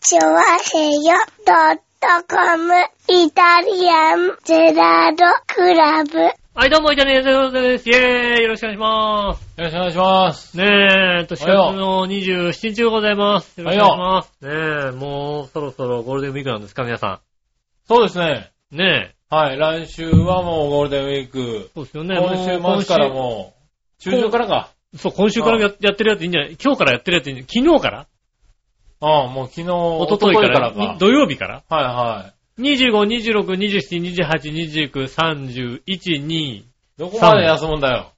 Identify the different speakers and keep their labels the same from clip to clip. Speaker 1: チョワヘヨドットコムイタリアンゼラードクラブ。
Speaker 2: はい、どうも、イタリアンジェラートです。イェーイよろしくお願いしま
Speaker 3: よろしくお願いします。
Speaker 2: す。ねえ、えっと、4月の27日でございます。よろしくお願いします。ねえ、もうそろそろゴールデンウィークなんですか、皆さ
Speaker 3: そうですね。
Speaker 2: ん。ねえ、
Speaker 3: はい。来週はもうゴールデンウィーク。
Speaker 2: そうですよね。
Speaker 3: 今週末からもう、中旬からか。
Speaker 2: う。そう、今週からややってるやついいんじゃない今日からやってるやついいんじゃない昨日から
Speaker 3: ああ、もう昨
Speaker 2: 一
Speaker 3: 日、一
Speaker 2: 昨日から
Speaker 3: 昨日か
Speaker 2: 土曜日から
Speaker 3: はいはい。
Speaker 2: ?25、26、27、28、29、30、1、2。い
Speaker 3: どこまで休むんだよ。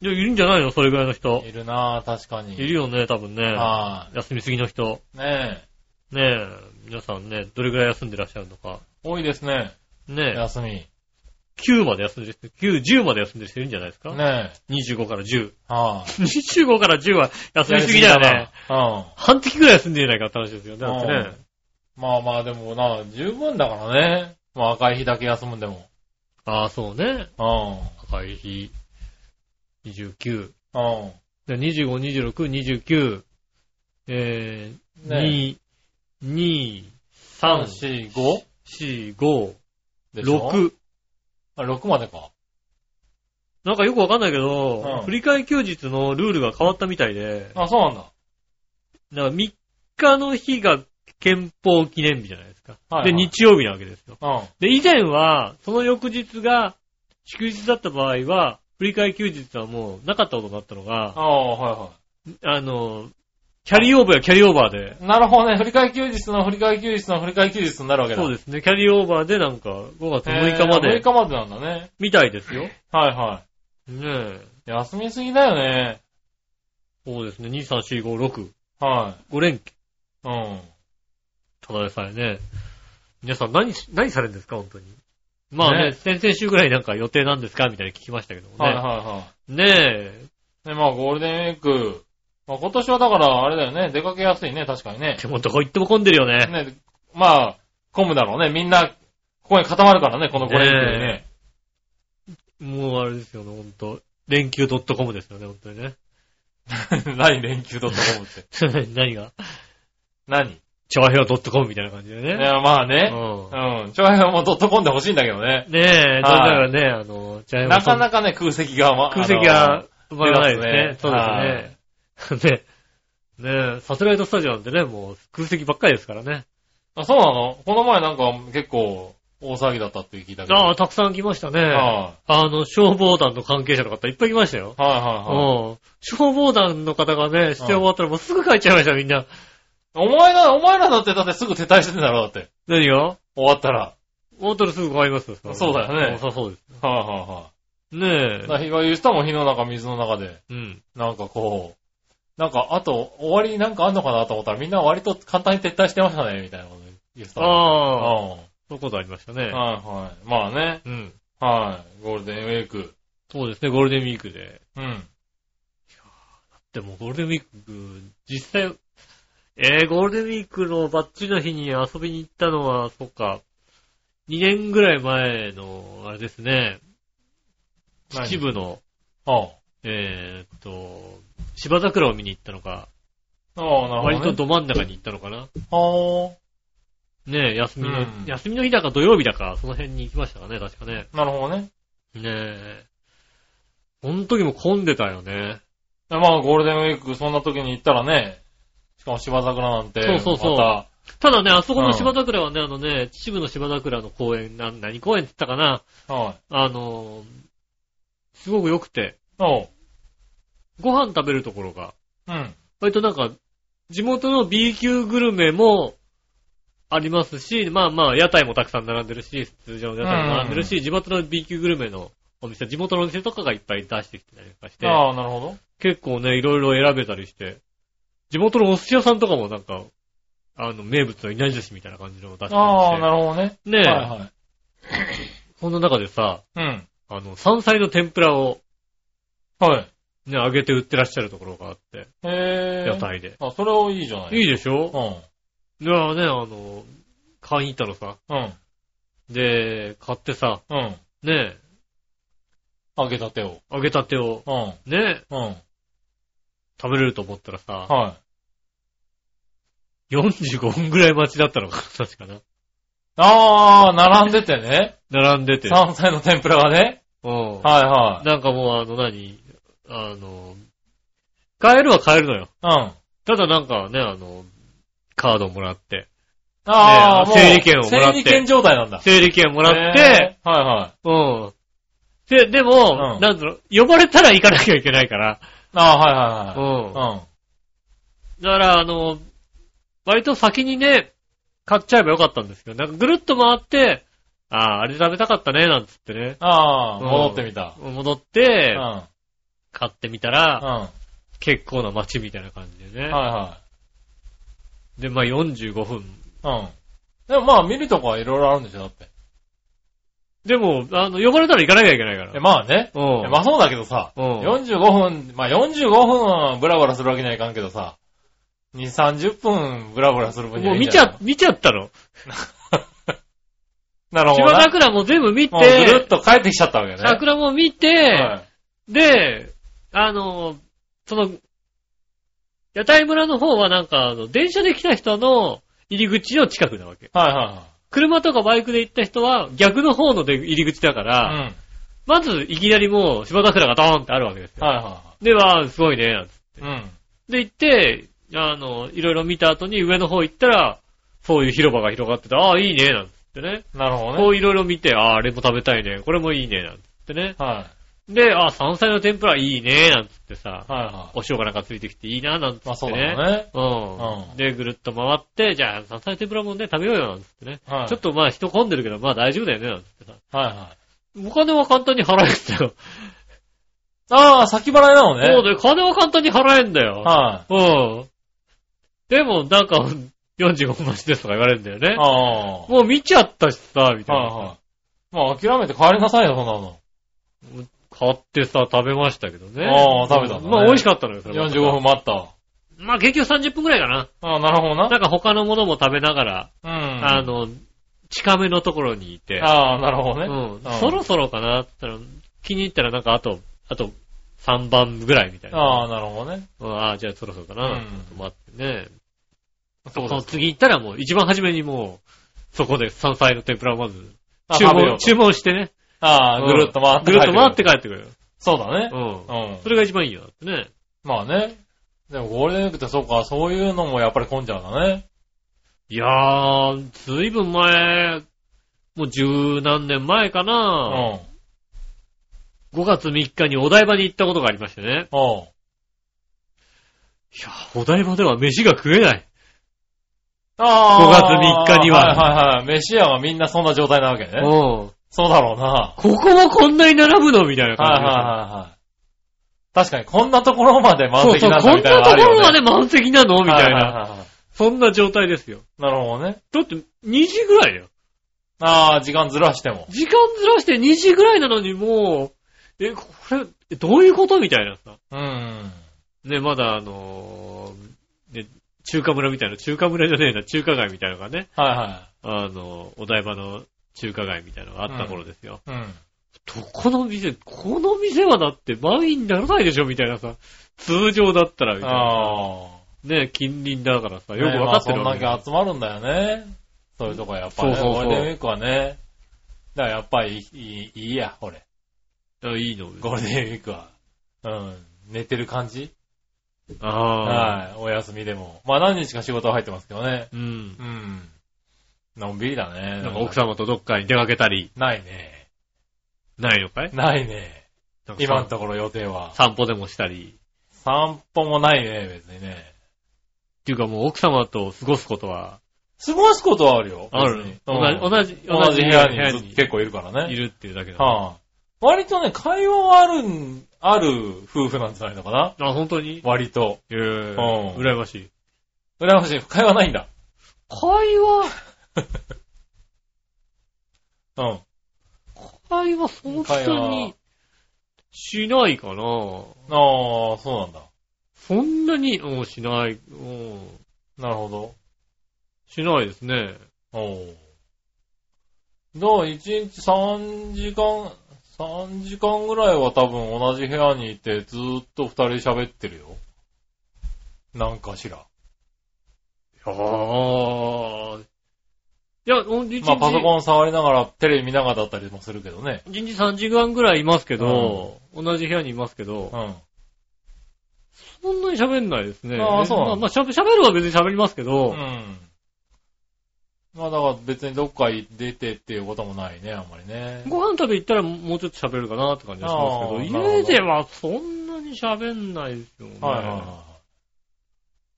Speaker 2: や、いるんじゃないのそれぐらいの人。
Speaker 3: いるなぁ、確かに。
Speaker 2: いるよね、多分ね。
Speaker 3: は
Speaker 2: 休みすぎの人。
Speaker 3: い。ねえ。
Speaker 2: ねえ、皆さんね、どれぐらい休んでらっしゃるのか。
Speaker 3: 多いですね。
Speaker 2: ねえ。
Speaker 3: 休み。
Speaker 2: 9まで休んでる人、9、10まで休んでる人いるんじゃないですか、
Speaker 3: ね
Speaker 2: ?25 から10。
Speaker 3: え。は
Speaker 2: 25から10は休
Speaker 3: い。
Speaker 2: みすぎだよね。
Speaker 3: やりすぎだな。
Speaker 2: 半月くらい休んでいないかって話ですよね。だって
Speaker 3: う
Speaker 2: ね
Speaker 3: ん。うん。まあまあ、でもな、十分だからね。まあ赤い日だけ休むんでも。
Speaker 2: ああ、そうね。
Speaker 3: う
Speaker 2: 赤い日。29。
Speaker 3: ん。うん。
Speaker 2: で25、26、29。えー、
Speaker 3: ね
Speaker 2: 2、2、
Speaker 3: 3、
Speaker 2: 3、
Speaker 3: 4、5?
Speaker 2: 4、5、
Speaker 3: でしょ。
Speaker 2: 6。
Speaker 3: あ、6までか。
Speaker 2: なんかよくわかんないけど、
Speaker 3: うん
Speaker 2: 振り替え休日のルールが変わったみたいで、
Speaker 3: あ、そうなんだ。
Speaker 2: だから3日の日が憲法記念日じゃないですか。
Speaker 3: はいは
Speaker 2: で、
Speaker 3: い
Speaker 2: 日曜日なわけですよ。
Speaker 3: うん。
Speaker 2: で、以前は、その翌日が祝日だった場合は、振り替え休日はもうなかったことになったの
Speaker 3: あ
Speaker 2: が、
Speaker 3: あ、はいは
Speaker 2: あの、キャリーオーバーやキャリーオーバーで、
Speaker 3: い。なるほどね。振り替え休日の振り替え休日の振り替え休日になるわけだ。
Speaker 2: そう
Speaker 3: で
Speaker 2: ですね、キャリーオーバーでなんか5月6日ま
Speaker 3: 6
Speaker 2: で、
Speaker 3: 日までなんだね。
Speaker 2: みたいですよ。ね
Speaker 3: はいは
Speaker 2: え。
Speaker 3: い。休みすぎだよね。
Speaker 2: そうですね、2、3、4、5、6、
Speaker 3: は
Speaker 2: 5連休。
Speaker 3: い。うん。
Speaker 2: ただでさえね。皆さん何し、何されるんですか、本当に。まあね、
Speaker 3: ね
Speaker 2: 先々週ぐらいなんか予定なんですかみたいに聞きましたけどもね。
Speaker 3: はいはいは
Speaker 2: ねえ、
Speaker 3: い。で、まあゴールデンウィーク。まあ今年はだからあれだよね。出かけやすいね。確かにね。
Speaker 2: でもどこ行っても混んでるよね。
Speaker 3: ね、まあ、混むだろうね。みんな、ここに固まるからね。このゴールデンウィークにね。
Speaker 2: もうあれですよね、ほんと。連休 .com ですよね、ほんとにね。
Speaker 3: 何連休 .com って。
Speaker 2: 何が
Speaker 3: 何い
Speaker 2: 調和表 .com みたいな感じでね。
Speaker 3: や、まあ
Speaker 2: う
Speaker 3: ね。
Speaker 2: ん
Speaker 3: うん。ちょいはもう .com で欲しいんだけどね。
Speaker 2: ねえ、だからね、あの、チャイ
Speaker 3: なかなかね、空席が、ま
Speaker 2: 空席が埋まらないですね。
Speaker 3: 出
Speaker 2: そう
Speaker 3: ま
Speaker 2: です ね。で、ねえ、サテライトスタジオなんてね、もう空席ばっかりですからね。
Speaker 3: あ、そうなのこの前なんか結構大騒ぎだったって聞いたけど。
Speaker 2: ああ、たくさん来ましたね。
Speaker 3: は
Speaker 2: あの、消防団の関係者の方いっぱい来ましたよ。
Speaker 3: いはいうはいはい。
Speaker 2: ん。消防団の方がね、して終わったらもうすぐ帰っちゃいました、みんな。
Speaker 3: お前ら、お前らだってだってすぐ撤退してんだろ、だって。
Speaker 2: 何が
Speaker 3: 終わったら。
Speaker 2: 終わったらすぐ帰りますよ。
Speaker 3: そうだよね
Speaker 2: そうそうです。
Speaker 3: はいは
Speaker 2: ね
Speaker 3: い
Speaker 2: え。
Speaker 3: はい。だから言う人も火の中、水の中で、
Speaker 2: うん。
Speaker 3: なんかこう、なんかあと、終わりなんかあんのかなと思ったらみんな割と簡単に撤退してましたね、みたいなこと言ってた。あ
Speaker 2: ああ、
Speaker 3: あ。はい
Speaker 2: そういうことありましたね。
Speaker 3: はい。まあね。
Speaker 2: うん。
Speaker 3: はい。ゴールデンウィーク。
Speaker 2: そうですね、ゴールデンウィークで。
Speaker 3: うん。
Speaker 2: でもゴールデンウィーク、実際、えー、ゴールデンウィークのバッチリの日に遊びに行ったのは、そっか、2年ぐらい前の、あれですね、
Speaker 3: 何
Speaker 2: 秩父の、
Speaker 3: ああ。
Speaker 2: えーっと、芝桜を見に行ったのか、
Speaker 3: ああ、なるほど、ね。
Speaker 2: 割とど真ん中に行ったのかな。
Speaker 3: は
Speaker 2: ねえ、休みの、
Speaker 3: うん
Speaker 2: 休みの日だか土曜日だか、その辺に行きましたかね、確かね。
Speaker 3: あ。なるほどね。
Speaker 2: ねえ。この時も混んでたよね。
Speaker 3: でまあ、ゴールデンウィーク、そんな時に行ったらね、しかも芝桜なんて、
Speaker 2: そうそうそう
Speaker 3: ま
Speaker 2: ただね、あそこの芝桜はね、あのね、秩父の芝桜の公園、な何公園って言ったかな
Speaker 3: た、はい。
Speaker 2: あのー、すごく良くて、
Speaker 3: おう。
Speaker 2: ご飯食べるところが、
Speaker 3: うん。
Speaker 2: 割となんか、地元の B 級グルメもありますし、まあまあ、屋台もたくさん並んでるし、通常の屋台も並んでるし、地元の B 級グルメのお店、地元のお店とかがいっぱい出してきてたりとかして、
Speaker 3: ああ、なるほど。
Speaker 2: 結構ね、いろいろ選べたりして、地元のお寿司屋さんとかもなんか、あの、名物のいなり寿司みたいな感じのを出して
Speaker 3: ああ、な
Speaker 2: る
Speaker 3: るほどね。
Speaker 2: ねえ、
Speaker 3: はいはい。
Speaker 2: そんな中でさ、
Speaker 3: うん。
Speaker 2: あの、山菜の天ぷらを
Speaker 3: はい。
Speaker 2: ね、揚げて売ってらっしゃるところがあって、
Speaker 3: へえ。
Speaker 2: 屋。台で。
Speaker 3: あ、それはいいじゃない。
Speaker 2: い
Speaker 3: い。
Speaker 2: いでし
Speaker 3: う
Speaker 2: ょい
Speaker 3: ん。
Speaker 2: やね、あの、買いに行ったのさ。
Speaker 3: うん。
Speaker 2: で、買ってさ、
Speaker 3: うん。
Speaker 2: ね、
Speaker 3: 揚げたてを。
Speaker 2: 揚げたてを、
Speaker 3: うん。
Speaker 2: ね、
Speaker 3: うん。
Speaker 2: 食べれると思ったらさ、
Speaker 3: は
Speaker 2: 45分ぐらい待ちだったのか、確かな。
Speaker 3: あー、並んでてね。
Speaker 2: 並んでて。
Speaker 3: 山菜の天ぷらがね。
Speaker 2: うん。
Speaker 3: はいは
Speaker 2: なんかもうあの何、あの、買えるは買えるのよ。
Speaker 3: い。うん。
Speaker 2: ただなんかね、あの、カードもらって、
Speaker 3: あー、
Speaker 2: ね整理券をもらって
Speaker 3: 整理券状態なんだ。
Speaker 2: 整理券もらって、
Speaker 3: へー、はいはい。
Speaker 2: うん。で、でも、
Speaker 3: うん
Speaker 2: なんだろう、呼ばれたら行かなきゃいけないから、
Speaker 3: あー、
Speaker 2: う
Speaker 3: はいはいはい。
Speaker 2: ん。
Speaker 3: うん。
Speaker 2: だから、あの、割と先にね、買っちゃえばよかったんですけど、なんかぐるっと回って、ああ、あれ食べたかったね、なんつってね、
Speaker 3: あー、
Speaker 2: うん
Speaker 3: 戻ってみた。
Speaker 2: 戻っ
Speaker 3: う
Speaker 2: て
Speaker 3: ん。う、ん。は
Speaker 2: 買ってみたら、
Speaker 3: い
Speaker 2: 結構な街みたいな感じでね。
Speaker 3: は
Speaker 2: で、まあ45分。
Speaker 3: い。うん。でもまあ見るとこはいろいろあるんでしょ、だって。
Speaker 2: でも、あの、呼ばれたら行かなきゃいけないから
Speaker 3: え。まあね。
Speaker 2: うん
Speaker 3: えまあそうだけどさ、
Speaker 2: うん
Speaker 3: 45分、まあ45分はブラブラするわけにはいかんけどさ、2、30分ブラブラする分に
Speaker 2: も
Speaker 3: は
Speaker 2: う
Speaker 3: いい
Speaker 2: 見
Speaker 3: んじ
Speaker 2: ち
Speaker 3: ゃない
Speaker 2: ゃ、見ちゃったの。
Speaker 3: なるほど
Speaker 2: 芝
Speaker 3: な。
Speaker 2: 桜も全部見、
Speaker 3: もうぐるってと帰ってきちゃったわけね。
Speaker 2: 桜も見
Speaker 3: は
Speaker 2: て、
Speaker 3: い
Speaker 2: で、あの、その、屋台村の方はなんか、あの、電車で来た人の入り口の近くなわけ。
Speaker 3: はいは
Speaker 2: 車とかバイクで行った人は逆の方の出入り口だか
Speaker 3: い
Speaker 2: ら、
Speaker 3: はい。うん。
Speaker 2: まずいきなりもう芝桜がドーンってあるわけですよ。
Speaker 3: はいは
Speaker 2: では、すごいね、
Speaker 3: いはい。うん。
Speaker 2: で、行って、あの、いろいろ見た後に上の方行ったら、そういう広場が広がってて、ああ、いいね、なんつってね。
Speaker 3: なるほど
Speaker 2: こ
Speaker 3: ね。
Speaker 2: ういろいろ見て、ああ、あれも食べたいね、これもいいね、なんつってね。
Speaker 3: は
Speaker 2: で、ああ、山菜の天ぷらいいね、なんつってさ
Speaker 3: い。、はいはい。
Speaker 2: お塩がなんかついてきていいな、なんつ
Speaker 3: ま
Speaker 2: っ
Speaker 3: あ
Speaker 2: て
Speaker 3: そうだ
Speaker 2: ね。
Speaker 3: ろうね。
Speaker 2: うん、
Speaker 3: うん
Speaker 2: で、ぐるっと回って、じゃあ、山菜の天ぷらもね、食べようよ、なんつってね。
Speaker 3: はい
Speaker 2: ちょっとまあ人混んでるけど、まあ大丈夫だよね、なんつってさ。
Speaker 3: はいはい。
Speaker 2: お金は簡単に払えんだよ。
Speaker 3: ああ、先払いなのね。
Speaker 2: そうだよ、金は簡単に払えんだよ。
Speaker 3: は
Speaker 2: うん。でも、なんか、45分待ちですとか言われるんだよね
Speaker 3: い。。ああ。
Speaker 2: もう見ちゃったしさ、みたいな。
Speaker 3: はいはい。まあ諦めて帰りなさいよ、そんなの。
Speaker 2: 買ってさ、食べましたけどね。
Speaker 3: ああ食べたんだね
Speaker 2: まあ、美味しかったのよ、それは
Speaker 3: 45分。待った。
Speaker 2: まあ、結局30分くらいかな。
Speaker 3: ああ、なるほどな。
Speaker 2: なんか他のものも食べながら、
Speaker 3: うん。
Speaker 2: あの、近めのところにいて、
Speaker 3: ああ、なるほど
Speaker 2: う
Speaker 3: ね。
Speaker 2: ん
Speaker 3: ああ、
Speaker 2: そろそろかなって言ったら、気に入ったらなんかあと、あと3番ぐらいみたいな。
Speaker 3: ああ、なるほどね。
Speaker 2: うんああ、じゃあそろそろかな、
Speaker 3: うん
Speaker 2: と思ってね。
Speaker 3: そ
Speaker 2: そ
Speaker 3: うで
Speaker 2: の
Speaker 3: す。
Speaker 2: 次行ったらもう一番初めにもう、そこで山菜の天ぷらをまず、
Speaker 3: あ
Speaker 2: 注
Speaker 3: 食べよう
Speaker 2: 文、
Speaker 3: と
Speaker 2: 注文してね。
Speaker 3: ああ、ぐるっと回っ
Speaker 2: ぐ
Speaker 3: て
Speaker 2: るっと回って
Speaker 3: か
Speaker 2: 帰ってくる。
Speaker 3: そうだね
Speaker 2: う。ん
Speaker 3: う。ん
Speaker 2: そ。れが一番いいよ。だってね。
Speaker 3: まあね。でもゴールデンウィークってそうか、そういうのもやっぱり混んじゃうんだね。
Speaker 2: いやー、ずいぶん前、もう十何年前か
Speaker 3: う
Speaker 2: な、
Speaker 3: ん。
Speaker 2: 5月3日にお台場に行ったことがありましてね。
Speaker 3: う
Speaker 2: い
Speaker 3: ん。
Speaker 2: やー、お台場では飯が食えない。
Speaker 3: ああ。
Speaker 2: 5月3日には
Speaker 3: はいはいはい。飯屋はみんなそんな状態なわけ
Speaker 2: うん。
Speaker 3: ね。
Speaker 2: こ
Speaker 3: そうだろうな。
Speaker 2: こもこんなに並ぶのみたいな感
Speaker 3: はいはいはいはい。確かに、こんなところまで満
Speaker 2: じでそ
Speaker 3: 席
Speaker 2: う
Speaker 3: なん
Speaker 2: そう、こ
Speaker 3: だみ
Speaker 2: ん
Speaker 3: たいな
Speaker 2: な
Speaker 3: のあ
Speaker 2: と
Speaker 3: る
Speaker 2: こ
Speaker 3: よ、ね。
Speaker 2: ろまで満席なのみたい
Speaker 3: はは
Speaker 2: な。
Speaker 3: はは
Speaker 2: そんな状態ですよ。
Speaker 3: なるほどね。
Speaker 2: だって、2時ぐらいだよ。
Speaker 3: ああ、時間ずらしても。
Speaker 2: 時間ずらして2時ぐらいなのにもう、え、これ、えどういうことみたいなさ。
Speaker 3: うん。
Speaker 2: ね、まだあのーね、中華村みたいな、中華村じゃねえな、中華街みたいなのがね、
Speaker 3: はいは
Speaker 2: あのーお台場の中華街みたいなのがあった頃ですよ。
Speaker 3: い。うん。
Speaker 2: どこの店、この店はだって満員にならないでしょみたいなさ。通常だったらみたいな。
Speaker 3: あ
Speaker 2: ね、近隣だからさ、
Speaker 3: あ。
Speaker 2: よくわかってるわけ
Speaker 3: ねまあそんだけ集まるんだよね。そういうとこはやっぱり、ね。
Speaker 2: そうそうそう
Speaker 3: ゴールデンウィークはね。だからやっぱりいい、いいいいや、俺。
Speaker 2: あいいの。
Speaker 3: ゴールデンウィークは。うん。寝てる感じ
Speaker 2: ああ。
Speaker 3: はい。お休みでも。まあ何日か仕事は入ってますけどね。
Speaker 2: うん。
Speaker 3: うん。のんびりだね。
Speaker 2: なんか奥様とどっかに出かけたり、
Speaker 3: ないね。
Speaker 2: ないのかい
Speaker 3: ないね。
Speaker 2: なんかさ
Speaker 3: 今のところ予定は。
Speaker 2: 散歩でもしたり。
Speaker 3: 散歩もないね、別にね。
Speaker 2: っていうかもう奥様と過ごすことは
Speaker 3: 過ごすことはあるよ。
Speaker 2: ある
Speaker 3: 別に
Speaker 2: 同
Speaker 3: うん
Speaker 2: じ、同じ、
Speaker 3: 同じ部屋
Speaker 2: 部屋
Speaker 3: にずっ
Speaker 2: に
Speaker 3: と結構いるから
Speaker 2: い
Speaker 3: ね。
Speaker 2: るっていうだけだ。
Speaker 3: はあ、割とね、会話はあるん、ある夫婦なんじゃないのかな
Speaker 2: あ、本当に
Speaker 3: 割と。
Speaker 2: ええ
Speaker 3: うん
Speaker 2: 羨ましい。
Speaker 3: 羨ましい。会話ないんだ。
Speaker 2: 会話、
Speaker 3: うん。
Speaker 2: 会話そん
Speaker 3: 会
Speaker 2: な
Speaker 3: 話
Speaker 2: にしないかな
Speaker 3: ああ、そうなんだ。
Speaker 2: そんなに、うん、しない、うん、
Speaker 3: なるほど。
Speaker 2: しないですね。
Speaker 3: おうじゃあ、1日3時間、3時間ぐらいは多分同じ部屋にいて、ずーっと2人喋ってるよ。なんかしら。
Speaker 2: いやああ。いや、ほんと一日、
Speaker 3: まあパソコン触りながらテレビ見ながらだったりもするけどね。
Speaker 2: 一日3時間ぐらいいますけど、同じ部屋にいますけど、
Speaker 3: うん。
Speaker 2: そんなに喋んないですね。
Speaker 3: ああそうな
Speaker 2: まあ、
Speaker 3: んだ
Speaker 2: まあ、しゃべ喋るは別に喋りますけ
Speaker 3: う
Speaker 2: ど、
Speaker 3: ん。まあだから別にどっかに出てっていうこともないね、あんまりね。
Speaker 2: ご飯食べ行ったらもうちょっと喋るかなって感じがしますけど、
Speaker 3: ああなる
Speaker 2: 家
Speaker 3: ほど
Speaker 2: ではそんなに喋んないですよね。
Speaker 3: はいはいは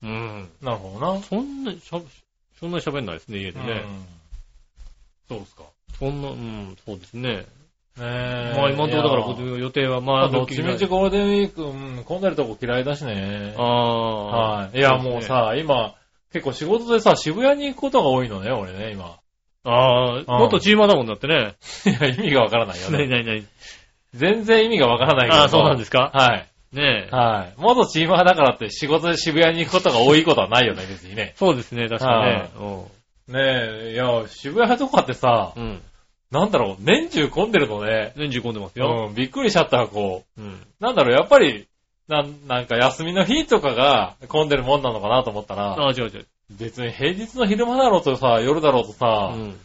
Speaker 2: うん。
Speaker 3: い。なるほどな。
Speaker 2: そんなにしゃ、そんなに喋んないですね、家でね。
Speaker 3: うん。そうですか。
Speaker 2: そんな、うん、そうですね。
Speaker 3: ねえ。
Speaker 2: まあ今のところだからこ
Speaker 3: いや
Speaker 2: う予定は、ま
Speaker 3: ま
Speaker 2: あ
Speaker 3: あ、どっちみちゴールデンウィーク、うん、混んでるとこ嫌いだしね。
Speaker 2: ああ。
Speaker 3: はい。いや、もうさ、今、結構仕事でさ、渋谷に行くことが多いのね、俺ね、今。
Speaker 2: ああ、元チーマだもんだってね。
Speaker 3: いや、意味がわから ないよ
Speaker 2: なに
Speaker 3: ね。
Speaker 2: なになに
Speaker 3: 全然意味がわからないけど。
Speaker 2: ああ、そうなんですすか
Speaker 3: はい。
Speaker 2: ねえ。
Speaker 3: はい。元チーマーだからって仕事で渋谷に行くことが多いことはないよね、別にね。
Speaker 2: そうですね、確かね。
Speaker 3: ねえ、いや、渋谷とかってさ
Speaker 2: う、ん。うん。
Speaker 3: なんだろう、年中混んでるのね。
Speaker 2: 年中混んでますよ。
Speaker 3: うん、びっくりしちゃった、こ
Speaker 2: うん。
Speaker 3: う。なんだろう、やっぱり、なん、なんか休みの日とかが混んでるもんなのかなと思ったら、
Speaker 2: ああ、違う違う。
Speaker 3: 別に平日の昼間だろうとさ、夜だろうと
Speaker 2: う
Speaker 3: さ、
Speaker 2: ん。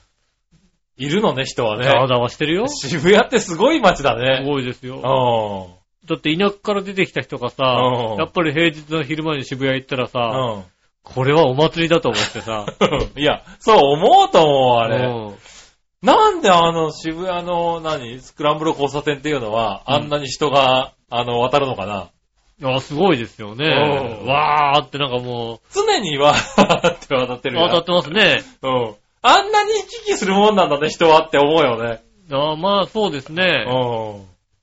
Speaker 3: いるのね、人は
Speaker 2: ざわ
Speaker 3: ね。
Speaker 2: ざわしてるよ。す
Speaker 3: 渋谷ってすごい街だね。
Speaker 2: ごいです
Speaker 3: う
Speaker 2: よ。
Speaker 3: ん。
Speaker 2: だって田舎から出てきた人がさ
Speaker 3: う、ん
Speaker 2: やっぱり平日の昼前に渋谷行ったらさ、
Speaker 3: う
Speaker 2: これはお祭りだと思ってさ。
Speaker 3: ん。いや、そう思うと思う、 あれ。
Speaker 2: うん
Speaker 3: なんであの渋谷の何スクランブル交差点っていうのは、あんなに人が、あの、渡るのかな
Speaker 2: ああ、すごいですよね。
Speaker 3: うん
Speaker 2: わーってなんかも
Speaker 3: 常にわー って渡って
Speaker 2: う、
Speaker 3: るよ。
Speaker 2: 当たってますね。
Speaker 3: うん。あんなに行き来するもんなんだね、人はって思うよね。
Speaker 2: ああ、まあそうですね。
Speaker 3: う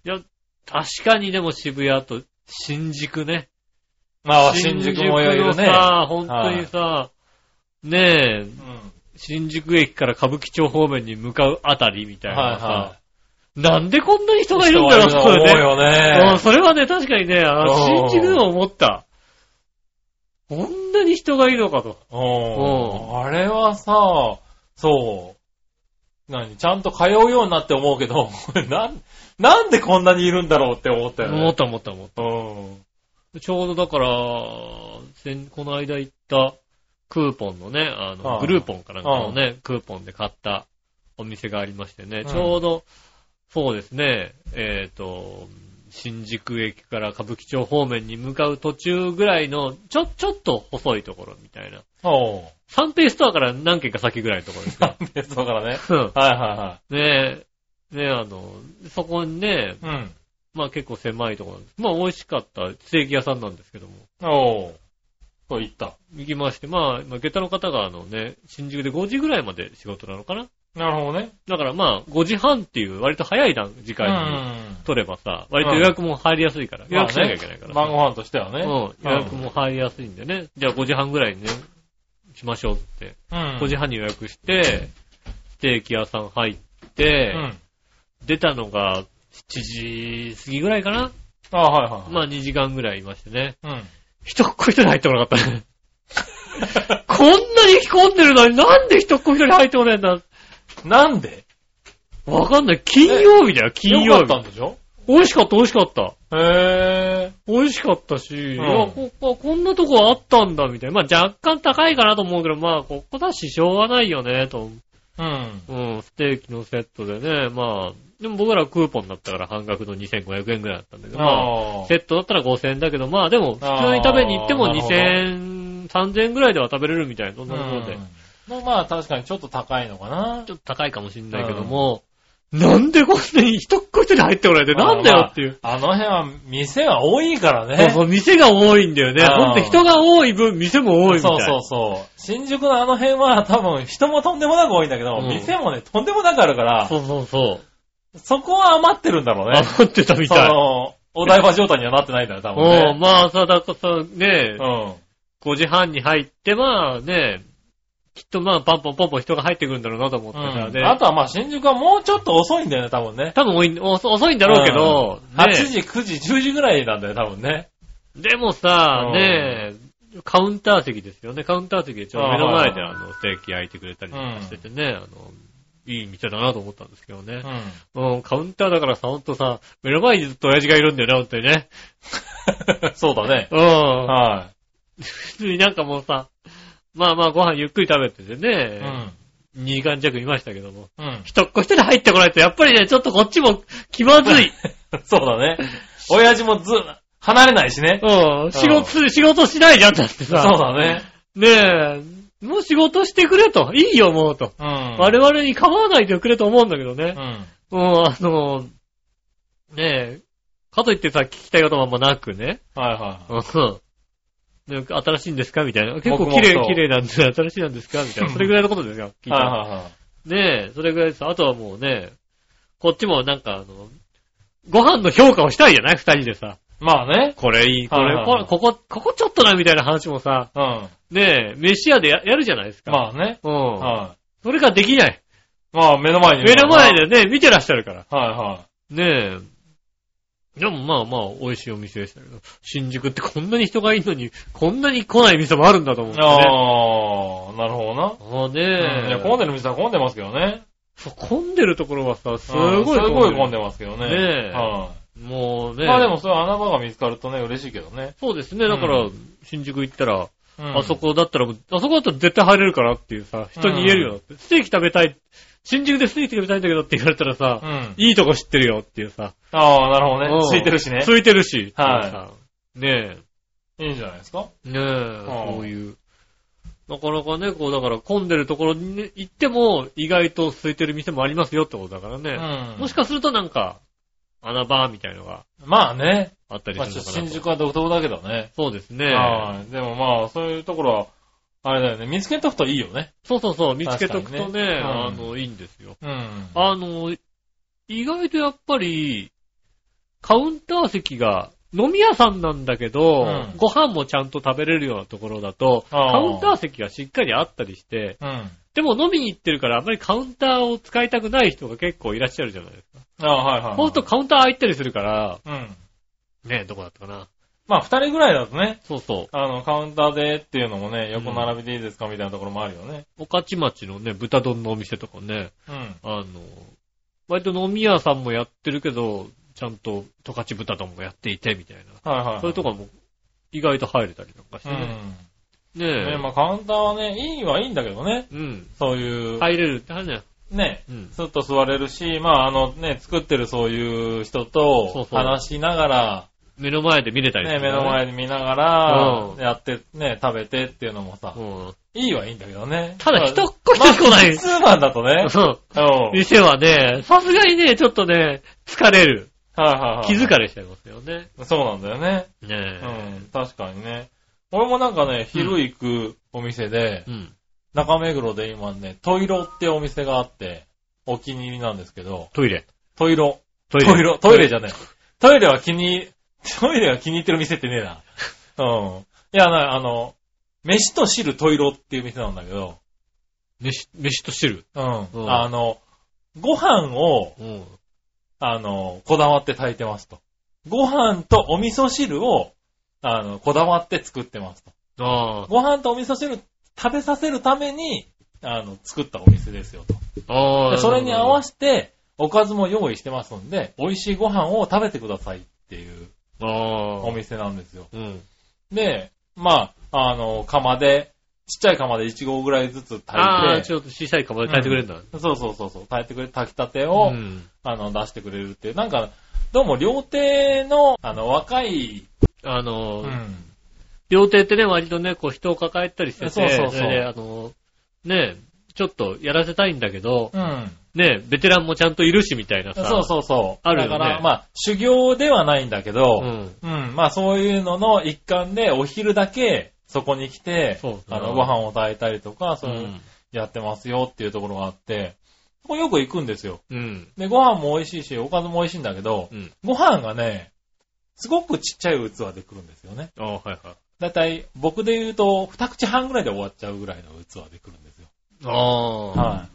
Speaker 3: ん。
Speaker 2: 確かにでも渋谷と新宿ね。
Speaker 3: まあ、新宿もよいる
Speaker 2: 新宿
Speaker 3: ね
Speaker 2: の。さ、本当にさ、ねえ、
Speaker 3: うん。
Speaker 2: 新宿駅から歌舞伎町方面に向かうあたりみたい
Speaker 3: はい
Speaker 2: なさ、
Speaker 3: は
Speaker 2: なんでこんなに人
Speaker 3: い。
Speaker 2: がいるんだろう
Speaker 3: 人はいると思うよ
Speaker 2: それねうん
Speaker 3: ね。
Speaker 2: それはね、確かにね、あ
Speaker 3: う
Speaker 2: の新
Speaker 3: ん
Speaker 2: 宿でも思った。こんなに人がいるのかと。
Speaker 3: うん。あれはさ、そう。何ちゃんと通うようになって思うけど、 これなん、なんでこんなにいるんだろうって思ったよ
Speaker 2: 思っ
Speaker 3: ね。
Speaker 2: た思った思っ
Speaker 3: うん。
Speaker 2: た。ちょうどだから、先この間行ったクーポンのね、あの、
Speaker 3: はい
Speaker 2: グルーポンかなんかのね、クーポンで買ったお店がありましてね、
Speaker 3: うん
Speaker 2: ちょうど、そうですね、えっ、と、新宿駅から歌舞伎町方面に向かう途中ぐらいの、ちょ、ちょっと細いところみたいな。
Speaker 3: おう。
Speaker 2: 三平ストアから何軒か先ぐらいのところですね。
Speaker 3: で、そうからね。
Speaker 2: うん
Speaker 3: はいは
Speaker 2: ねえ、ねえ、あの、そこにね、
Speaker 3: いはい。うん。
Speaker 2: まあ結構狭いところなんです。まあ美味しかったステーキ屋さんなんですけども、
Speaker 3: おう。と言った。
Speaker 2: 行きまして、まあ、まあ下駄の方があのね、新宿で5時ぐらいまで仕事なのかな
Speaker 3: なるほどね。
Speaker 2: だからまあ、5時半っていう割と早い段時
Speaker 3: う
Speaker 2: 間に
Speaker 3: ん。
Speaker 2: 取ればさ、割と予約も入りやすいから、予約しなきゃいけないからさ。
Speaker 3: 晩ご飯としてはね。
Speaker 2: うん、予約も入りやすいんでね。じゃあ5時半ぐらいにね、しましょうって。
Speaker 3: うん。
Speaker 2: 5時半に予約して、ステーキ屋さん入って、
Speaker 3: うん。
Speaker 2: 出たのが7時過ぎぐらいかな
Speaker 3: あはいはい。
Speaker 2: まあ2時間ぐらいいましてね。
Speaker 3: うん。
Speaker 2: 一っ子一人入ってこなか ったね。こんなに混んでるのになんで一っ子一人入ってこないんだ
Speaker 3: なんで
Speaker 2: わかんない。金曜日だよ、金曜
Speaker 3: よかっ
Speaker 2: 日。
Speaker 3: たんでしょ
Speaker 2: 美味しかった、美味しかった。
Speaker 3: へ
Speaker 2: 美味しかったし、いや、
Speaker 3: うん
Speaker 2: ここ、こんなとこあったんだ、みたいな。まあ、若干高いかなと思うけど、まあ、ここだし、しょうがないよね、と。
Speaker 3: ぇー。うん。
Speaker 2: うん、ステーキのセットでね、まあ、でも僕らクーポンだったから半額の2500円ぐらいだったんだけど、まあ、
Speaker 3: あ
Speaker 2: セットだったら5000円だけど、まあでも、普通に食べに行っても
Speaker 3: あー
Speaker 2: 2000円、3000円ぐらいでは食べれるみたいな、そん
Speaker 3: ー
Speaker 2: なところで。
Speaker 3: うんまあ確かにちょっと高いのかな
Speaker 2: ち。ょっと高いかもしんないけども、なんでこんなに一っ子一人入っておられて、なんだよっていう。
Speaker 3: まあ。あの辺は店が多いから
Speaker 2: そう
Speaker 3: ね。
Speaker 2: そう、店が多いんだよね。
Speaker 3: あー
Speaker 2: ほんと人が多い分、店も多いみたい。
Speaker 3: そうそうそう。新宿のあの辺は多分人もとんでもなく多いんだけど、
Speaker 2: うん
Speaker 3: 店もね、とんでもなくあるから、
Speaker 2: そうそうそう。
Speaker 3: そこは余ってるんだろうね。
Speaker 2: 余ってたみ
Speaker 3: そ
Speaker 2: たい。
Speaker 3: の、お台場状態にはなってないんだよ、多分
Speaker 2: おう
Speaker 3: ね。
Speaker 2: まあさ、だからさ、ね
Speaker 3: う、ん。
Speaker 2: 5時半に入って、まあね、きっとまあ、パンポンポンポン人が入ってくるんだろうなと思ってた
Speaker 3: う
Speaker 2: ね。
Speaker 3: ん、あとはまあ新宿はもうちょっと遅いんだよね、多分ね。
Speaker 2: 多分多い遅遅いんだろうけど、
Speaker 3: うん
Speaker 2: ね
Speaker 3: 8時、9時、10時ぐらいなんだよ、多分ね。
Speaker 2: でもさ
Speaker 3: う、ん
Speaker 2: ねえ、カウンター席ですよね。カウンター席でちょうど目の前で
Speaker 3: あ
Speaker 2: あの、ステーキ焼いてくれたりとかしててね、あの、いい店だなと思ったんですけどね。うん、カウンターだからさ、ほんとさ、目の前にずっと親父がいるんだよね、ほんとにね。
Speaker 3: そうだね。
Speaker 2: うん。
Speaker 3: は
Speaker 2: 普通になんかもうさ、まあまあご飯ゆっくり食べてて
Speaker 3: う
Speaker 2: ね、
Speaker 3: ん。
Speaker 2: 2時間弱いましたけども。
Speaker 3: うん。
Speaker 2: 一っ子一人入ってこないと、やっぱりね、ちょっとこっちも気まずい。
Speaker 3: そうだね。親父もず、離れないしね。
Speaker 2: うん。仕事、仕事しないじゃんだって
Speaker 3: そう
Speaker 2: さ。
Speaker 3: だね。
Speaker 2: ねえ、もう仕事してくれと。いいよ、もうと。
Speaker 3: うん。
Speaker 2: 我々に構わないでくれと思うんだけど
Speaker 3: う
Speaker 2: ね。
Speaker 3: ん。
Speaker 2: もうん、あの、ねえ、かといってさ、聞きたいこともあんまなくね。
Speaker 3: はいは
Speaker 2: うん。ね新しいんですかみたいな。結
Speaker 3: 僕
Speaker 2: 構
Speaker 3: も
Speaker 2: 綺
Speaker 3: そ
Speaker 2: 麗、
Speaker 3: う
Speaker 2: 綺麗なんで、新しいなんですかみたいな。それぐらいのことですよ。聞い
Speaker 3: い。
Speaker 2: た
Speaker 3: はい
Speaker 2: ら
Speaker 3: はいはい。
Speaker 2: ねえ、それぐらいです。あとはもうね、こっちもなんかあの、ご飯の評価をしたいじゃない二人でさ。
Speaker 3: まあね。
Speaker 2: これいい、こ
Speaker 3: はい
Speaker 2: れ、
Speaker 3: はいは
Speaker 2: こ
Speaker 3: い
Speaker 2: ここ、ここちょっとな、みたいな話もさ、
Speaker 3: うん。
Speaker 2: ねえ、飯屋でややるじゃないですか。
Speaker 3: まあね。
Speaker 2: うん。
Speaker 3: は
Speaker 2: それができない。
Speaker 3: い。まあ目の前に。
Speaker 2: 目の前。でね、見てらっしゃるから。
Speaker 3: はいは
Speaker 2: ねえ。でもまあまあ、美味しいお店でしたけど、新宿ってこんなに人がいるのに、こんなに来ない店もあるんだと思っ
Speaker 3: い。
Speaker 2: てね。
Speaker 3: ああ、なるほどな。
Speaker 2: ああね
Speaker 3: うんい
Speaker 2: え
Speaker 3: や、。混んでる店は混んでますけどね。
Speaker 2: そう混んでるところはさ、す
Speaker 3: うん
Speaker 2: ごい
Speaker 3: すごい混ん
Speaker 2: で
Speaker 3: でますけどね。
Speaker 2: ねえ
Speaker 3: は
Speaker 2: る。もう
Speaker 3: い。
Speaker 2: ね。
Speaker 3: まあでもそういう穴場が見つかるとね、嬉しいけどね。
Speaker 2: そうですね。だか
Speaker 3: う
Speaker 2: ら、新宿行ったら、
Speaker 3: うん
Speaker 2: あそ。こだったらもう、あそこだったら絶対入れるからっていうさ、人に言えるよだって、ステーキ食べたい。新宿でステーキ食べたいんだけどって言われたらさ、
Speaker 3: うん。
Speaker 2: いいとこ知ってるよっていうさ。
Speaker 3: ああ、なるほ
Speaker 2: う
Speaker 3: ど
Speaker 2: ん
Speaker 3: ね。空いてるしね。
Speaker 2: 空いてるし。
Speaker 3: はい
Speaker 2: い。ね
Speaker 3: いいんじゃないですか
Speaker 2: え。ねえ、こういう。なかなかね、こう、だから混んでるところにね行っても、意外と空いてる店もありますよってことだから
Speaker 3: う
Speaker 2: ね。
Speaker 3: ん。
Speaker 2: もしかするとなんか、穴場みたいのが
Speaker 3: まあね。
Speaker 2: あったり
Speaker 3: まあ
Speaker 2: す
Speaker 3: ちょ
Speaker 2: るの
Speaker 3: っと
Speaker 2: かな
Speaker 3: 新
Speaker 2: と。
Speaker 3: 宿は独特だけどね。
Speaker 2: そうですね。
Speaker 3: はい。でもまあ、そういうところは、あれだよね。見つけとくといいよね。
Speaker 2: そうそうそう、見つけとくと
Speaker 3: 確か
Speaker 2: ね、
Speaker 3: にねうん
Speaker 2: あの、いいんですよ。
Speaker 3: うん。
Speaker 2: あの、意外とやっぱり、カウンター席が、飲み屋さんなんだけど、
Speaker 3: うん
Speaker 2: ご飯もちゃんと食べれるようなところだと、
Speaker 3: あー
Speaker 2: カウンター席がしっかりあったりして、
Speaker 3: うん。
Speaker 2: でも飲みに行ってるからあんまりカウンターを使いたくない人が結構いらっしゃるじゃないですか。
Speaker 3: ああ、はいはいはい。
Speaker 2: ほんとカウンター空いたりするから、
Speaker 3: うん。
Speaker 2: ね、どこだったかな。
Speaker 3: まあ、二人ぐらいだとね、
Speaker 2: そうそ
Speaker 3: あの、カウンターでっていうのもね、横並びでいいですかみたいなところもあるよね。
Speaker 2: う。御徒町のね、豚丼のお店とかね、
Speaker 3: うん。
Speaker 2: あの、割と飲み屋さんもやってるけど、ちゃんと十勝豚丼もやっていて、みたいな。
Speaker 3: はいはい。
Speaker 2: そういうとこも意外と入れたりなんかして
Speaker 3: う
Speaker 2: ね。
Speaker 3: ん。
Speaker 2: ねえ。
Speaker 3: ね、まあ、カウンターはね、いいはいいんだけどね。
Speaker 2: うん。
Speaker 3: そういう、
Speaker 2: 入れるって話だよ。
Speaker 3: ね、
Speaker 2: うん。
Speaker 3: ずっと座れるし、まあ、あのね、作ってるそういう人
Speaker 2: そう
Speaker 3: と
Speaker 2: そう
Speaker 3: 話しなが
Speaker 2: 目の前で見れた
Speaker 3: ら、
Speaker 2: り
Speaker 3: ね、
Speaker 2: か
Speaker 3: 目
Speaker 2: ら
Speaker 3: の前で見ながら
Speaker 2: う、ん
Speaker 3: やって、ね、食べてっていうのもさ、
Speaker 2: うん。
Speaker 3: いいはいいんだけどね。
Speaker 2: ただ人
Speaker 3: ま
Speaker 2: っ子一人来な
Speaker 3: あ
Speaker 2: い。
Speaker 3: ツーマンだと ね、
Speaker 2: そう。
Speaker 3: うん。はい
Speaker 2: 店はね、さすがにね、ちょっとね、疲れる。
Speaker 3: はいはい。
Speaker 2: 気疲れしちゃいますよね。
Speaker 3: そうなんだよね。
Speaker 2: ね
Speaker 3: うん、確かにね。俺もなんかね、昼行くお店で
Speaker 2: え。う、ん。
Speaker 3: 中目黒で今ね、トイロってお店があって、お気に入りなんですけど、
Speaker 2: トイレ。
Speaker 3: トイロ。
Speaker 2: ト
Speaker 3: トイロ、トイレじ
Speaker 2: ゃ。
Speaker 3: ゃねえ。トイレは気に、トイレは気に入ってる店ってねえな。うん。いや、なあの、飯と汁トイロっていう店なんだけど、
Speaker 2: 飯、飯と汁。
Speaker 3: うん。
Speaker 2: うん
Speaker 3: あの、ご飯を、
Speaker 2: うん。
Speaker 3: あの、こだわって炊いてますと。ご飯とお味噌汁を、あの、こだわって作ってますと。
Speaker 2: あ
Speaker 3: ご飯とお味噌汁食べさせるために、あの、作ったお店ですよと。
Speaker 2: あ。あ
Speaker 3: で
Speaker 2: あ。
Speaker 3: それに合わ
Speaker 2: せ
Speaker 3: せて、おかずも用意してますんで、美味しいご飯を食べてくださいっていう
Speaker 2: ああ。
Speaker 3: お店なんですよ。
Speaker 2: うん。
Speaker 3: で、まあ、あの、釜で、ちっちゃい釜で1合ぐらいずつ
Speaker 2: ああ、
Speaker 3: 炊
Speaker 2: ち
Speaker 3: い
Speaker 2: ょっと小さい釜で炊いてくれるんだ。
Speaker 3: て、そうそうそうそう、炊いてくれ、炊きたてを、
Speaker 2: うん。
Speaker 3: あの、出してくれるっていう、なんか、どうも料亭の、あの、若い、
Speaker 2: あの
Speaker 3: う
Speaker 2: ー、
Speaker 3: ん、
Speaker 2: 料亭ってね、割とね、こう人を抱えたりしてて、
Speaker 3: そうそうそう
Speaker 2: れで、あの、ね、ちょっとやらせたいんだけど、
Speaker 3: うん、
Speaker 2: ね、ベテランもちゃんといるしみたいなさ。
Speaker 3: そうそうそう。
Speaker 2: あるよね
Speaker 3: だから、まあ、修行ではないんだけど、
Speaker 2: うん。
Speaker 3: うん、まあそういうのの一環でお昼だけそこに来て、
Speaker 2: そうそう。
Speaker 3: あのご飯を炊いたりとか、そうういうんやってますよっていうところがあって、そこよく行くんですよ。
Speaker 2: うん。
Speaker 3: で、ご飯も美味しいし、おかずも美味しいんだけど、
Speaker 2: うん。
Speaker 3: ご飯がね、すごくちっちゃい器で来るんですよね。
Speaker 2: ああ、はいはい。
Speaker 3: だいたい僕で言うと二口半ぐらいで終わっちゃうぐらいの器で来るんですよ。
Speaker 2: ああ。
Speaker 3: は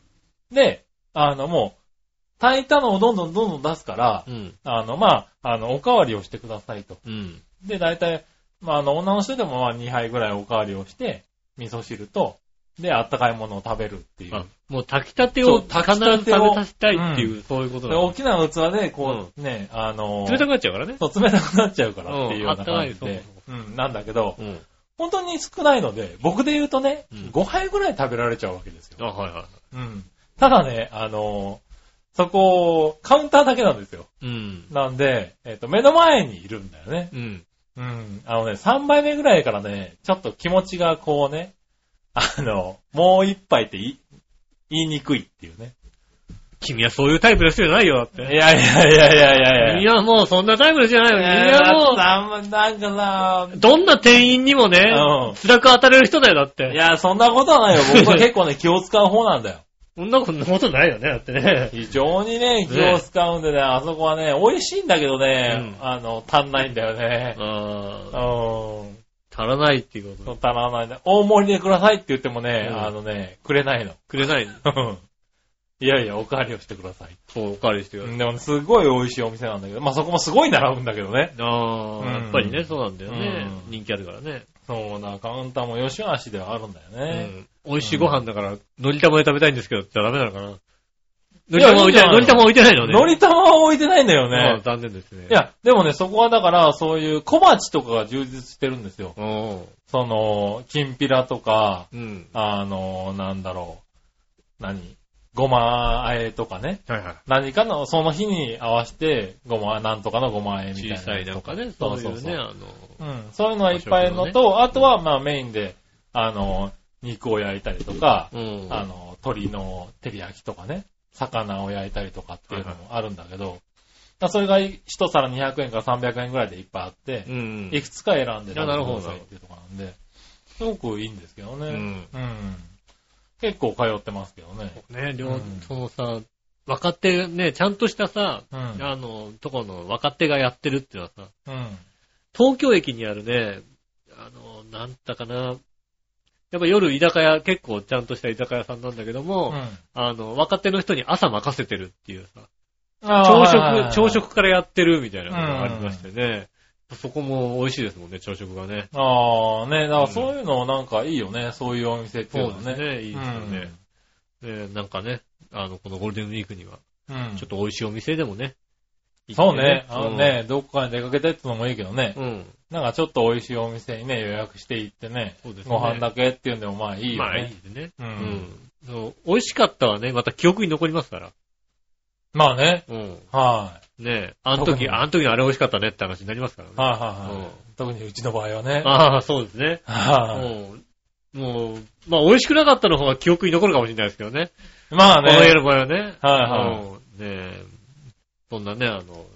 Speaker 3: い。で、あのもう、炊いたのをどんどんどんどん出すから、
Speaker 2: うん。
Speaker 3: あのまあ、あの、おかわりをしてくださいと。
Speaker 2: うん。
Speaker 3: で、大体、まあ、あの、女の人でもまあ2杯ぐらいおかわりをして、味噌汁と、で、あったかいものを食べるっていう。
Speaker 2: あ、もう炊きたて
Speaker 3: そ
Speaker 2: を
Speaker 3: う
Speaker 2: 必ず
Speaker 3: 炊きた
Speaker 2: 食べ
Speaker 3: てを
Speaker 2: させたいっていう、そういうこと
Speaker 3: で
Speaker 2: だ
Speaker 3: 大
Speaker 2: ね。
Speaker 3: きな器で、こう、ね、あのー
Speaker 2: 冷たくなっちゃうからね。
Speaker 3: そう冷たくなっちゃうからっていう
Speaker 2: う
Speaker 3: よう
Speaker 2: んあ
Speaker 3: な
Speaker 2: ったか
Speaker 3: 感
Speaker 2: い
Speaker 3: じで
Speaker 2: そ、
Speaker 3: うん、なんだけど、
Speaker 2: うん。
Speaker 3: 本当に少ないので、僕で言うとね、
Speaker 2: うん
Speaker 3: 5杯ぐらい食べられちゃうわけですよ。
Speaker 2: あ、はいは
Speaker 3: うん。ただね、あのーそこ、カウンターだけなんですよ。
Speaker 2: い。うん。
Speaker 3: なんで、えっ、と、目の前にいるんだよね。
Speaker 2: うん。
Speaker 3: うん。あのね、3杯目ぐらいからね、ちょっと気持ちがこうね、あの、もう一杯ってい言いにくいっていうね。
Speaker 2: 君はそういうタイプの人じゃないよ、だっ
Speaker 3: いや
Speaker 2: て。
Speaker 3: いやいやいやいやいや。
Speaker 2: いや、もうそんなタイプの人じゃないよ。いや、もう、
Speaker 3: もう、なんかさ、
Speaker 2: どんな店員にもね、
Speaker 3: うん
Speaker 2: 辛く当たれる人だよ、だっ
Speaker 3: い
Speaker 2: て。
Speaker 3: や、そんなことはないよ。僕は結構ね、気を使う方なんだよ。
Speaker 2: そんなことことないよね、だってね。
Speaker 3: 非常にね、気を使うんでね、あそこはね、美味しいんだけどね、
Speaker 2: う
Speaker 3: あの、足んないんだよね。う
Speaker 2: ああ、
Speaker 3: ん。
Speaker 2: 足らないっていうこと。
Speaker 3: 足らないね。大盛りでくださいって言ってもね、
Speaker 2: うん
Speaker 3: あのね、くれないの。
Speaker 2: くれない。
Speaker 3: うんいやいや、お代わりをしてください。
Speaker 2: そう、おかわりしてくだ
Speaker 3: う
Speaker 2: さい
Speaker 3: んでもね、すごい美味しいお店なんだけど、まあそこもすごい並ぶんだけどね。
Speaker 2: ああ、
Speaker 3: うん
Speaker 2: やっぱりね、そうなんだよね。
Speaker 3: うん
Speaker 2: 人気あるからね。
Speaker 3: そうな、カウンターもよしあしではあるんだよ
Speaker 2: う
Speaker 3: ね。
Speaker 2: ん。美味しいご飯だから、のり玉で食べたいんですけどってダメなのかな。のり
Speaker 3: や
Speaker 2: 玉置いてない、
Speaker 3: い
Speaker 2: の
Speaker 3: いん
Speaker 2: り
Speaker 3: じゃ
Speaker 2: 玉
Speaker 3: な
Speaker 2: 置いてないのね。
Speaker 3: のり玉は置いてないんだよ
Speaker 2: ああ
Speaker 3: ね。
Speaker 2: 残念ですね。
Speaker 3: い、や、でもね、そこはだから、そういう小鉢とかが充実してるんですよ。
Speaker 2: うん。
Speaker 3: その、きんぴらとか、
Speaker 2: うん。
Speaker 3: あの、なんだろう、何ごまあえとかね。
Speaker 2: はいはい。
Speaker 3: 何かの、その日に合わせて、ごま、なんとかのごまあえみたいな
Speaker 2: 小
Speaker 3: のと。
Speaker 2: さいなんかね、そういうね、あの、
Speaker 3: うん。そういうのはいっぱいのと、あとは、まあメインで、あの、肉を焼いたりとか、
Speaker 2: うん。
Speaker 3: あの、鶏の照り焼きとかね、魚を焼いたりとかっていうのもあるんだけど、だからそれが一皿200円から300円ぐらいでいっぱいあって
Speaker 2: う、ん。
Speaker 3: いくつか選んで食べてくだ
Speaker 2: あなるほど
Speaker 3: さいっていうとこなんで、すごくいいんですけどね。
Speaker 2: うん
Speaker 3: うん結構通ってますけどね。
Speaker 2: ね、両、
Speaker 3: うん
Speaker 2: そのさ、若手、ね、ちゃんとしたさ、
Speaker 3: うん。
Speaker 2: あの、とこの若手がやってるっていうのはさ、
Speaker 3: うん。
Speaker 2: 東京駅にあるね、あの、なんだかな、やっぱ夜居酒屋、結構ちゃんとした居酒屋さんなんだけども、
Speaker 3: うん
Speaker 2: あの、若手の人に朝任せてるっていうさ、
Speaker 3: あー
Speaker 2: 朝
Speaker 3: はいはいはい
Speaker 2: 食、朝食からやってるみたいなのがありましてね、そこも美味しいですもんね、朝食がね。
Speaker 3: ああ、ね、だからそういうのなんかいいよね、そういうお店っていうのは
Speaker 2: です
Speaker 3: ね。
Speaker 2: ね、いいですよね。でなんかね、あの、このゴールデンウィークには、
Speaker 3: うん。
Speaker 2: ちょっと美味しいお店でもね。
Speaker 3: そうね、あ
Speaker 2: 行って
Speaker 3: の。ね、どこかに出かけてってのもいいけどね
Speaker 2: う、ん。うん
Speaker 3: なんかちょっと美味しいお店にね、予約して行ってね、
Speaker 2: そうですね
Speaker 3: ご飯だけっていうのもまあいいよ
Speaker 2: まあいい
Speaker 3: ね。
Speaker 2: ですね。
Speaker 3: う。
Speaker 2: うんん。そう美味しかったはね、また記憶に残りますから。
Speaker 3: まあね、
Speaker 2: うん。
Speaker 3: は
Speaker 2: ねえ、あの
Speaker 3: 特に
Speaker 2: 時、あの時のあれ美味しかったねって話になりますからね
Speaker 3: い。。はいはいは
Speaker 2: うん
Speaker 3: い。特にうちの場合はね。
Speaker 2: ああ、そうですね。
Speaker 3: は
Speaker 2: うん。もう、まあ美味しくなかったの方が記憶に残るかもしれないですけどね。
Speaker 3: い。まあ
Speaker 2: この家
Speaker 3: ね、
Speaker 2: の場合はね。
Speaker 3: はいはい
Speaker 2: うん。ねえ、そんなね、あの、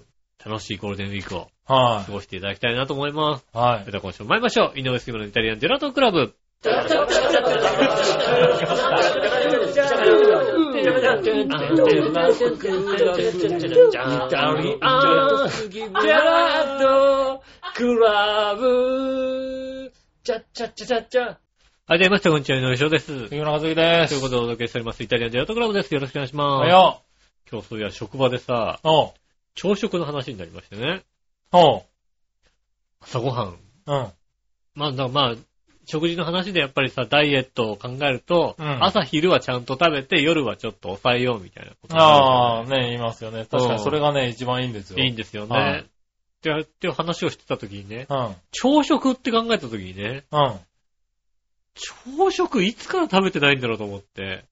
Speaker 2: 楽しいゴールデンウィークを
Speaker 3: は
Speaker 2: 過ごしていただきたいなと思います。
Speaker 3: い。は
Speaker 2: それでは今週も参りましょう。井上杉村のイタリアンジェラートクラブ。はい、どうも、こんにちは、井上翔です。
Speaker 3: い。杉村和樹で
Speaker 2: と
Speaker 3: す。
Speaker 2: いうことでお届けしております、イタリアンジェラートクラブです。よろしくお願いし
Speaker 3: お
Speaker 2: ま
Speaker 3: は
Speaker 2: す。
Speaker 3: よ
Speaker 2: 今日そういや、職場でさ、
Speaker 3: う。おう。
Speaker 2: 朝食の話になりましてね。
Speaker 3: おう。
Speaker 2: 朝ごはん。
Speaker 3: うん。
Speaker 2: まあ、だからまあ、食事の話でやっぱりさ、ダイエットを考えると、
Speaker 3: うん
Speaker 2: 朝昼はちゃんと食べて、夜はちょっと抑えようみたいなことになる
Speaker 3: ああ、ね、言いますよね。確かにそれがね、一番いいんですよ。
Speaker 2: いいんですよ
Speaker 3: はい
Speaker 2: ね。ってっていう話をしてた時にね、
Speaker 3: うん。
Speaker 2: 朝食って考えた時にね、
Speaker 3: うん。
Speaker 2: 朝食いつから食べてないんだろうと思って。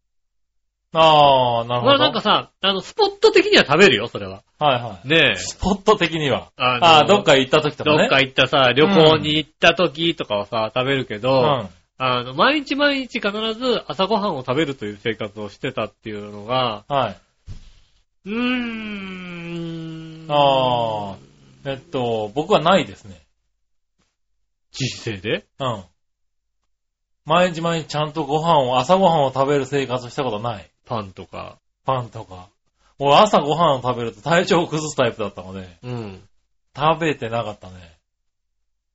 Speaker 3: ああ、なるほ
Speaker 2: ま
Speaker 3: ど。
Speaker 2: あなんかさ、あの、スポット的には食べるよ、それは。
Speaker 3: はいはい。
Speaker 2: ねえ。
Speaker 3: スポット的には。
Speaker 2: あの
Speaker 3: ああ、どっか行った時とかね。
Speaker 2: どっか行ったさ、旅行に行った時とかはさ、食べるけど、
Speaker 3: うん。
Speaker 2: あの、毎日毎日必ず朝ごはんを食べるという生活をしてたっていうのが、
Speaker 3: はい。
Speaker 2: うーん。
Speaker 3: ああ、えっと、僕はないですね。
Speaker 2: 人生で
Speaker 3: うん。毎日毎日ちゃんとご飯を、朝ご飯を食べる生活をしたことない。
Speaker 2: パンとか。
Speaker 3: パンとか。俺朝ご飯を食べると体調を崩すタイプだったので、
Speaker 2: うん。
Speaker 3: 食べてなかったね。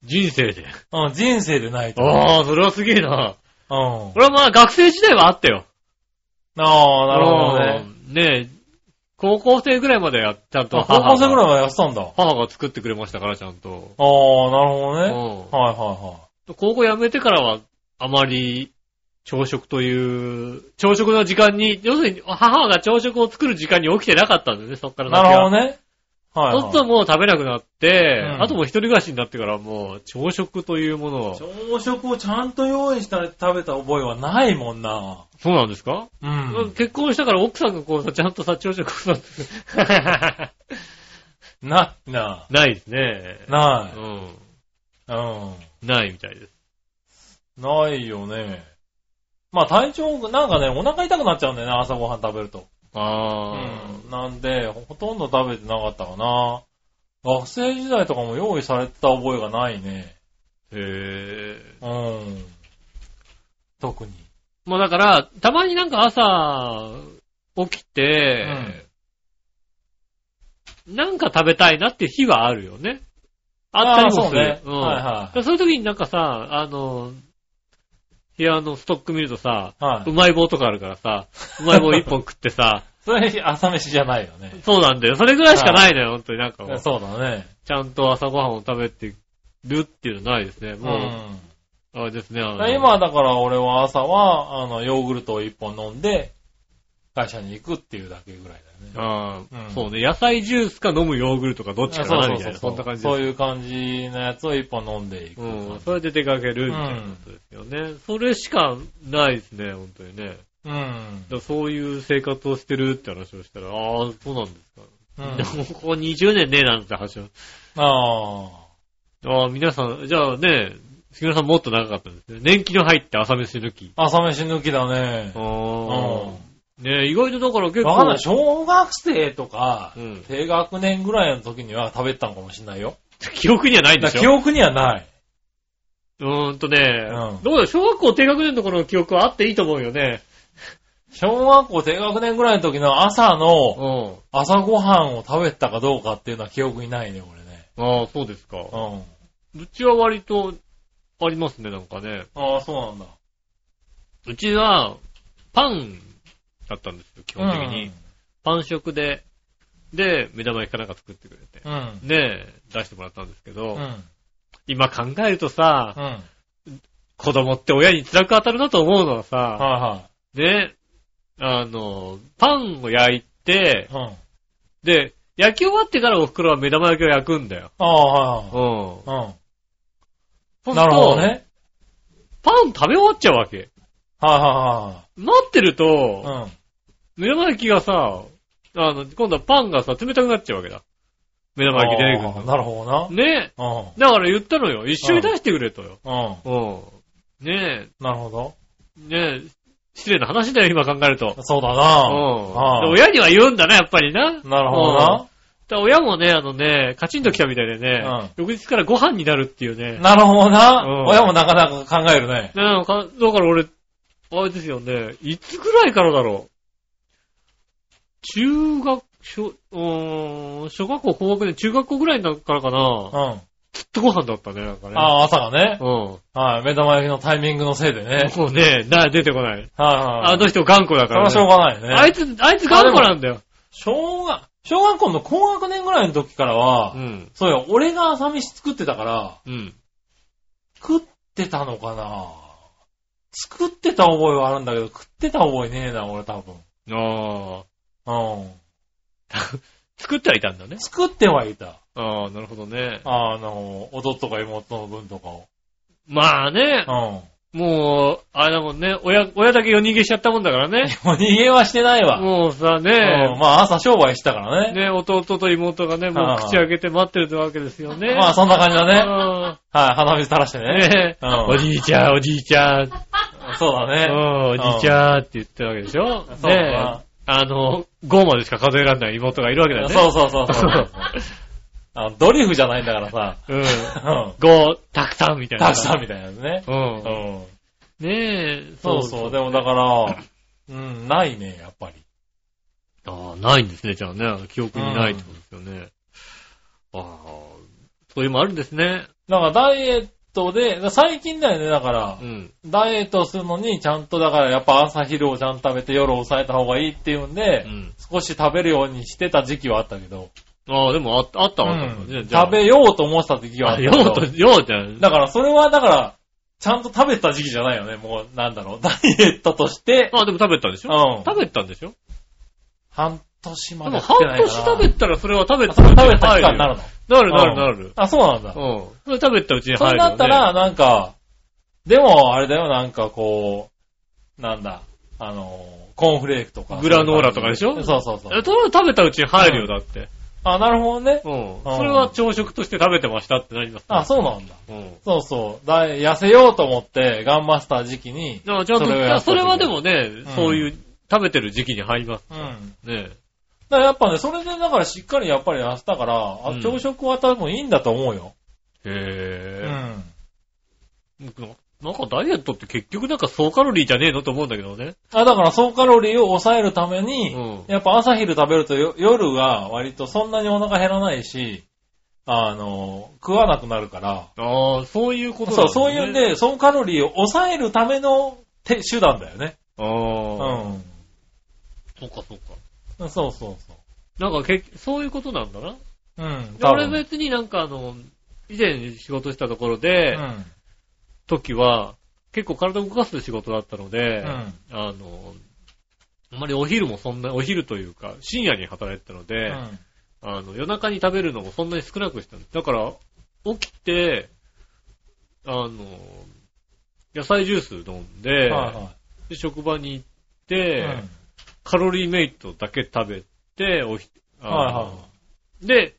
Speaker 2: 人生で。
Speaker 3: うん、人生でないと思
Speaker 2: ああ、それはすげえな。
Speaker 3: う。うん。
Speaker 2: 俺はまあ学生時代はあったよ。
Speaker 3: ああ、なるほどね。
Speaker 2: うん。ねえ、高校生ぐらいまでやちゃんと
Speaker 3: あ
Speaker 2: 母
Speaker 3: 高
Speaker 2: が
Speaker 3: 校生ぐらいまでやってたんだ。ああ、
Speaker 2: 母が作ってくれましたから、ちゃんと。
Speaker 3: なるほど
Speaker 2: う
Speaker 3: ね。
Speaker 2: ん。
Speaker 3: はいは
Speaker 2: 高校辞めてからは、あまり、朝食という、朝食の時間に、要するに母が朝食を作る時間に起きてなかったんだよね、そっか
Speaker 3: いはい。
Speaker 2: ら先は
Speaker 3: なるほどね。はい、はい。
Speaker 2: そうするともう食べなくなって、
Speaker 3: うん
Speaker 2: あともう一人暮らしになってからもう朝食というものを。
Speaker 3: 朝食をちゃんと用意した食べた覚えはないもんな。
Speaker 2: そうなんですか、
Speaker 3: う
Speaker 2: まあ
Speaker 3: ん。
Speaker 2: 結婚したから奥さんがこうさ、ちゃんとさ、朝食をさ、
Speaker 3: な、な、
Speaker 2: ないですね。
Speaker 3: な
Speaker 2: う
Speaker 3: い。
Speaker 2: ん。
Speaker 3: うん。
Speaker 2: ないみたいです。
Speaker 3: ないよね。まあ体調、なんかね、お腹痛くなっちゃうんだよね、朝ごはん食べると。う
Speaker 2: ああ、
Speaker 3: ん。なんで、ほとんど食べてなかったかな。学生時代とかも用意されてた覚えがないね。
Speaker 2: へえ。
Speaker 3: うん。特に。
Speaker 2: まあだから、たまになんか朝、起きて、なんか食べたいなっていう日はあるよね。あったりもする。
Speaker 3: あーそうね
Speaker 2: ん
Speaker 3: はいはい
Speaker 2: だからそういう時になんかさ、あの、部屋のストック見るとさ、
Speaker 3: は
Speaker 2: う
Speaker 3: い。
Speaker 2: まい棒とかあるからさ、うまい棒一本食って さ、
Speaker 3: それ朝飯じゃないよね。
Speaker 2: そうなんだよ。それぐらいしかないのよ、本当になんかもう。
Speaker 3: そうだね。
Speaker 2: ちゃんと朝ごはんを食べてるっていうのないですね。
Speaker 3: う
Speaker 2: も
Speaker 3: ん。
Speaker 2: う、あれですね、あ
Speaker 3: だか
Speaker 2: の
Speaker 3: ら今はだから俺は朝は、あの、ヨーグルトを一本飲んで、会社に行くっていうだけぐらいだよね。
Speaker 2: ああ、
Speaker 3: うん
Speaker 2: そうね。野菜ジュースか飲むヨーグルトかどっちか
Speaker 3: そう
Speaker 2: な
Speaker 3: そう
Speaker 2: みた
Speaker 3: そ
Speaker 2: いうな。
Speaker 3: そ
Speaker 2: そん
Speaker 3: う
Speaker 2: な感じで
Speaker 3: そう
Speaker 2: す。
Speaker 3: いう感じのやつを一本飲んでいく感じ。
Speaker 2: うん。それで出かけるみたいなことですよね。それしかないですね、本当にね。だか
Speaker 3: うん。
Speaker 2: らそういう生活をしてるって話をしたら、ああ、そうなんですか。
Speaker 3: うん
Speaker 2: で。もここ20年ねえなんて話を。
Speaker 3: あ
Speaker 2: ああ、皆さん、じゃあね、杉村さんもっと長かったんですね。年季の入って朝飯抜き。
Speaker 3: あ。朝飯抜きだね
Speaker 2: あ。
Speaker 3: う
Speaker 2: あ
Speaker 3: ん。
Speaker 2: ねえ意外とだから結構。
Speaker 3: わかんない。小学生とか
Speaker 2: う、ん。
Speaker 3: 低学年ぐらいの時には食べてたのかもしれないよ。
Speaker 2: 記憶にはないんで
Speaker 3: だ
Speaker 2: し
Speaker 3: か
Speaker 2: ょ
Speaker 3: ら記憶にはない。
Speaker 2: うーんとね、
Speaker 3: うん
Speaker 2: どうだろう小学校低学年の頃の記憶はあっていいと思うよね。
Speaker 3: 小学校低学年ぐらいの時の朝の
Speaker 2: うん。
Speaker 3: 朝ごはんを食べてたかどうかっていうのは記憶にないね、俺ね。
Speaker 2: ああ、そうですか。
Speaker 3: うん。
Speaker 2: うちは割とありますね、なんかね。
Speaker 3: ああ、そうなんだ。
Speaker 2: うちは、パンだったんですよ、基本的に。パン食で、で、目玉焼きかなんか作ってくれて。
Speaker 3: うん。
Speaker 2: ねえ、出してもらったんですけど、
Speaker 3: うん。
Speaker 2: 今考えるとさ、
Speaker 3: うん。はい
Speaker 2: 子供って親に辛く当たるなと思うのはさ、
Speaker 3: は
Speaker 2: ね、あの、パンを焼いて
Speaker 3: い。、うん。あ
Speaker 2: で、焼き終わってからお袋は目玉焼きを焼くんだよ。
Speaker 3: あ、はい
Speaker 2: うん。
Speaker 3: はい。う。
Speaker 2: そうんす
Speaker 3: な
Speaker 2: る
Speaker 3: るほ
Speaker 2: と、
Speaker 3: どね。
Speaker 2: パン食べ終わっちゃうわけ。
Speaker 3: は
Speaker 2: 待ってる
Speaker 3: いはい
Speaker 2: と、
Speaker 3: はい。うん。
Speaker 2: 目玉焼きがさ、あの、今度はパンがさ、冷たくなっちゃうわけだ。目玉焼き出てくる
Speaker 3: ああなるほどな
Speaker 2: と。。ね
Speaker 3: うん。
Speaker 2: だから言ったのよ。一緒に出してくれとよ。
Speaker 3: うん。
Speaker 2: うん。ね
Speaker 3: なるほど。
Speaker 2: え、ねえ、失礼な話だよ、今考えると。
Speaker 3: そうだ
Speaker 2: うん。
Speaker 3: な。うん。
Speaker 2: で親には言うんだな、やっぱりな。
Speaker 3: なるほ
Speaker 2: うん
Speaker 3: ど
Speaker 2: だから親もね、あのね、カチンと来たみたいでね、翌日からご飯になるっていうね。
Speaker 3: な。なるほどな。
Speaker 2: うん
Speaker 3: 親もなかなか考えるね。
Speaker 2: ねえかだから俺、あれですよね、いつぐらいからだろう。中学、小、うーん、小学校高学年、中学校ぐらいだからか
Speaker 3: う
Speaker 2: な、
Speaker 3: ん。
Speaker 2: ずっとご飯だったね、なんかね。
Speaker 3: ああ、朝がね
Speaker 2: う。ん。
Speaker 3: はい。目玉焼きのタイミングのせいでね。
Speaker 2: もうね、な、出てこない。
Speaker 3: はいはい。
Speaker 2: あの人頑固だ
Speaker 3: そ
Speaker 2: か
Speaker 3: れ
Speaker 2: ら、
Speaker 3: は
Speaker 2: ね。
Speaker 3: しょうがない
Speaker 2: あい
Speaker 3: ね。
Speaker 2: つ、あいつ頑固なんだよ。
Speaker 3: 小学、小学校の高学年ぐらいの時からは
Speaker 2: う、ん。
Speaker 3: そうよ、俺が朝飯作ってたから、
Speaker 2: うん。
Speaker 3: 食ってたのかな作ってた覚えはあるんだけど、食ってた覚えねえな、俺多分。
Speaker 2: ああ。
Speaker 3: うん。
Speaker 2: 作ってはいたんだね。
Speaker 3: 作ってはいた。
Speaker 2: ああ、なるほどね。
Speaker 3: あの、弟とか妹の分とかを。
Speaker 2: まあね
Speaker 3: う、ん。
Speaker 2: もう、あれだもんね、親、親だけ夜逃げしちゃったもんだから ね。
Speaker 3: もう逃げはしてないわ。
Speaker 2: もうさ
Speaker 3: う
Speaker 2: ね
Speaker 3: ん、まあ朝商売してたからね。
Speaker 2: ね、弟と妹がね、もう
Speaker 3: はい
Speaker 2: 口開けて待ってるってわけですよね。
Speaker 3: まあそんな感じだね。はい、
Speaker 2: あ
Speaker 3: 鼻水垂らしてね。
Speaker 2: ねえ、
Speaker 3: うん
Speaker 2: おじいちゃん、おじいちゃん、うん
Speaker 3: そうだね。
Speaker 2: おじいちゃんって言ってるわけでしょ
Speaker 3: そうだ
Speaker 2: ね
Speaker 3: な
Speaker 2: え、あの、5までしか数えられない妹がいるわけだよね。
Speaker 3: そうそうそうそう。あのドリフじゃないんだからさ。
Speaker 2: うん。
Speaker 3: うん
Speaker 2: 5、たくさんみたいな。
Speaker 3: たくさんみたいなやつね。
Speaker 2: う。
Speaker 3: うんん。
Speaker 2: ねえ、
Speaker 3: そうそう。でもだから、うん、ないね、やっぱり。
Speaker 2: ああ、ないんですね、じゃあね。記憶にないってことですよね。ああ、そういうのもあるんですね。
Speaker 3: だからダイエットで、最近だよね、だから
Speaker 2: う、ん。
Speaker 3: ダイエットするのに、ちゃんとだからやっぱ朝昼をちゃんと食べて夜を抑えた方がいいっていうん
Speaker 2: う
Speaker 3: で、
Speaker 2: ん。
Speaker 3: 少し食べるようにしてた時期はあったけど、
Speaker 2: ああ、でもああったわ、あったわ
Speaker 3: うん
Speaker 2: ねじゃあ
Speaker 3: 食べようと思ってた時期はあっ
Speaker 2: あ、
Speaker 3: た
Speaker 2: よ
Speaker 3: けど
Speaker 2: うと、ようじゃん。
Speaker 3: だからそれはだから、ちゃんと食べてた時期じゃないよね。も う、なんだろう、ダイエットとして、
Speaker 2: あ、でも食べたんでしょ
Speaker 3: うん
Speaker 2: 食べたんでしょ
Speaker 3: 半年
Speaker 2: で
Speaker 3: まで
Speaker 2: も
Speaker 3: 食って
Speaker 2: 半
Speaker 3: ないか
Speaker 2: 年
Speaker 3: な。
Speaker 2: 食べたらそれは食べ
Speaker 3: あ
Speaker 2: た
Speaker 3: それ
Speaker 2: うち
Speaker 3: 食
Speaker 2: に
Speaker 3: べた期
Speaker 2: 入
Speaker 3: 間に
Speaker 2: る。
Speaker 3: なるの。
Speaker 2: なるなるなる。
Speaker 3: あ、そうなんだ。
Speaker 2: うん。それ食べたうちに
Speaker 3: そ
Speaker 2: 入
Speaker 3: う
Speaker 2: る、
Speaker 3: な
Speaker 2: ね。
Speaker 3: ったら、、なんか、でも、あれだよ、なんかこう、なんだ、あの、コーンフレークとか。
Speaker 2: グラノーラとかでしょ
Speaker 3: そうそうそ
Speaker 2: え
Speaker 3: う。
Speaker 2: それは食べたうちに入るよ、だって。
Speaker 3: あ、なるほどね。
Speaker 2: うん。
Speaker 3: うん
Speaker 2: それは朝食として食べてましたってなります、
Speaker 3: あ、そうなんだ。
Speaker 2: うん。
Speaker 3: そうそう。だい痩せようと思って、ガンマスター時期に。
Speaker 2: だからちゃんと、
Speaker 3: それを
Speaker 2: い
Speaker 3: や
Speaker 2: や
Speaker 3: った時
Speaker 2: それはでもね、
Speaker 3: うん
Speaker 2: そういう食べてる時期に入ります。
Speaker 3: うん。
Speaker 2: ね
Speaker 3: だからやっぱね、それでだからしっかりやっぱり痩せたから、あ
Speaker 2: うん
Speaker 3: 朝食は多分いいんだと思うよ。う
Speaker 2: へ
Speaker 3: ん。
Speaker 2: ぇー、なんかダイエットって結局なんか総カロリーじゃねえのと思うんだけどね。
Speaker 3: あ、だから総カロリーを抑えるために、
Speaker 2: うん
Speaker 3: やっぱ朝昼食べるとよ夜は割とそんなにお腹減らないし、あの、食わなくなるから、
Speaker 2: ああ、そういうこと
Speaker 3: そう、そういうん
Speaker 2: ね。
Speaker 3: で、総カロリーを抑えるための手手段だよね。
Speaker 2: あ
Speaker 3: う
Speaker 2: あ、
Speaker 3: ん。
Speaker 2: そっかそっか。
Speaker 3: そうそうそ
Speaker 2: なんかけそういうことなんだな。
Speaker 3: う。うん。多
Speaker 2: 俺
Speaker 3: 分
Speaker 2: 別になんかあの、以前仕事したところ
Speaker 3: う
Speaker 2: で、
Speaker 3: ん。
Speaker 2: 時は、結構体を動かす仕事だったので、
Speaker 3: うん
Speaker 2: あの、あんまりお昼もそんな、お昼というか、深夜に働いてたの
Speaker 3: う
Speaker 2: で、
Speaker 3: ん。
Speaker 2: あの、夜中に食べるのもそんなに少なくしたんです。だから、起きて、あの、野菜ジュース飲んで、
Speaker 3: はいは
Speaker 2: で職場に行っ
Speaker 3: い。
Speaker 2: て、
Speaker 3: うん
Speaker 2: カロリーメイトだけ食べて、おひあの
Speaker 3: はいは
Speaker 2: で、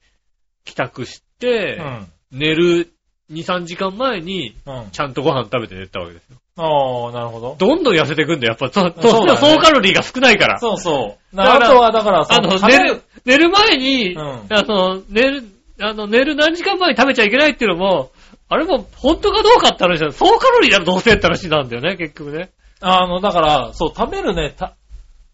Speaker 2: 帰宅して、
Speaker 3: い。うん。
Speaker 2: 寝る2、3時間前に、
Speaker 3: うん。
Speaker 2: ちゃんとご飯食べて寝たわけですよ。
Speaker 3: ああ、なるほど。
Speaker 2: どんどん痩せてくんだよ、やっぱ。そ、
Speaker 3: そう
Speaker 2: そ
Speaker 3: だね
Speaker 2: の総カロリーが少ないから。
Speaker 3: そうそう。
Speaker 2: だか
Speaker 3: あ
Speaker 2: ら
Speaker 3: とはだから、
Speaker 2: あ
Speaker 3: そ
Speaker 2: の、
Speaker 3: 食
Speaker 2: 寝
Speaker 3: べる
Speaker 2: る、寝る前に、
Speaker 3: うん
Speaker 2: あの、寝る、あの、寝る何時間前に食べちゃいけないっていうのも、あれも本当かどうかって話だ。総カロリーだろ、どうせって話なんだよね、結局ね。
Speaker 3: あの、だから、そう、食べるね、た、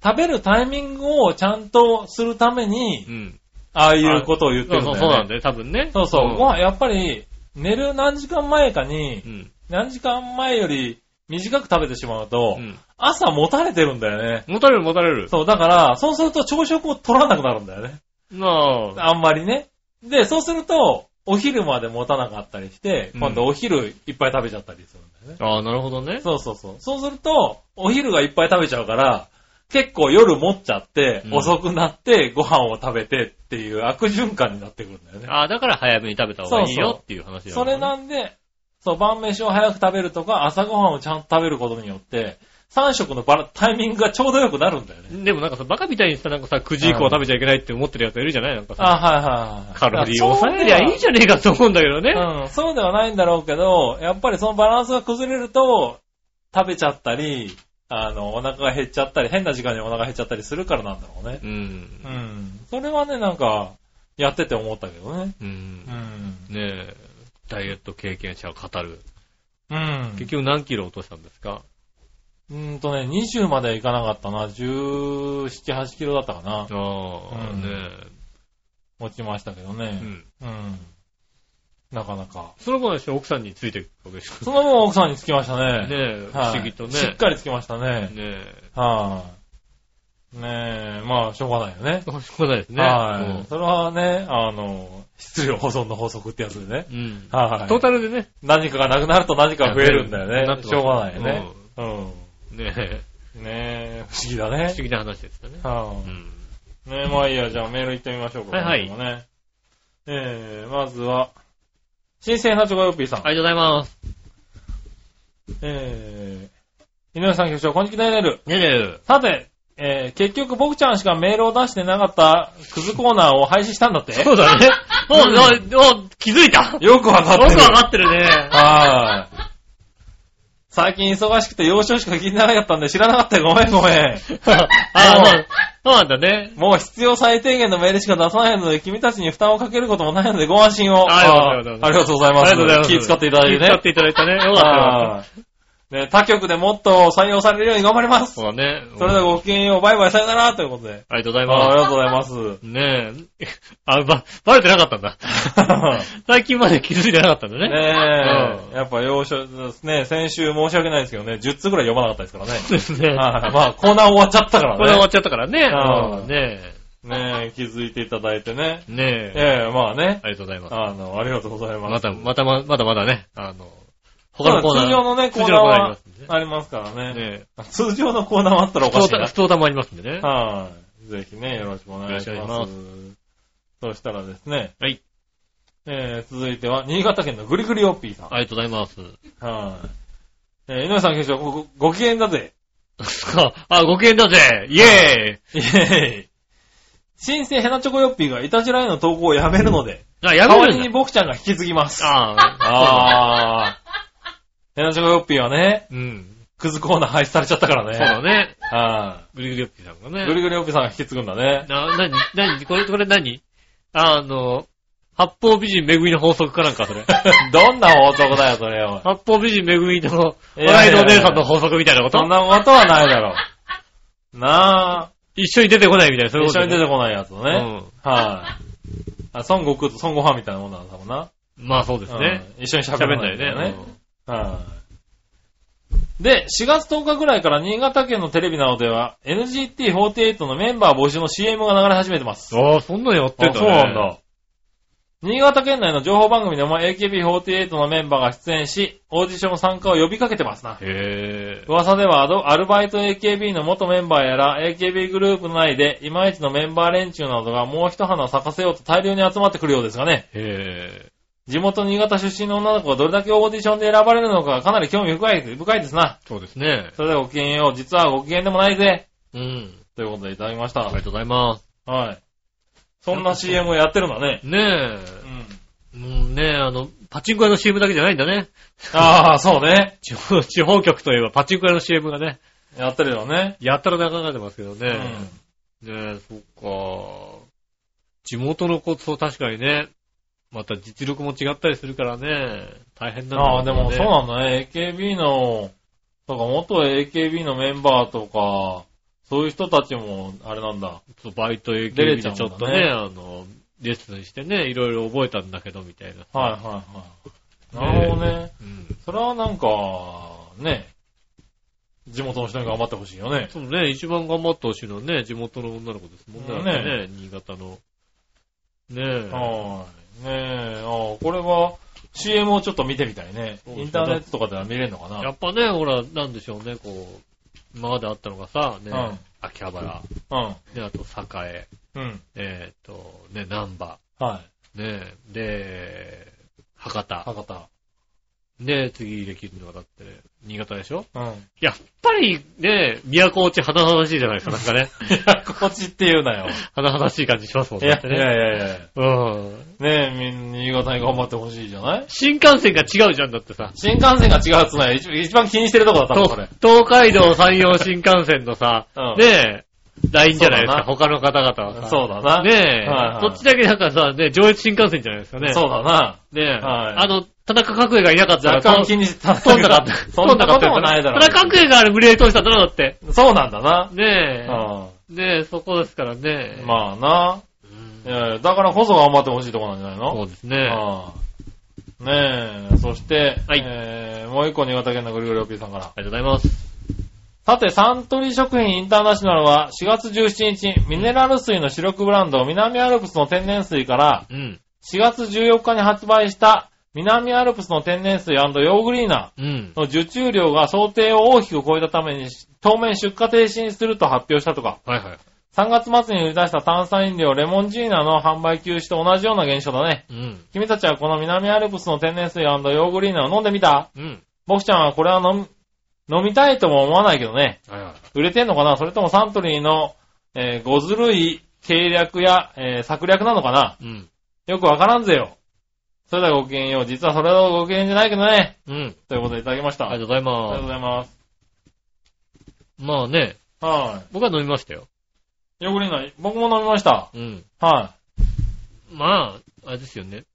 Speaker 3: 食べるタイミングをちゃんとするために、
Speaker 2: ん。
Speaker 3: ああいうことを言って
Speaker 2: そ
Speaker 3: る
Speaker 2: うんそう、
Speaker 3: だよね。
Speaker 2: そうなんだよ、多分ね。
Speaker 3: そうそう。
Speaker 2: ん
Speaker 3: ご飯、やっぱり、寝る何時間前かに
Speaker 2: う、ん。
Speaker 3: 何時間前より短く食べてしまうと、
Speaker 2: うん
Speaker 3: 朝持たれてるんだよね。
Speaker 2: 持たれる持たれる。
Speaker 3: そう、だから、そうすると朝食を取らなくなるんだよね。
Speaker 2: なあ。
Speaker 3: あんまりね。で、そうすると、お昼まで持たなかったりして、
Speaker 2: うん
Speaker 3: 今度お昼いっぱい食べちゃったりするんだよね。
Speaker 2: ああ、なるほどね。
Speaker 3: そうそうそう。そうすると、お昼がいっぱい食べちゃうから、結構夜持っちゃって、
Speaker 2: うん
Speaker 3: 遅くなって、ご飯を食べてっていう悪循環になってくるんだよね。
Speaker 2: ああ、だから早めに食べた方がいいよっていう話だ、ね、
Speaker 3: それなんで、そう、晩飯を早く食べるとか、朝ご飯をちゃんと食べることによって、3食のバラ、タイミングがちょうどよくなるんだよね。
Speaker 2: でもなんかさ、バカみたいにさ、なんかさ、9時以降は食べちゃいけないって思ってるやつがいるじゃないなんかさ、
Speaker 3: あ、はいはいはい。
Speaker 2: カロリーを抑えりゃいいじゃねえかと思うんだけどね。
Speaker 3: うん、そうではないんだろうけど、やっぱりそのバランスが崩れると、食べちゃったり、あの、お腹が減っちゃったり、変な時間にお腹減っちゃったりするからなんだろうね。
Speaker 2: うん
Speaker 3: う。ん。それはね、なんか、やってて思ったけどね。
Speaker 2: うん
Speaker 3: うん。
Speaker 2: ねえ、ダイエット経験者を語る。
Speaker 3: うん。
Speaker 2: 結局何キロ落としたんですか
Speaker 3: うーんとね、20まではいかなかったな。17、8キロだったかな。
Speaker 2: ああ、
Speaker 3: うん
Speaker 2: ね
Speaker 3: 落ちましたけど
Speaker 2: え。う
Speaker 3: ね。
Speaker 2: ん。
Speaker 3: うん。なかなか。
Speaker 2: その後の人奥さんについていくわけです
Speaker 3: そ
Speaker 2: ね
Speaker 3: の分奥さんにつきましたね。
Speaker 2: え、不
Speaker 3: はい
Speaker 2: 思議とね。
Speaker 3: しっかりつきましたね。
Speaker 2: ねえ。
Speaker 3: はい、ねえ、まあ、しょうがないよね。
Speaker 2: そうしょうがないですね。
Speaker 3: はい、それはね、あの、質量保存の法則ってやつでね。
Speaker 2: うん。うん
Speaker 3: はい、
Speaker 2: トータルでね。
Speaker 3: 何かがなくなると何かが増えるんだよ
Speaker 2: なってま
Speaker 3: ね。
Speaker 2: す
Speaker 3: しょうがないよね。うん
Speaker 2: ねえ。
Speaker 3: ねえ、不思議だ
Speaker 2: 不。
Speaker 3: ね
Speaker 2: 思議な話ですよね。
Speaker 3: は
Speaker 2: うん。
Speaker 3: あ、ねえ、まあいいや、じゃあメール行ってみましょうか。
Speaker 2: はいはい
Speaker 3: 今度もね、えー、まずは、新鮮なチョコヨッピーさん。
Speaker 2: ありがとうございます。
Speaker 3: えー、井上さん局長、こんにちは、ねる。
Speaker 2: ねえねえ。
Speaker 3: さて、えー、結局僕ちゃんしかメールを出してなかったクズコーナーを廃止したんだって
Speaker 2: そうだね。お、お、お、気づいたよ
Speaker 3: よくわかっ
Speaker 2: く
Speaker 3: てる。
Speaker 2: わかってるね。
Speaker 3: はい。最近忙しくて幼少しか聞いてなかったんで知らなかったよ。ごめんごめん。
Speaker 2: あそうそうなんだね。
Speaker 3: もう必要最低限のメールしか出さないので、君たちに負担をかけることもないので、ご安心を。
Speaker 2: あありがとうございます
Speaker 3: ありがとうございます。
Speaker 2: ありがとうございます。
Speaker 3: 気遣っていただいてね。
Speaker 2: 気遣っていただいたね。よかったよかっ
Speaker 3: はいね、他局でもっと採用されるように頑張りま
Speaker 2: た。
Speaker 3: す。
Speaker 2: そうだね。
Speaker 3: それではごきげんよう、バイバイ、さよなら、ということで。
Speaker 2: ありがとうござい
Speaker 3: ああ
Speaker 2: ま
Speaker 3: りがとうございま
Speaker 2: す。
Speaker 3: す。
Speaker 2: ねえ。あ、ば、バレてなかったん だ。最近まで気づいてなかったんだ ね。
Speaker 3: ね
Speaker 2: うん
Speaker 3: え、やっぱ要所ですね、先週申し訳ないですけどね、10通くらい読まなかったですからね。
Speaker 2: そうですね。
Speaker 3: はいまあ、コーナー終わっちゃった か
Speaker 2: これ終わ
Speaker 3: ら
Speaker 2: っちゃったからね。
Speaker 3: うん
Speaker 2: うんね
Speaker 3: ね。ねえ、気づいていただいてね。
Speaker 2: え。ねえ。
Speaker 3: ええ、まあね。
Speaker 2: ありがとうございます。
Speaker 3: あの、ありがとうございます。
Speaker 2: また、また、ままだまだね、あの、
Speaker 3: そう
Speaker 2: 他
Speaker 3: だ
Speaker 2: のコーナー。
Speaker 3: 通常のね、コー
Speaker 2: 通常
Speaker 3: ナー
Speaker 2: のコーナーありま
Speaker 3: は
Speaker 2: すんでね
Speaker 3: ありますからね。
Speaker 2: ねえ。
Speaker 3: 通常のコーナーはあったらおか
Speaker 2: 太
Speaker 3: しい
Speaker 2: 田、
Speaker 3: な。
Speaker 2: 太田もありますんでね。
Speaker 3: はい。ぜひね、よろしくお願いし
Speaker 2: よろしくお願
Speaker 3: ま
Speaker 2: いし
Speaker 3: す。そしたらですね、
Speaker 2: はい。
Speaker 3: えー、続いては、新潟県のぐりぐりおっぴーさん。
Speaker 2: ありがとうございます。
Speaker 3: はい。えー、井上さん局長、ごごご機嫌だぜ。
Speaker 2: そっか。あ、ご機嫌だぜイェーイ
Speaker 3: イェーイ。新生ヘナチョコヨッピーがイタジラへの投稿をやめるので、
Speaker 2: あ、や
Speaker 3: 代
Speaker 2: め
Speaker 3: わ
Speaker 2: る
Speaker 3: り
Speaker 2: ん
Speaker 3: に
Speaker 2: だ。
Speaker 3: 僕ちゃんが引き継ぎます。
Speaker 2: ああ。
Speaker 3: あー。ヘナチョコヨッピーはね、
Speaker 2: うん。
Speaker 3: クズコーナー廃止されちゃったから
Speaker 2: そう
Speaker 3: ね。
Speaker 2: だね。
Speaker 3: は
Speaker 2: グリグリオッピーさんが
Speaker 3: い。
Speaker 2: ね。
Speaker 3: ぐりぐりおっぴーさんが引き継ぐんだね。
Speaker 2: な、なに、なに、これ、これ何あの、八方美人めぐみの法則かなんか、そ れ。
Speaker 3: どんな法則だよ、それよ。
Speaker 2: 八方美人めぐみの、
Speaker 3: いやいや
Speaker 2: 笑い
Speaker 3: いや
Speaker 2: のお姉さんの法則みたいなこと
Speaker 3: そんなことはないだろう。な
Speaker 2: 一緒に出てこないみたいな、そ
Speaker 3: ぁ、
Speaker 2: ういうこ
Speaker 3: 一
Speaker 2: と
Speaker 3: 緒に出
Speaker 2: て
Speaker 3: てこないやつをね。はい、
Speaker 2: ね。
Speaker 3: あ。孫悟空と孫悟飯みたいなもんなんだもんな。
Speaker 2: うん。まあそうですね。
Speaker 3: うん。一緒に喋
Speaker 2: 喋
Speaker 3: ら
Speaker 2: ん
Speaker 3: な
Speaker 2: ないい
Speaker 3: んだよ
Speaker 2: ね。
Speaker 3: ね。はい。で、4月10日ぐらいから新潟県のテレビなどでは NGT48 のメンバー募集の CM が流れ始めてます。
Speaker 2: うんああ、そんなのやってたね。
Speaker 3: あそうなんだ。新潟県内の情報番組でも AKB48 のメンバーが出演し、オーディション参加を呼びかけてますな。
Speaker 2: へえ。
Speaker 3: 噂ではアドアルバイト AKB の元メンバーやら AKB グループの内で、いまいちのメンバー連中などがもう一花咲かせようと大量に集まってくるようですがね、
Speaker 2: へえ。
Speaker 3: 地元新潟出身の女の子がどれだけオーディションで選ばれるのかかなり興味深い深いですな。
Speaker 2: そうですね。
Speaker 3: それではごきげんよう、実はご機嫌でもないぜ。
Speaker 2: うん。
Speaker 3: ということでいただきまし
Speaker 2: あ
Speaker 3: た
Speaker 2: り。がとうございます。
Speaker 3: はい。そんな CM をやってるんだね。
Speaker 2: ね
Speaker 3: う
Speaker 2: え。
Speaker 3: ん。
Speaker 2: もうねあの、パチンコ屋の CM だけじゃないんだね。
Speaker 3: ああ、そうね。
Speaker 2: 地方、 地方局といえばパチンコ屋の CM がね、
Speaker 3: やってるよね。
Speaker 2: やたら流れてますけど
Speaker 3: う
Speaker 2: ね。
Speaker 3: ん。
Speaker 2: ねえ、そっか。地元のコツを確かにね、また実力も違ったりするからね、大変なんだ
Speaker 3: ああ、でもそう
Speaker 2: の
Speaker 3: なんだね。AKB の、とか元 AKB のメンバーとか、そういう人たちも、あれなんだ。
Speaker 2: バイト
Speaker 3: 出
Speaker 2: AKB
Speaker 3: れち
Speaker 2: で
Speaker 3: ゃうん
Speaker 2: ち
Speaker 3: だ
Speaker 2: ょ
Speaker 3: ね
Speaker 2: っとね、あの、レッスンしてね、いろいろ覚えたんだけど、みたいな。
Speaker 3: はいはいはい。なるほどね。
Speaker 2: うん。
Speaker 3: それはなんか、ね、地元の人に頑張ってほしいよね。
Speaker 2: そうね、一番頑張ってほしいのはね、地元の女の子ですもんね。
Speaker 3: ね
Speaker 2: ね
Speaker 3: え
Speaker 2: 新潟の。ねえ。
Speaker 3: はい。ねえ、ああ、これは CM をちょっと見てみたいね。
Speaker 2: そうですね
Speaker 3: インターネットとかでは見れるのか
Speaker 2: や
Speaker 3: な。
Speaker 2: っぱね、ほら、なんでしょうね、こう、今まであったのがさ、ね、
Speaker 3: うん
Speaker 2: 秋葉原、ね、あと栄、
Speaker 3: うん。うん。
Speaker 2: えっ、と、ね、南波、
Speaker 3: はい。
Speaker 2: ねえ、で、博多。
Speaker 3: 博多。
Speaker 2: で、次できるのがだって、新潟でしょ
Speaker 3: うん。
Speaker 2: やっぱりね、宮古落ち花々しいじゃないですか、なんか ね。
Speaker 3: こっちって言うなよ。
Speaker 2: 花々しい感じしますもん
Speaker 3: い
Speaker 2: ね。だ
Speaker 3: や
Speaker 2: っ
Speaker 3: い
Speaker 2: て
Speaker 3: やい
Speaker 2: ね
Speaker 3: やいや。
Speaker 2: うん。
Speaker 3: ねえ、みんな新潟に頑張ってほしいじゃない
Speaker 2: 新幹線が違うじゃんだってさ。
Speaker 3: 新幹線が違うっつうのは一一番気にしてるとこだったの、それ、
Speaker 2: 東。東海道山陽新幹線のさ
Speaker 3: うん
Speaker 2: ねえ、ラインじゃないですか、
Speaker 3: そ
Speaker 2: 他の方々はさ。
Speaker 3: そうだな。
Speaker 2: ねえ、
Speaker 3: はいはい
Speaker 2: そっちだけなんかさ、ね、上越新幹線じゃないですかね。
Speaker 3: そうだな。
Speaker 2: ねえ、
Speaker 3: はい
Speaker 2: あの、田中角栄がいなかったら、
Speaker 3: 若干気にしてた。
Speaker 2: 飛んだかった。
Speaker 3: そんなこともないだろう
Speaker 2: 田。中角栄があれ無理やり通したんだろ、だって。
Speaker 3: そうなんだな。
Speaker 2: ねえ、
Speaker 3: う
Speaker 2: ねえ、そこですからね。
Speaker 3: ん。まあな。
Speaker 2: うん
Speaker 3: いやいやだからこそ頑張ってほしいとこなんじゃないの
Speaker 2: そうですね。
Speaker 3: うんねえ、そして、
Speaker 2: はい
Speaker 3: えーもう一個新潟県のぐるぐるおっぴーさんから。
Speaker 2: ありがとうございます。
Speaker 3: さて、サントリー食品インターナショナルは4月17日、ミネラル水の主力ブランド、南アルプスの天然水から、
Speaker 2: うん。
Speaker 3: 4月14日に発売した南アルプスの天然水ヨーグリーナ
Speaker 2: うん。
Speaker 3: の受注量が想定を大きく超えたために当面出荷停止にすると発表したとか、
Speaker 2: はいはい。
Speaker 3: 3月末に売り出した炭酸飲料レモンジーナの販売休止と同じような現象だね。
Speaker 2: うん。
Speaker 3: 君たちはこの南アルプスの天然水ヨーグリーナを飲んでみた
Speaker 2: うん。
Speaker 3: 僕ちゃんはこれは飲み、飲みたいとも思わないけどね。
Speaker 2: はいはい。
Speaker 3: 売れてんのかなそれともサントリーの、えーごずるい計略や、えー策略なのかな
Speaker 2: うん。
Speaker 3: よくわからんぜよ。それではごきげんよう。実はそれはごきげんじゃないけどね。
Speaker 2: うん。
Speaker 3: ということでいただきました。
Speaker 2: ありが
Speaker 3: あ
Speaker 2: とう
Speaker 3: り
Speaker 2: ござい
Speaker 3: がとう
Speaker 2: ま
Speaker 3: ございます。
Speaker 2: す。まあね、
Speaker 3: は
Speaker 2: 僕は飲みましたよ。
Speaker 3: い。ヨーグリーナ、僕も飲みました。
Speaker 2: うん。
Speaker 3: は
Speaker 2: まあ、あれですよね。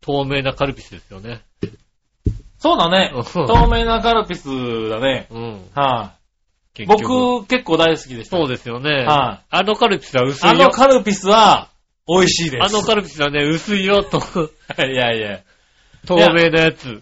Speaker 2: 透明なカルピスですよね。
Speaker 3: い。そうだね。透
Speaker 2: う
Speaker 3: 明なカルピスだね。
Speaker 2: ん。
Speaker 3: は
Speaker 2: 結
Speaker 3: い。
Speaker 2: 局、
Speaker 3: 僕、結構大好きでした。
Speaker 2: そう
Speaker 3: う
Speaker 2: ですよね。
Speaker 3: はい。
Speaker 2: あのカルピスは薄い
Speaker 3: あ
Speaker 2: よ
Speaker 3: の。カルピスは、美味しいです。
Speaker 2: あのカルピスはね、薄いよ、と。
Speaker 3: いやいや。
Speaker 2: 透明なやつ。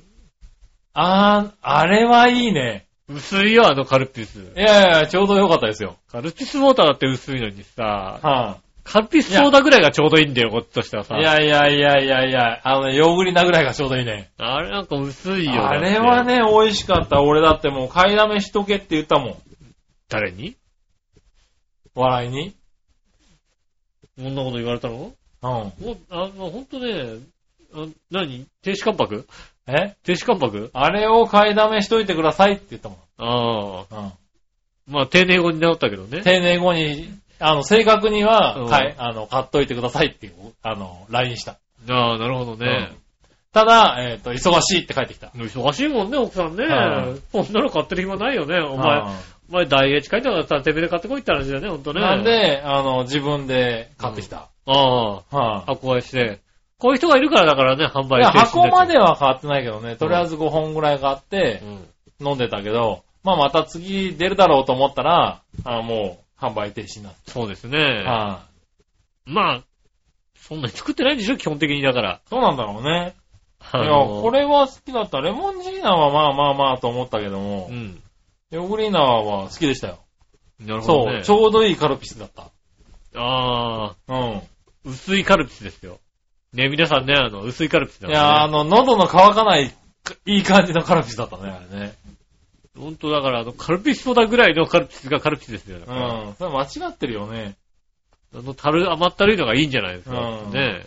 Speaker 3: あー、あれはいいね。
Speaker 2: 薄いよ、あのカルピス。
Speaker 3: いやいや、ちょうど良かったですよ。
Speaker 2: カルピスウォーターだって薄いのにさ、
Speaker 3: は
Speaker 2: カルピスソーダぐらいがちょうどいいんだよ、こっちとしてはさ。
Speaker 3: い。いやいやいやいやいや、あのね、ヨーグリーナぐらいがちょうどいいね。
Speaker 2: あれなんか薄いよ。
Speaker 3: あれは。ね、美味しかった。俺だってもう買いだめしとけって言ったもん。
Speaker 2: 誰に
Speaker 3: 笑いに。
Speaker 2: そんなこと言われたの
Speaker 3: うん。
Speaker 2: もう、あの、ほんとね、あ何停止関白
Speaker 3: え
Speaker 2: 停止関白
Speaker 3: あれを買いだめしといてくださいって言ったもん。
Speaker 2: ああ。
Speaker 3: うん。
Speaker 2: まあ、定年後に治ったけどね。
Speaker 3: 定年後に、あの、正確には、
Speaker 2: うん
Speaker 3: はい、あの、買っといてくださいっていう、あの、LINE した。
Speaker 2: ああ、なるほどね。
Speaker 3: ただ、えっ、と、忙しいって帰ってきた。
Speaker 2: でも忙しいもんね、奥さんね
Speaker 3: はい。
Speaker 2: こんなの買ってる暇ないよね。お前、
Speaker 3: うん
Speaker 2: お前、大英近いんだからさ、てめえで買ってこいって話だよね、ほんとね。
Speaker 3: なんで、あの、自分で買ってきた。
Speaker 2: ああ、
Speaker 3: はい、
Speaker 2: 箱買いして。こういう人がいるからだからね、販
Speaker 3: い
Speaker 2: 売
Speaker 3: や
Speaker 2: してる
Speaker 3: 箱までは買ってないけどね、とりあえず5本ぐらい買って
Speaker 2: うん。
Speaker 3: 飲んでたけど、まあまた次出るだろうと思ったら、あもう販売停止になって。
Speaker 2: そうですね。
Speaker 3: は
Speaker 2: まあ、そんなに作ってないんでしょ、基本的にだから。
Speaker 3: いそうなんだろうね。い
Speaker 2: あ
Speaker 3: や、
Speaker 2: の
Speaker 3: これは好きだった。レモンジーナはまあまあまあと思ったけども
Speaker 2: う、ん。
Speaker 3: ヨグリーナは好きでしたよ。
Speaker 2: なるほど、
Speaker 3: そ
Speaker 2: ね。
Speaker 3: う、ちょうどいいカルピスだった。
Speaker 2: ああ、
Speaker 3: うん。
Speaker 2: 薄いカルピスですよ。ね、皆さんね、あの、薄いカルピスだ
Speaker 3: い
Speaker 2: から、ね。
Speaker 3: や、あの、喉の乾かない、いい感じのカルピスだったね、あれね。
Speaker 2: ほんとだから、あの、カルピスソーダぐらいのカルピスがカルピスですよ。だ
Speaker 3: う
Speaker 2: から
Speaker 3: ん。それ間違ってるよね。
Speaker 2: あの、たる、甘ったるいのがいいんじゃないですか。
Speaker 3: うん
Speaker 2: ね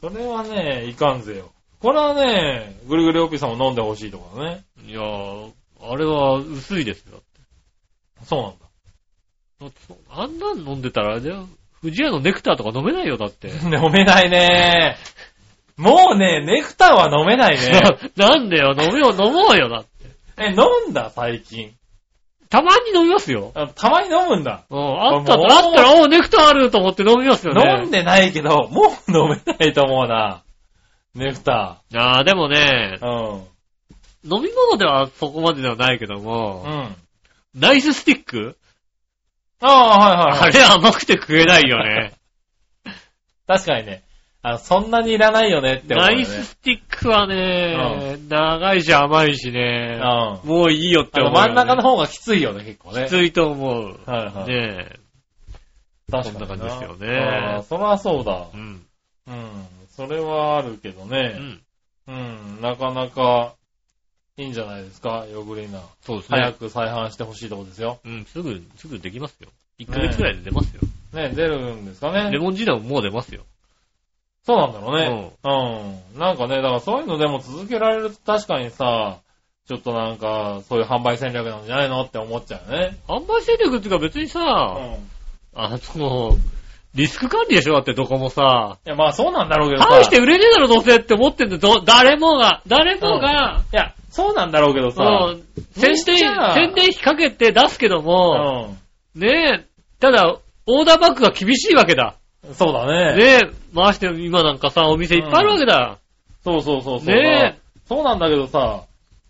Speaker 3: それはね、いかんぜよ。これはね、ぐるぐるおっぴーさんも飲んでほしいとこだね。
Speaker 2: いやー、あれは薄いですよ。
Speaker 3: そうなんだ。
Speaker 2: だってそあんなん飲んでたら、あれだよ。富士屋のネクターとか飲めないよ、だ って。
Speaker 3: 飲めないね。もうね、ネクターは飲めない ね。
Speaker 2: なんでよ、飲めよ、飲もうよ、だって。
Speaker 3: え、飲んだ最近。
Speaker 2: たまに飲みますよ。
Speaker 3: あたまに飲むんだ。
Speaker 2: うん、あった
Speaker 3: もう
Speaker 2: ら、あったら、おうネクターあると思って飲みますよね。
Speaker 3: 飲んでないけど、もう飲めないと思うな。ネクタ
Speaker 2: ああ、でもね、
Speaker 3: ー。
Speaker 2: 飲み物ではそこまでではないけど
Speaker 3: うん。う
Speaker 2: も、
Speaker 3: ん。
Speaker 2: ナイススティック
Speaker 3: ああ、はいはい、は
Speaker 2: あ
Speaker 3: い。
Speaker 2: れ甘くて食えないよ ね。
Speaker 3: 確かにね。あそんなにいらないよねって思う
Speaker 2: ナ
Speaker 3: よね。
Speaker 2: イススティックはね、長いし甘いし
Speaker 3: う
Speaker 2: ね
Speaker 3: ん。、あ
Speaker 2: もういいよって思
Speaker 3: の
Speaker 2: うよね、
Speaker 3: 真ん中の方がきついよね、結構ね。
Speaker 2: きついと思う。
Speaker 3: はいはい。
Speaker 2: ねえ。
Speaker 3: 確かに
Speaker 2: そんな感じですよね
Speaker 3: ああそりゃそうだ。
Speaker 2: うん。
Speaker 3: うん。それはあるけど
Speaker 2: う
Speaker 3: ね。
Speaker 2: ん。
Speaker 3: うん。なかなか、いいんじゃないですか、ヨーグリーナ。
Speaker 2: そうです
Speaker 3: 早
Speaker 2: ね。
Speaker 3: く再販してほしいとこですよ。
Speaker 2: うん、すぐ、すぐできますよ。1ヶ月くらいで出ますよ。
Speaker 3: ね、出るんですか
Speaker 2: レ
Speaker 3: ね。
Speaker 2: モンジーナももう出ますよ。
Speaker 3: そうなんだろうね。うん。なんかね、だからそういうのでも続けられると確かにさ、ちょっとなんか、そういう販売戦略なんじゃないのって思っちゃうよね。
Speaker 2: 販売戦略っていうか別に
Speaker 3: うん。
Speaker 2: さ、
Speaker 3: い
Speaker 2: あの、リスク管理でしょだってどこもさ。
Speaker 3: や、まあそうなんだろうけどさ。
Speaker 2: 大して
Speaker 3: い
Speaker 2: 売れねえだろ、どうせって思ってんだよど、誰もが、誰もが、
Speaker 3: や、そうなんだろうけど
Speaker 2: そ
Speaker 3: さ。
Speaker 2: の宣伝、
Speaker 3: じゃあ
Speaker 2: 宣伝費かけて出すけども、
Speaker 3: う
Speaker 2: ねえ、ただ、オーダーバックが厳しいわけだ。
Speaker 3: ん。そうだね。
Speaker 2: ねえ、回して今なんかさ、お店いっぱいあるわけだ。
Speaker 3: そうそうそうそう。
Speaker 2: ねえ
Speaker 3: そうなんだけどさ、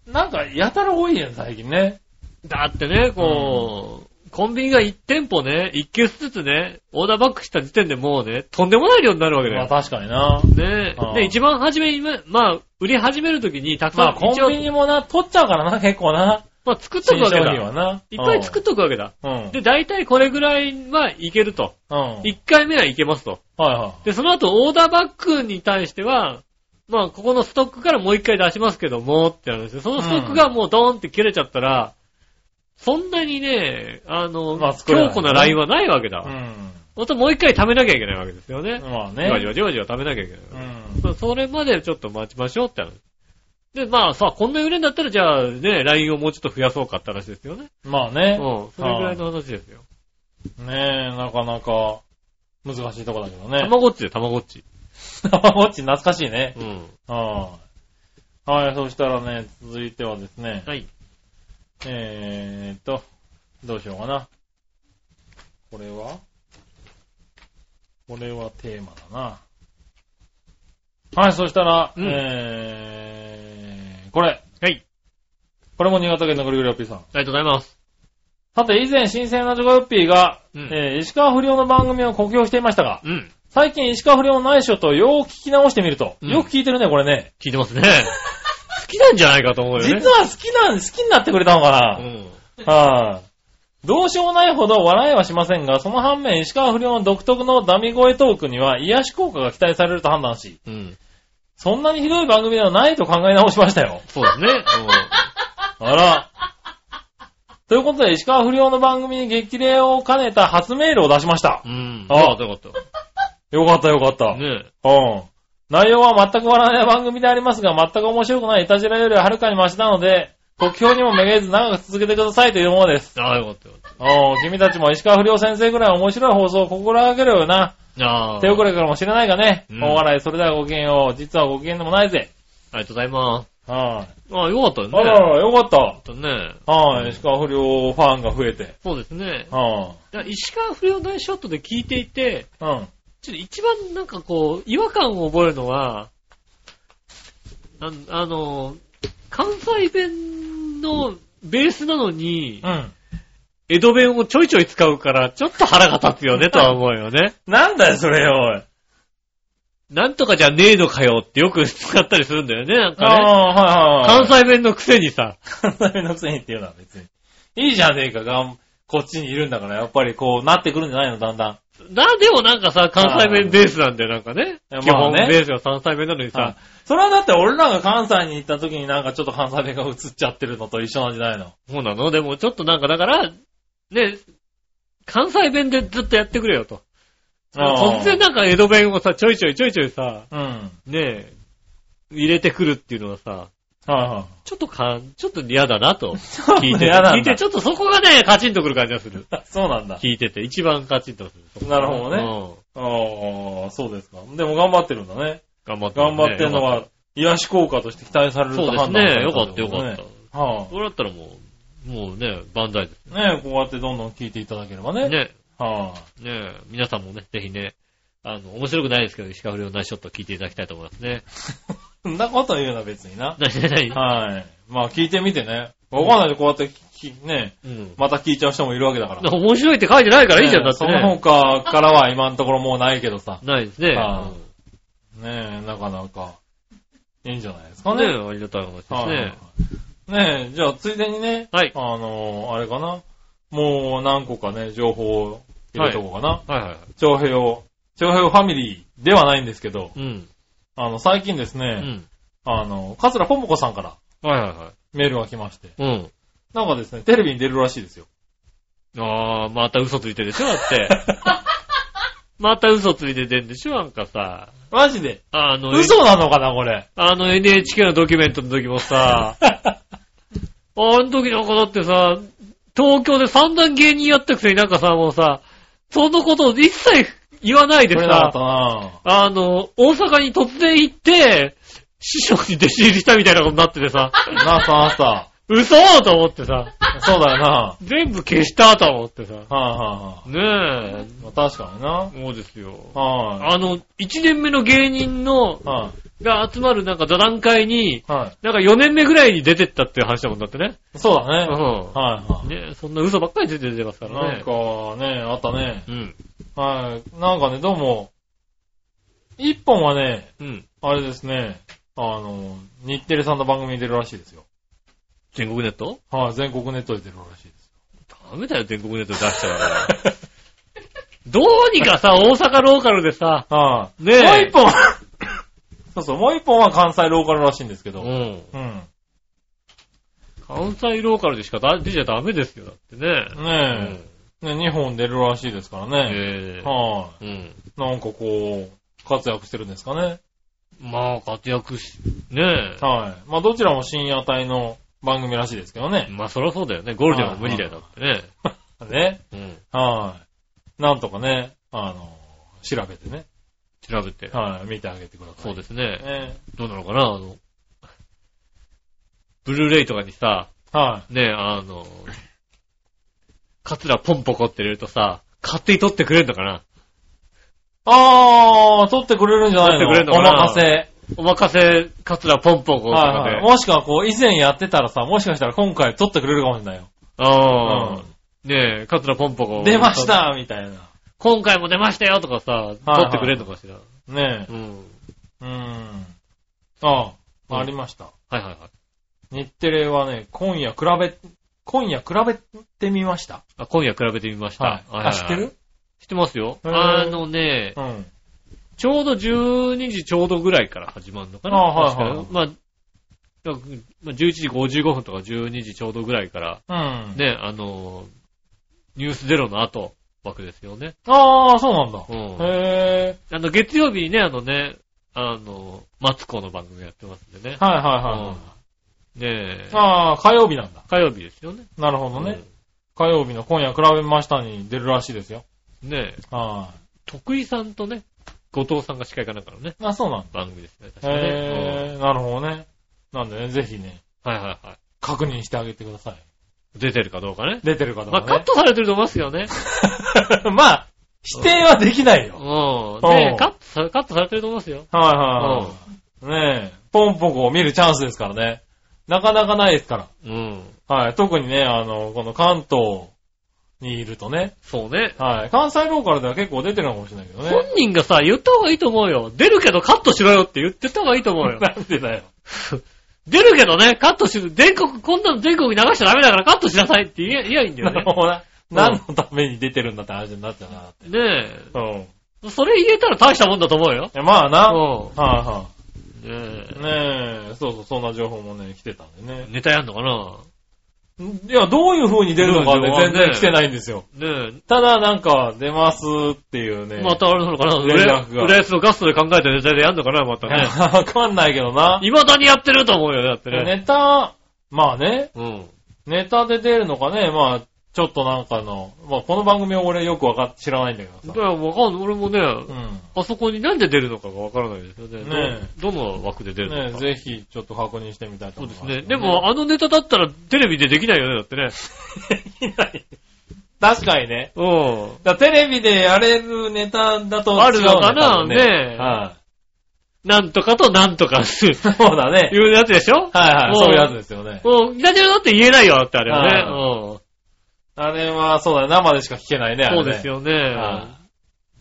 Speaker 3: なんかやたら多いやん、最近ね。
Speaker 2: だってね、こう、コンビニが1店舗ね、1軒ずつね、オーダーバックした時点でもうね、とんでもない量になるわけだ
Speaker 3: まあ
Speaker 2: よ。
Speaker 3: 確かにな。
Speaker 2: ね
Speaker 3: あ
Speaker 2: え。
Speaker 3: あ
Speaker 2: で、一番初めに、まあ、売り始めるときに、たくさん、
Speaker 3: まあコン
Speaker 2: 一応
Speaker 3: ビニもな、取っちゃうからな、結構な。
Speaker 2: まあ、作っと
Speaker 3: 新
Speaker 2: くわ
Speaker 3: 商
Speaker 2: け
Speaker 3: 品は
Speaker 2: だ。
Speaker 3: な。
Speaker 2: いっぱい作っとくわけだ。
Speaker 3: うん。うん。
Speaker 2: で、大体これぐらいはいけると。
Speaker 3: うん。はい
Speaker 2: 1回目はいけますと。
Speaker 3: は
Speaker 2: で、その後、オーダーバックに対しては、まあ、ここのストックからもう一回出しますけども、って話で、そのストックがもうドーンって切れちゃったら、そんなにね、あの、
Speaker 3: まあ作れない
Speaker 2: 強固なラインはないわけだ。
Speaker 3: い。うん。
Speaker 2: またもう一回貯めなきゃいけないわけですよね。
Speaker 3: まあ
Speaker 2: じわじ
Speaker 3: ね。
Speaker 2: わじわじわ貯めなきゃいけない。
Speaker 3: うん。
Speaker 2: まあそれまでちょっと待ちましょうって話。で、まあさ、こんなに売れんだったら、じゃあね、LINE をもうちょっと増やそうかって話ですよね。
Speaker 3: まあ
Speaker 2: う
Speaker 3: ね
Speaker 2: ん。。それぐらいの話ですよ。
Speaker 3: ねえ、なかなか難しいとこだけど
Speaker 2: た
Speaker 3: ね。
Speaker 2: まごっちでたまごっち。
Speaker 3: たまごっち懐かしいね。
Speaker 2: うん。
Speaker 3: はい。はい、そしたらね、続いてはですね。
Speaker 2: はい。
Speaker 3: えーっと、どうしようかな。これはこれはテーマだな。はい、そしたら、
Speaker 2: うん
Speaker 3: えー、これ。
Speaker 2: はい。
Speaker 3: これも新潟県のぐるぐるよっぴーさん。
Speaker 2: ありがとうございます。
Speaker 3: さて、以前、新鮮なジョコヨッピーが、
Speaker 2: うん
Speaker 3: えー石川不良の番組を酷評していましたが、
Speaker 2: うん。
Speaker 3: 最近石川不良の内緒とよう聞き直してみると、
Speaker 2: うん
Speaker 3: よく聞いてるね、これね。
Speaker 2: 聞いてますね。 好きなんじゃないかと思うよね。
Speaker 3: 実は好きなん、好きになってくれたのかな、
Speaker 2: うん。
Speaker 3: はい。どうしようもないほど笑いはしませんが、その反面、石川不良の独特のダミ声トークには癒し効果が期待されると判断し、
Speaker 2: うん。
Speaker 3: そんなにひどい番組ではないと考え直しましたよ。
Speaker 2: そうですね。
Speaker 3: あら。ということで、石川不良の番組に激励を兼ねた初メールを出しました
Speaker 2: う。ん。うん。
Speaker 3: あ
Speaker 2: ああ、よかった。
Speaker 3: よかったよかった。
Speaker 2: ねえ。
Speaker 3: うん。内容は全く笑わない番組でありますが、全く面白くないイタジラよりははるかにマシなので、国評にもめげず長く続けてくださいというものです。
Speaker 2: ああ、よかったよかっ
Speaker 3: うん、君たちも石川不良先生ぐらい面白い放送を心がけろよな。
Speaker 2: た。ああ。
Speaker 3: 手遅れかもしれないがね。
Speaker 2: うん
Speaker 3: お笑い、それではごきげんよう。実はごきげんでもないぜ。
Speaker 2: ありがとうございます。
Speaker 3: はい、
Speaker 2: ああ、よかったよね。
Speaker 3: あらら、よかっ
Speaker 2: とね。
Speaker 3: た。はい、石川不良ファンが増えて。
Speaker 2: そうですね。
Speaker 3: はい
Speaker 2: や石川不良大ショットで聞いていて、
Speaker 3: いうん。
Speaker 2: ちょっと一番なんかこう、違和感を覚えるのは、ああの、関西弁のベースなのに
Speaker 3: う、ん。
Speaker 2: 江戸弁をちょいちょい使うから、ちょっと腹が立つよねとは思うよね。
Speaker 3: なんだよ、それよ、おい。
Speaker 2: なんとかじゃねえのかよってよく使ったりするんだよね、なんかね。
Speaker 3: ああ、はいはいはい
Speaker 2: 関。西弁のくせにさ、
Speaker 3: 関西弁のくせにっていうのは別に。いいじゃねえか、がん、こっちにいるんだから、やっぱりこう、なってくるんじゃないの、だんだん。
Speaker 2: な、でもなんかさ、関西弁ベースなんだよ、なんかね。
Speaker 3: いや
Speaker 2: 基
Speaker 3: まあ
Speaker 2: 本
Speaker 3: ね
Speaker 2: ベースが関西弁なのに
Speaker 3: はい
Speaker 2: さ、
Speaker 3: それはだって俺らが関西に行った時になんかちょっと関西弁が映っちゃってるのと一緒なんじゃないの
Speaker 2: そうなのでもちょっとなんかだから、ね、関西弁でずっとやってくれよと。突然なんか江戸弁をさ、ちょいちょいちょいちょいさ、
Speaker 3: うん。はい
Speaker 2: ねえ、入れてくるっていうのはさ、
Speaker 3: は
Speaker 2: ちょっとかん、ちょっと嫌だな と。
Speaker 3: い。
Speaker 2: 聞いてて、
Speaker 3: 嫌なんだ
Speaker 2: 聞いて、ちょっとそこがね、カチンとくる感じがする。
Speaker 3: そうなんだ。
Speaker 2: 聞いてて、一番カチンとする。
Speaker 3: なるほどね
Speaker 2: ね。
Speaker 3: ああ、そうですか。でも頑張ってるんだね。
Speaker 2: 頑張って、
Speaker 3: 頑張ってるのが、癒し効果として期待される
Speaker 2: そ
Speaker 3: と
Speaker 2: うです
Speaker 3: 判断さ
Speaker 2: ね。
Speaker 3: れ
Speaker 2: よか
Speaker 3: と
Speaker 2: った
Speaker 3: い
Speaker 2: よ
Speaker 3: うこ
Speaker 2: か
Speaker 3: とね
Speaker 2: った。
Speaker 3: は
Speaker 2: それだったらもう、もうね、万歳で
Speaker 3: あ、ねえこうやってどんどん聞いていただければね。
Speaker 2: す。ね。
Speaker 3: は
Speaker 2: ね皆さんもね、ぜひね、あの、面白くないですけど、石川不良ナイスショット聞いていただきたいと思いますね。
Speaker 3: あ。そんなこと言うな、別にな。
Speaker 2: なになにな
Speaker 3: はい。まあ聞いてみてね。わかんないでこうやって聞き、ね、
Speaker 2: にうん。
Speaker 3: また聞いちゃう人もいるわけだから。
Speaker 2: 面白いって書いてないからいいじゃん、だ
Speaker 3: ね
Speaker 2: って
Speaker 3: その
Speaker 2: ね。
Speaker 3: 他からは今のところもうないけどさ。
Speaker 2: ないですね。
Speaker 3: は
Speaker 2: うん
Speaker 3: ねえ、なかなか、いいんじゃないですか
Speaker 2: ね
Speaker 3: ね。
Speaker 2: ありがたい話です
Speaker 3: はい
Speaker 2: ね。
Speaker 3: ねえ、じゃあついでにね、
Speaker 2: はい
Speaker 3: あのーあれかな。もう何個かね、情報を入れとこうかな。
Speaker 2: はいはいはい。
Speaker 3: 長平を、長平をファミリーではないんですけど、
Speaker 2: うん。
Speaker 3: あの、最近です
Speaker 2: う
Speaker 3: ね、
Speaker 2: ん。
Speaker 3: あの、カツラポンポコさんから
Speaker 2: はいは
Speaker 3: メールが来まして、
Speaker 2: いはい。うん。
Speaker 3: なんかですね、テレビに出るらしいですよ。
Speaker 2: ああ、また嘘ついてるでしょだっ て。また嘘ついててんでしょなんかさ。
Speaker 3: マジで。
Speaker 2: あの、
Speaker 3: 嘘なのかな、これ。
Speaker 2: あの NHK のドキュメントの時も さ、あの時なんかだってさ、東京で散々芸人やったくせになんかさ、もうさ、そのことを一切言わないで
Speaker 3: これなか
Speaker 2: さ
Speaker 3: った、な
Speaker 2: あの、大阪に突然行って、師匠に弟子入りしたみたいなことになってて さ、
Speaker 3: なあさあさ
Speaker 2: 嘘と思ってさ、
Speaker 3: あ。そうだよな。は
Speaker 2: 全部消したと思ってさ、
Speaker 3: あ、は
Speaker 2: ね
Speaker 3: いはいまあ、確かにな
Speaker 2: え、。そうですよ。
Speaker 3: は
Speaker 2: あの、1年目の芸人の
Speaker 3: い。、は
Speaker 2: が集まるなんか座談会に、
Speaker 3: い。は
Speaker 2: なんか4年目ぐらいに出てったっていう話だもんだってね。
Speaker 3: い。そうだね。
Speaker 2: う
Speaker 3: はいは
Speaker 2: ん。ねそんな嘘ばっかり出て出てますか
Speaker 3: い。な
Speaker 2: ら
Speaker 3: ん
Speaker 2: ね
Speaker 3: か。ね、あったね。
Speaker 2: うん。
Speaker 3: はい。なんかね、どうも、一本はね、
Speaker 2: うん。
Speaker 3: あれですね、あの、日テレさんの番組に出るらしいですよ。
Speaker 2: 全国ネット
Speaker 3: はい、全国ネットで出るらしいです。
Speaker 2: ダメだよ、全国ネット出しちゃうから。 どうにかさ、大阪ローカルでさ、
Speaker 3: はい。
Speaker 2: ねえ
Speaker 3: もう一本はそうそう、もう一本は関西ローカルらしいんですけ
Speaker 2: う
Speaker 3: ど。
Speaker 2: ん。
Speaker 3: うん。
Speaker 2: 関西ローカルでしかだ出ちゃダメですよ、だってね。う
Speaker 3: ね
Speaker 2: ん。
Speaker 3: え、ね、二本出るらしいですからね。
Speaker 2: ええ
Speaker 3: は
Speaker 2: うん。
Speaker 3: い。なんかこう、活躍してるんですかね。
Speaker 2: まあ、活躍し、ね
Speaker 3: はい。まあ、どちらも深夜帯の番組らしいですけど
Speaker 2: え。
Speaker 3: ね。
Speaker 2: まあ、そりゃそうだよね。ゴールデンは無理だよ、だってね。
Speaker 3: ね。
Speaker 2: うん。
Speaker 3: はい。なんとかね、あの、調べてね。
Speaker 2: 調べて。
Speaker 3: はい。見てあげてください。
Speaker 2: そうですすね。
Speaker 3: ね。
Speaker 2: どうなのかなあの、ブルーレイとかにさ、
Speaker 3: は。
Speaker 2: ねえ、あの、カツラポンポコって入れるとさ、勝手に取ってくれるのかない
Speaker 3: あー、撮ってくれるんじゃないの
Speaker 2: 撮ってくれるのかな
Speaker 3: お任せ。
Speaker 2: お任せ、カツラポンポコとか
Speaker 3: はい、
Speaker 2: で。
Speaker 3: はい。もしかこう、以前やってたらさ、もしかしたら今回撮ってくれるかもしれないよ。
Speaker 2: ああ、
Speaker 3: うん
Speaker 2: ねえ、カツラポンポコ。
Speaker 3: 出ましたみたいな。
Speaker 2: 今回も出ましたよとかさ、
Speaker 3: はい
Speaker 2: 取ってくれるのかしら。
Speaker 3: ねえ。
Speaker 2: うん。
Speaker 3: うーん。ああ、ありました。
Speaker 2: はいはいはい。
Speaker 3: 日テレはね、今夜比べ、今夜比べてみました。
Speaker 2: あ今夜比べてみました。はいはいは
Speaker 3: あ、
Speaker 2: い
Speaker 3: 知ってる
Speaker 2: 知ってますよ。
Speaker 3: へー
Speaker 2: あのね
Speaker 3: う、ん。
Speaker 2: ちょうど12時ちょうどぐらいから始まるのかな。
Speaker 3: あはいはい
Speaker 2: 確かにまあ、だからまあ11時55分とか12時ちょうどぐらいから、
Speaker 3: うん。
Speaker 2: ね、あのー、ニュースゼロの後、わけですよね。
Speaker 3: ああ、そうなんだ。
Speaker 2: うん。
Speaker 3: へえ。
Speaker 2: あの、月曜日にね、あのね、あの、マツコの番組やってますんでね。
Speaker 3: はいはいは
Speaker 2: うんねえ
Speaker 3: い。。ああ、火曜日なんだ。
Speaker 2: 火曜日ですよね。
Speaker 3: なるほどね。火曜日の今夜比べましたに出るらしいですよ。
Speaker 2: うん。ねえ。
Speaker 3: は
Speaker 2: 徳井さんとね、後藤さんが司会かなんかのね、
Speaker 3: い。あ、そうなんだ。
Speaker 2: 番組ですね。確かね。
Speaker 3: へえ、なるほどね。なんでね、ぜひね、
Speaker 2: うんはいはいは
Speaker 3: 確認してあげてください。
Speaker 2: い。出てるかどうかね。
Speaker 3: 出てる方
Speaker 2: ま
Speaker 3: が
Speaker 2: あ、カッ
Speaker 3: ね。
Speaker 2: トされてると思いますよね。
Speaker 3: まあ、否定はできないうよ。
Speaker 2: ん。
Speaker 3: うん
Speaker 2: ねカットさ、カットされてると思いますよ。
Speaker 3: はいうはいはい。ねえ、ポンポコを見るチャンスですからね。なかなかないですから。
Speaker 2: うん。
Speaker 3: はい。特にね、あの、この関東にいるとね。
Speaker 2: そうね。
Speaker 3: はい。関西ローカルでは結構出てるのかもしれないけどね。
Speaker 2: 本人がさ、言った方がいいと思うよ。出るけどカットしろよって言ってた方がいいと思うよ。
Speaker 3: なんでだよ。
Speaker 2: 出るけどね、カットし、全国、こんなの全国に流しちゃダメだからカットしなさいって言え、言えばいいんだ
Speaker 3: な
Speaker 2: よ
Speaker 3: る
Speaker 2: ね。
Speaker 3: ほどな。
Speaker 2: うん
Speaker 3: 何のために出てるんだって話になっちゃうな。
Speaker 2: ね
Speaker 3: うん。い
Speaker 2: え。それ言えたら大したもんだと思うよ。
Speaker 3: や、まあな。はい
Speaker 2: うん。
Speaker 3: は
Speaker 2: ね
Speaker 3: い。ねえ、そうそう、そんな情報もね、来てたんで
Speaker 2: え。
Speaker 3: ね。
Speaker 2: ネタやんのかない
Speaker 3: や、どういう風に出るのかね、全然来てないんですよ。
Speaker 2: ね
Speaker 3: ただ、なんか、出ますっていうね。
Speaker 2: え。またあれなのかな
Speaker 3: 連
Speaker 2: 裏
Speaker 3: 絡が
Speaker 2: 裏安のガストで考えてネタでやんのかなまたね。
Speaker 3: わかんないけどな。
Speaker 2: 未だにやってると思うよ、だってね。
Speaker 3: ネタ、まあね、
Speaker 2: うん。
Speaker 3: ネタで出るのかね、まあ、ちょっとなんかの、まあ、この番組は俺よくわかっ、知らないんだけ
Speaker 2: だ
Speaker 3: ど
Speaker 2: か
Speaker 3: さ。
Speaker 2: らわかんない。俺もね、
Speaker 3: うん。
Speaker 2: あそこになんで出るのかがわからないですよね。
Speaker 3: ねえ
Speaker 2: どどの枠で出るの
Speaker 3: ね
Speaker 2: か。
Speaker 3: ぜひ、ちょっと確認してみたい
Speaker 2: そ
Speaker 3: と
Speaker 2: う
Speaker 3: 思
Speaker 2: で
Speaker 3: います
Speaker 2: ね。
Speaker 3: す、
Speaker 2: でも、、あのネタだったらテレビでできないよね、だってね。
Speaker 3: 確かにね。
Speaker 2: うん。
Speaker 3: だからテレビでやれるネタだと
Speaker 2: あるのかな
Speaker 3: 違うんだ
Speaker 2: ねえなんとかとなんとかする。
Speaker 3: はい。 そうだね
Speaker 2: い。うやつでしょ
Speaker 3: はいは
Speaker 2: う
Speaker 3: い、
Speaker 2: ん
Speaker 3: そういうやつですよね。
Speaker 2: うん。イタジェラだって言えないよ、だってあれはね。
Speaker 3: あれは、そうだね、生でしか聞けないね、あ
Speaker 2: うん。そ
Speaker 3: れ
Speaker 2: う
Speaker 3: ね
Speaker 2: です。よね。
Speaker 3: は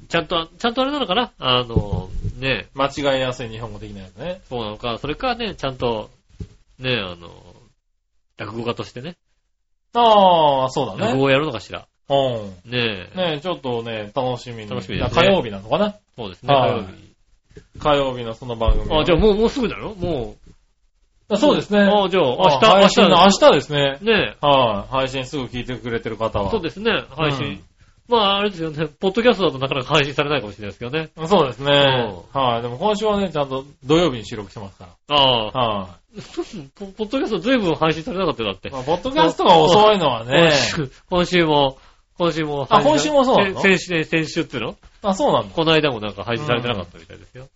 Speaker 2: ちゃんと、ちゃんとあれなのかなあの、ね、
Speaker 3: い間違いやすい日本語的なやつね。
Speaker 2: そうなのか、それかね、ちゃんと、ね、あの、落語家としてね、
Speaker 3: ああ、そうだ
Speaker 2: 落
Speaker 3: ね。
Speaker 2: 語をやるのかしら。
Speaker 3: うん。
Speaker 2: ねえ。
Speaker 3: ねえ、ちょっとね、楽しみに。
Speaker 2: 楽しみですね
Speaker 3: だから火曜日なのかな
Speaker 2: そうですね、火
Speaker 3: はい
Speaker 2: 曜日。
Speaker 3: 火曜日のその番組を。
Speaker 2: あ、じゃあもう、もうすぐだろも
Speaker 3: あ
Speaker 2: う。
Speaker 3: そうですね。
Speaker 2: あ、じゃあ、明日、
Speaker 3: あ
Speaker 2: 明
Speaker 3: 配
Speaker 2: 日
Speaker 3: 信の明日ですね。
Speaker 2: ね
Speaker 3: はい。配信すぐ聞いてくれてる方
Speaker 2: え。
Speaker 3: は。
Speaker 2: そうですね、配
Speaker 3: う
Speaker 2: 信
Speaker 3: ん。
Speaker 2: まあ、あれですよね、ポッドキャストだとなかなか配信されないかもしれないですけどね。
Speaker 3: す。そうですね。
Speaker 2: う
Speaker 3: はい。でも今週はね、ちゃんと土曜日に収録してますか
Speaker 2: あ あ
Speaker 3: ら。。は
Speaker 2: ポポッドキャスト随分配信されなかったよ、だって
Speaker 3: い。。まあ、ポッドキャストが遅いのは
Speaker 2: 今
Speaker 3: ね。
Speaker 2: 週今週も、今週も配
Speaker 3: あ
Speaker 2: 信
Speaker 3: 今週もそうなの
Speaker 2: せ先週ね、先週っていうの
Speaker 3: あ、そうなんだ。
Speaker 2: この間もなんか配信されてなかったみたいですよ。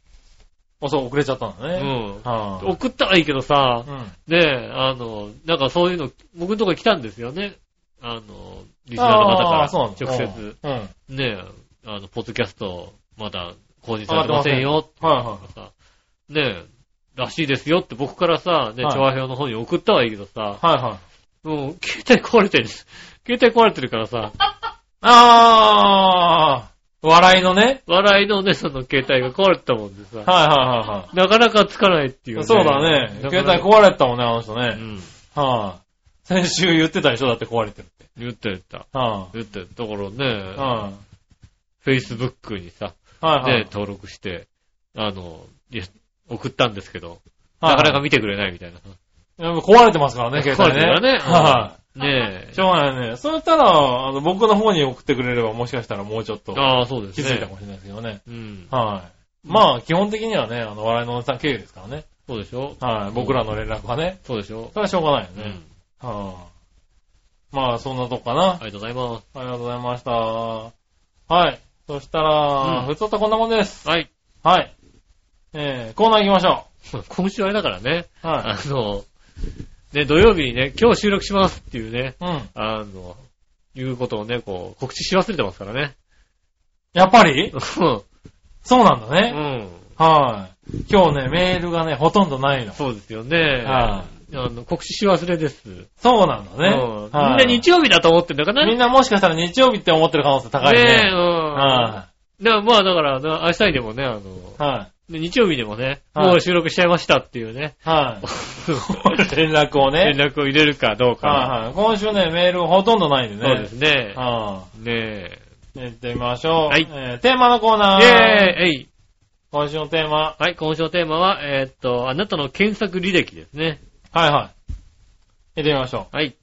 Speaker 3: あそう、遅れちゃったんだ
Speaker 2: う
Speaker 3: ね。
Speaker 2: ん。
Speaker 3: はい。
Speaker 2: 送ったらいいけどさ
Speaker 3: う、ん。
Speaker 2: ねえ、あの、なんかそういうの、僕のとこに来たんですよね。あの、リスナーの方か
Speaker 3: あー
Speaker 2: ら、
Speaker 3: そうなん
Speaker 2: 直
Speaker 3: だ
Speaker 2: 接。
Speaker 3: うん。はい
Speaker 2: ねえ、あの、ポッドキャスト、まだ更新されてませんよ、
Speaker 3: は
Speaker 2: とかさ、ねえ、らしいですよって僕からさ、ね、
Speaker 3: はい
Speaker 2: 調和表の方に送ったはいいけどさ、
Speaker 3: い。はいはい。
Speaker 2: もう、携帯壊れてる。 携帯壊れてるからさ、
Speaker 3: あー、笑いのね。
Speaker 2: 笑いのね、その携帯が壊れてたもんでさ、
Speaker 3: はいはいはいは
Speaker 2: なかなかつかないっていう、
Speaker 3: い。そうだね。携帯
Speaker 2: れ
Speaker 3: 壊れてたもんね、あの人
Speaker 2: てう
Speaker 3: ね。
Speaker 2: ん。
Speaker 3: はい。先週言ってたでしょだって壊れてるって。
Speaker 2: 言った言った。
Speaker 3: は
Speaker 2: 言った。だから
Speaker 3: い。
Speaker 2: ね、
Speaker 3: はい。
Speaker 2: Facebook にさ、
Speaker 3: はいは
Speaker 2: ね
Speaker 3: い。、
Speaker 2: 登録して、あの、いや、送ったんですけど、
Speaker 3: は
Speaker 2: な
Speaker 3: い
Speaker 2: かなか見てくれないみたいな。
Speaker 3: やっぱ壊れてますか らね、携
Speaker 2: 壊れ
Speaker 3: 帯
Speaker 2: て
Speaker 3: ね。
Speaker 2: るからね。
Speaker 3: は
Speaker 2: うんね
Speaker 3: い。
Speaker 2: え
Speaker 3: し。ょうがないね。そうしたら、あの、僕の方に送ってくれれば、もしかしたらもうちょっと
Speaker 2: ああ、そうです
Speaker 3: 気
Speaker 2: ね。
Speaker 3: づいたかもしれないですけどね。
Speaker 2: うん。
Speaker 3: はい。まあ、基本的にはね、あの、笑いのおじさん経由ですからね。
Speaker 2: そうでしょ
Speaker 3: はい。僕らの連絡はね。
Speaker 2: そうでしょ
Speaker 3: それはしょうがないよ
Speaker 2: う
Speaker 3: ね
Speaker 2: ん。。
Speaker 3: はい。まあ、そんなとこかな。
Speaker 2: ありがとうございま
Speaker 3: ありがとうございました。はい。そしたら、
Speaker 2: うん
Speaker 3: 普通とこんなもんです。
Speaker 2: す。はい。
Speaker 3: はい。えー、コーナー行きましょ
Speaker 2: 今週あれだからね。
Speaker 3: う。は
Speaker 2: あの、ね、土曜日にね、今日収録しますっていうね、
Speaker 3: い。うん。
Speaker 2: あの、いうことをね、こう、告知し忘れてますからね。
Speaker 3: やっぱり
Speaker 2: うん。
Speaker 3: そうなん だ
Speaker 2: う
Speaker 3: ね。
Speaker 2: ん。
Speaker 3: はい。今日ね、メールがね、ほとんどないの。
Speaker 2: そうですよね。
Speaker 3: は
Speaker 2: あの、告知し忘れです。ね。
Speaker 3: そうなんだ
Speaker 2: みん
Speaker 3: ね。は
Speaker 2: ない日曜日だと思ってんだから
Speaker 3: みんなもしかしたら日曜日って思ってる可能性高いね。
Speaker 2: ねえ、うん。
Speaker 3: は
Speaker 2: だからまあだから、な明日にでもね、あの、
Speaker 3: い。は
Speaker 2: ね日曜日でもね、
Speaker 3: はい
Speaker 2: もう収録しちゃいましたっていう ね、
Speaker 3: い。はい。連絡を
Speaker 2: 連
Speaker 3: ね。
Speaker 2: 絡を入れるかどうか。
Speaker 3: はいはい。今週ね、メールほとんどないんでね。
Speaker 2: そうですね。
Speaker 3: は
Speaker 2: ね
Speaker 3: い。行ってみましょう。
Speaker 2: はい
Speaker 3: えーテーマのコー
Speaker 2: え。
Speaker 3: ナ
Speaker 2: イェー
Speaker 3: ー。
Speaker 2: イえい
Speaker 3: 今週のテーマ。
Speaker 2: はい、今週のテーマは、えーっと、あなたの検索履歴ですね。
Speaker 3: はいはい。行ってみましょう。
Speaker 2: はい、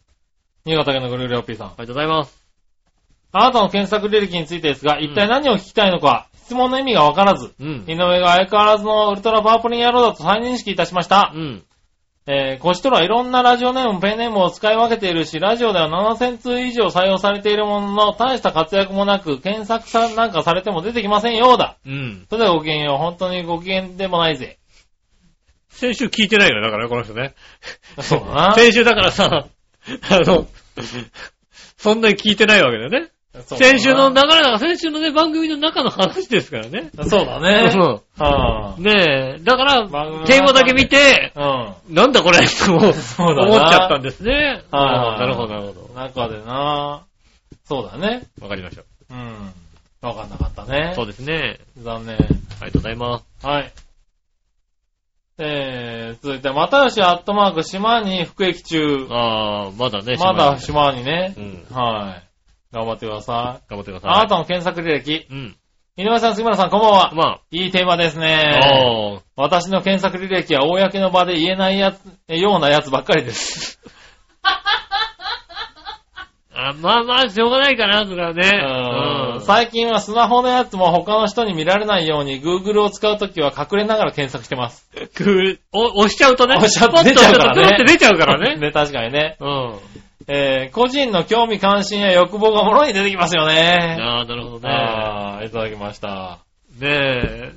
Speaker 3: 新潟県のグルーレオピーさん。
Speaker 2: ありがとうございます。
Speaker 3: あなたの検索履歴についてですが、一体何を聞きたいのか、質問の意味がわからず、
Speaker 2: うん
Speaker 3: 井。上が相変わらずのウルトラパープリン野郎だと再認識いたしました
Speaker 2: う。ん。
Speaker 3: えー、こちとらはいろんなラジオネーム、ペンネームを使い分けているし、ラジオでは7000通以上採用されているものの、大した活躍もなく、検索さなんかされても出てきませんようだ。
Speaker 2: うん。
Speaker 3: それではごきげんよう、本当にご機嫌でもないぜ。
Speaker 2: 先週聞いてないから、だからね、この人ね。
Speaker 3: そうだな。
Speaker 2: 先週だから さ、あの、そんなに聞いてないわけだよね。先週の流れだから、先週のね、番組の中の話ですからね。
Speaker 3: そうだね。
Speaker 2: そ
Speaker 3: はあ
Speaker 2: う。ねえ、だから
Speaker 3: 番組の、中で
Speaker 2: テーマだけ見て、
Speaker 3: うん。
Speaker 2: なんだこれと思う
Speaker 3: そうだな
Speaker 2: 思っちゃったんですね。
Speaker 3: はい
Speaker 2: なるほど、なるほど。
Speaker 3: 中でな。そうだね。
Speaker 2: わかりました。
Speaker 3: うん。わかんなかったね。
Speaker 2: そうですね。
Speaker 3: 残念。
Speaker 2: ありがとうございます。
Speaker 3: はい。えー、続いて、またよしアットマーク島に服役中。
Speaker 2: ああ、まだね、
Speaker 3: まだ
Speaker 2: し
Speaker 3: 島にね
Speaker 2: う。ん。
Speaker 3: はい。頑張ってください。
Speaker 2: 頑張ってください。
Speaker 3: あなたの検索履歴。
Speaker 2: うん。
Speaker 3: 井上さん、杉村さん、こんばんは。
Speaker 2: ま
Speaker 3: いいテーマです
Speaker 2: あ、
Speaker 3: ね。
Speaker 2: ああ、
Speaker 3: 私の検索履歴は公の場で言えないやつ、えようなやつばっかりです。
Speaker 2: あまあまあ、しょうがないかな、それはね。
Speaker 3: うん
Speaker 2: うん
Speaker 3: 最近はスマホのやつも他の人に見られないように Google を使うときは隠れながら検索してます。
Speaker 2: くるお押しちゃうとね、
Speaker 3: 押しちゃうと
Speaker 2: ポッと
Speaker 3: 出ちゃうからね
Speaker 2: 押ちゃうとくるって出ちゃうからね。
Speaker 3: ね、確かにね。
Speaker 2: うん。
Speaker 3: えー個人の興味関心や欲望がもろに出てきますよね。
Speaker 2: ああ、なるほどね。
Speaker 3: ああ、いただきました。
Speaker 2: ねえ。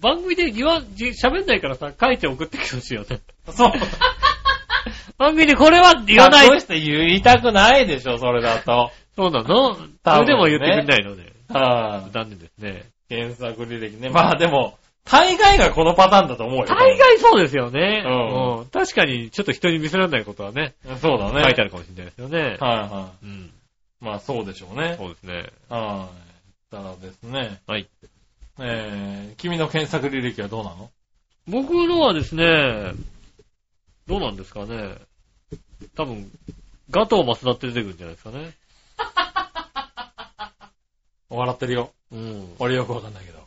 Speaker 2: 番組で言わ、じ喋んないからさ、書いて送ってきてほしいよ ね。
Speaker 3: そう。
Speaker 2: 番組でこれは言わな
Speaker 3: かっこい
Speaker 2: い。
Speaker 3: 人言いたくないでしょ、それだ と。
Speaker 2: そうなのそ
Speaker 3: 多
Speaker 2: れ
Speaker 3: 分ね
Speaker 2: でも言ってくれないので。
Speaker 3: はい
Speaker 2: 残念ですね。
Speaker 3: 検索履歴ね。まあでも、大概がこのパターンだと思うよ。
Speaker 2: 大概そうですよね。
Speaker 3: うん
Speaker 2: うん。確かに、ちょっと人に見せられないことはね、
Speaker 3: そうだね。
Speaker 2: 書いてあるかもしれないですよね。
Speaker 3: はいは
Speaker 2: うん。
Speaker 3: い。まあそうでしょうね。
Speaker 2: そうですね。
Speaker 3: はい。ただですね。
Speaker 2: はい。
Speaker 3: えー、君の検索履歴はどうなの
Speaker 2: 僕のはですね、どうなんですかね。多分、ガトーマスダって出てくるんじゃないですかね。
Speaker 3: 笑ってるよ。
Speaker 2: うん。
Speaker 3: 俺よくわかんないけど。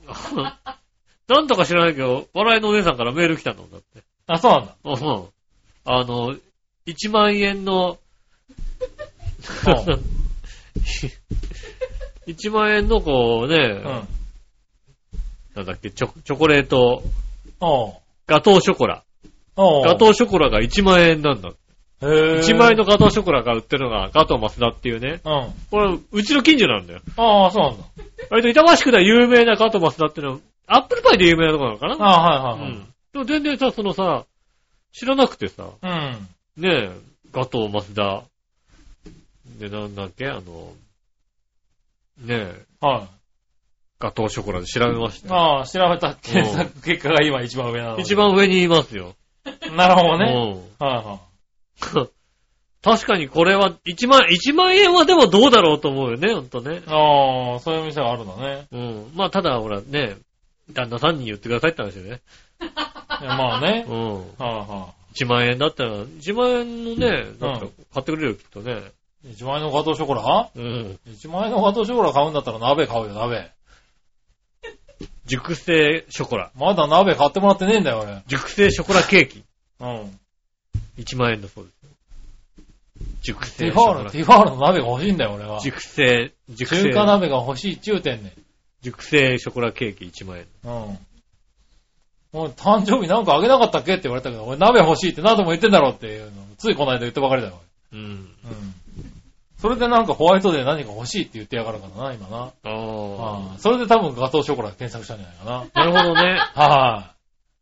Speaker 2: なんとか知らないけど、笑いのお姉さんからメール来たのだって。
Speaker 3: あ、そうなんだ。
Speaker 2: うん。あの、1万円の、1万円のこうね、
Speaker 3: うん。
Speaker 2: なんだっけ、チョチョコレート、
Speaker 3: おう
Speaker 2: ガトーショコラ。
Speaker 3: おう
Speaker 2: ガトーショコラが1万円なんだ。
Speaker 3: へー
Speaker 2: 1万円のガトーショコラが売ってるのがガトーマスダっていうね。
Speaker 3: うん。
Speaker 2: これ、うちの近所なんだよ。
Speaker 3: ああ、そうなんだ。
Speaker 2: 割と板橋区では有名なガトーマスダっていうのは、アップルパイで有名なとこなのかな
Speaker 3: ああ、は
Speaker 2: う
Speaker 3: いはいはい。
Speaker 2: ん。でも全然さ、そのさ、知らなくてさ、
Speaker 3: うん。
Speaker 2: ねえ、ガトーマスダ。で、なんだっけあの、ねえ、
Speaker 3: は
Speaker 2: ガトーショコラで調べまし
Speaker 3: い。
Speaker 2: たよ。
Speaker 3: ああ、調べた検索結果が今一番上なので。
Speaker 2: 一番上にいますよ。
Speaker 3: なるほどね。
Speaker 2: ね。
Speaker 3: はいはい。
Speaker 2: 確かにこれは、1万、1万円はでもどうだろうと思うよね、ほんとね。
Speaker 3: ああ、そういう店があるんだ ね。
Speaker 2: うん。まあ、ただ、ほら、ね、旦那さんに言ってくださいって話だよね。
Speaker 3: いやまあね。
Speaker 2: うん。
Speaker 3: はいは
Speaker 2: 1万円だったら、1万円のね、だった
Speaker 3: う
Speaker 2: ら買ってくれるよ、きっとね。
Speaker 3: い。1万円のガトーショコラ
Speaker 2: うん。
Speaker 3: ?1 万円のガトーショコラ買うんだったら鍋買うよ、鍋。
Speaker 2: 熟成ショコラ。
Speaker 3: まだ鍋買ってもらってねえんだよ、
Speaker 2: 熟成ショコラケーキ。
Speaker 3: 俺。うん。
Speaker 2: 1万円だそうです。熟成
Speaker 3: ティ
Speaker 2: シ
Speaker 3: ファ
Speaker 2: ョ
Speaker 3: ー
Speaker 2: コ
Speaker 3: ル、
Speaker 2: ラ
Speaker 3: テ。ィファールの鍋が欲しいんだよ、俺は。
Speaker 2: 熟成、熟
Speaker 3: 中華
Speaker 2: 成、
Speaker 3: 鍋が欲しい、中点ね。
Speaker 2: 熟成ショコラケーキ1万円。
Speaker 3: うん。俺、誕生日なんかあげなかったっけって言われたけど、俺鍋欲しいって何度も言ってんだろうっていうのをついこの間言ったばかりだよ、
Speaker 2: うん。
Speaker 3: 俺。うん。それでなんかホワイトデー何か欲しいって言ってやがるからな、今な。
Speaker 2: あ
Speaker 3: うん。それで多分ガトーショコラ検索したんじゃないかな。
Speaker 2: あ。なるほどね。
Speaker 3: はい、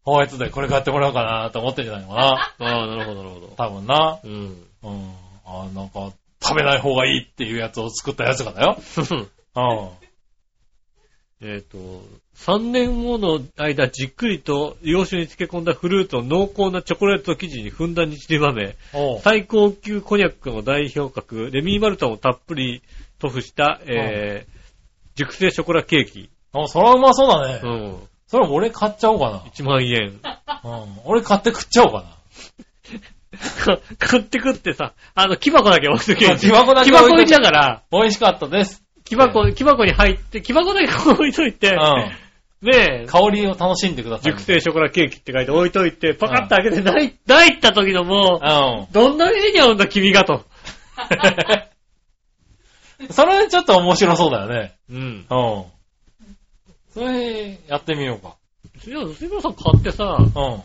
Speaker 3: ホワイトデーこれ買ってもらおうかなと思ってんじゃないのかな。
Speaker 2: ああ、なるほど、なるほど。
Speaker 3: 多分な。
Speaker 2: うん。
Speaker 3: うん。あーなんか、食べない方がいいっていうやつを作ったやつがだよ。う
Speaker 2: えっと、3年後の間、じっくりと洋酒に漬け込んだフルーツを濃厚なチョコレート生地にふんだんにちりばめ、
Speaker 3: ん。 おう。
Speaker 2: 最高級コニャックの代表格、レミーマルタをたっぷり塗布した、えー、熟成ショコラケーキ。
Speaker 3: あ、それはうまそうだね。
Speaker 2: うん。
Speaker 3: それ俺買っちゃおうか
Speaker 2: 1万円。
Speaker 3: な。うん。俺買って食っちゃおうかな。
Speaker 2: か買ってくってさ、あの、木箱だけ置いとけ。
Speaker 3: あ木箱だけ
Speaker 2: 木
Speaker 3: 置いとけ
Speaker 2: 箱置いたから、
Speaker 3: 美味しかったです。
Speaker 2: 木箱、木箱に入って、木箱だけ置いといて
Speaker 3: う、ん。
Speaker 2: ねえ、
Speaker 3: 香りを楽しんでください。
Speaker 2: 熟成ショコラケーキって書いて置いといて、パカッと開けてない、ないった時のもう
Speaker 3: う、ん。
Speaker 2: どんな店に合うんだ君がと。
Speaker 3: それちょっと面白そうだよね。
Speaker 2: うん。
Speaker 3: うん。それ、やってみようか。
Speaker 2: いや、杉村さん買ってさ、
Speaker 3: うん。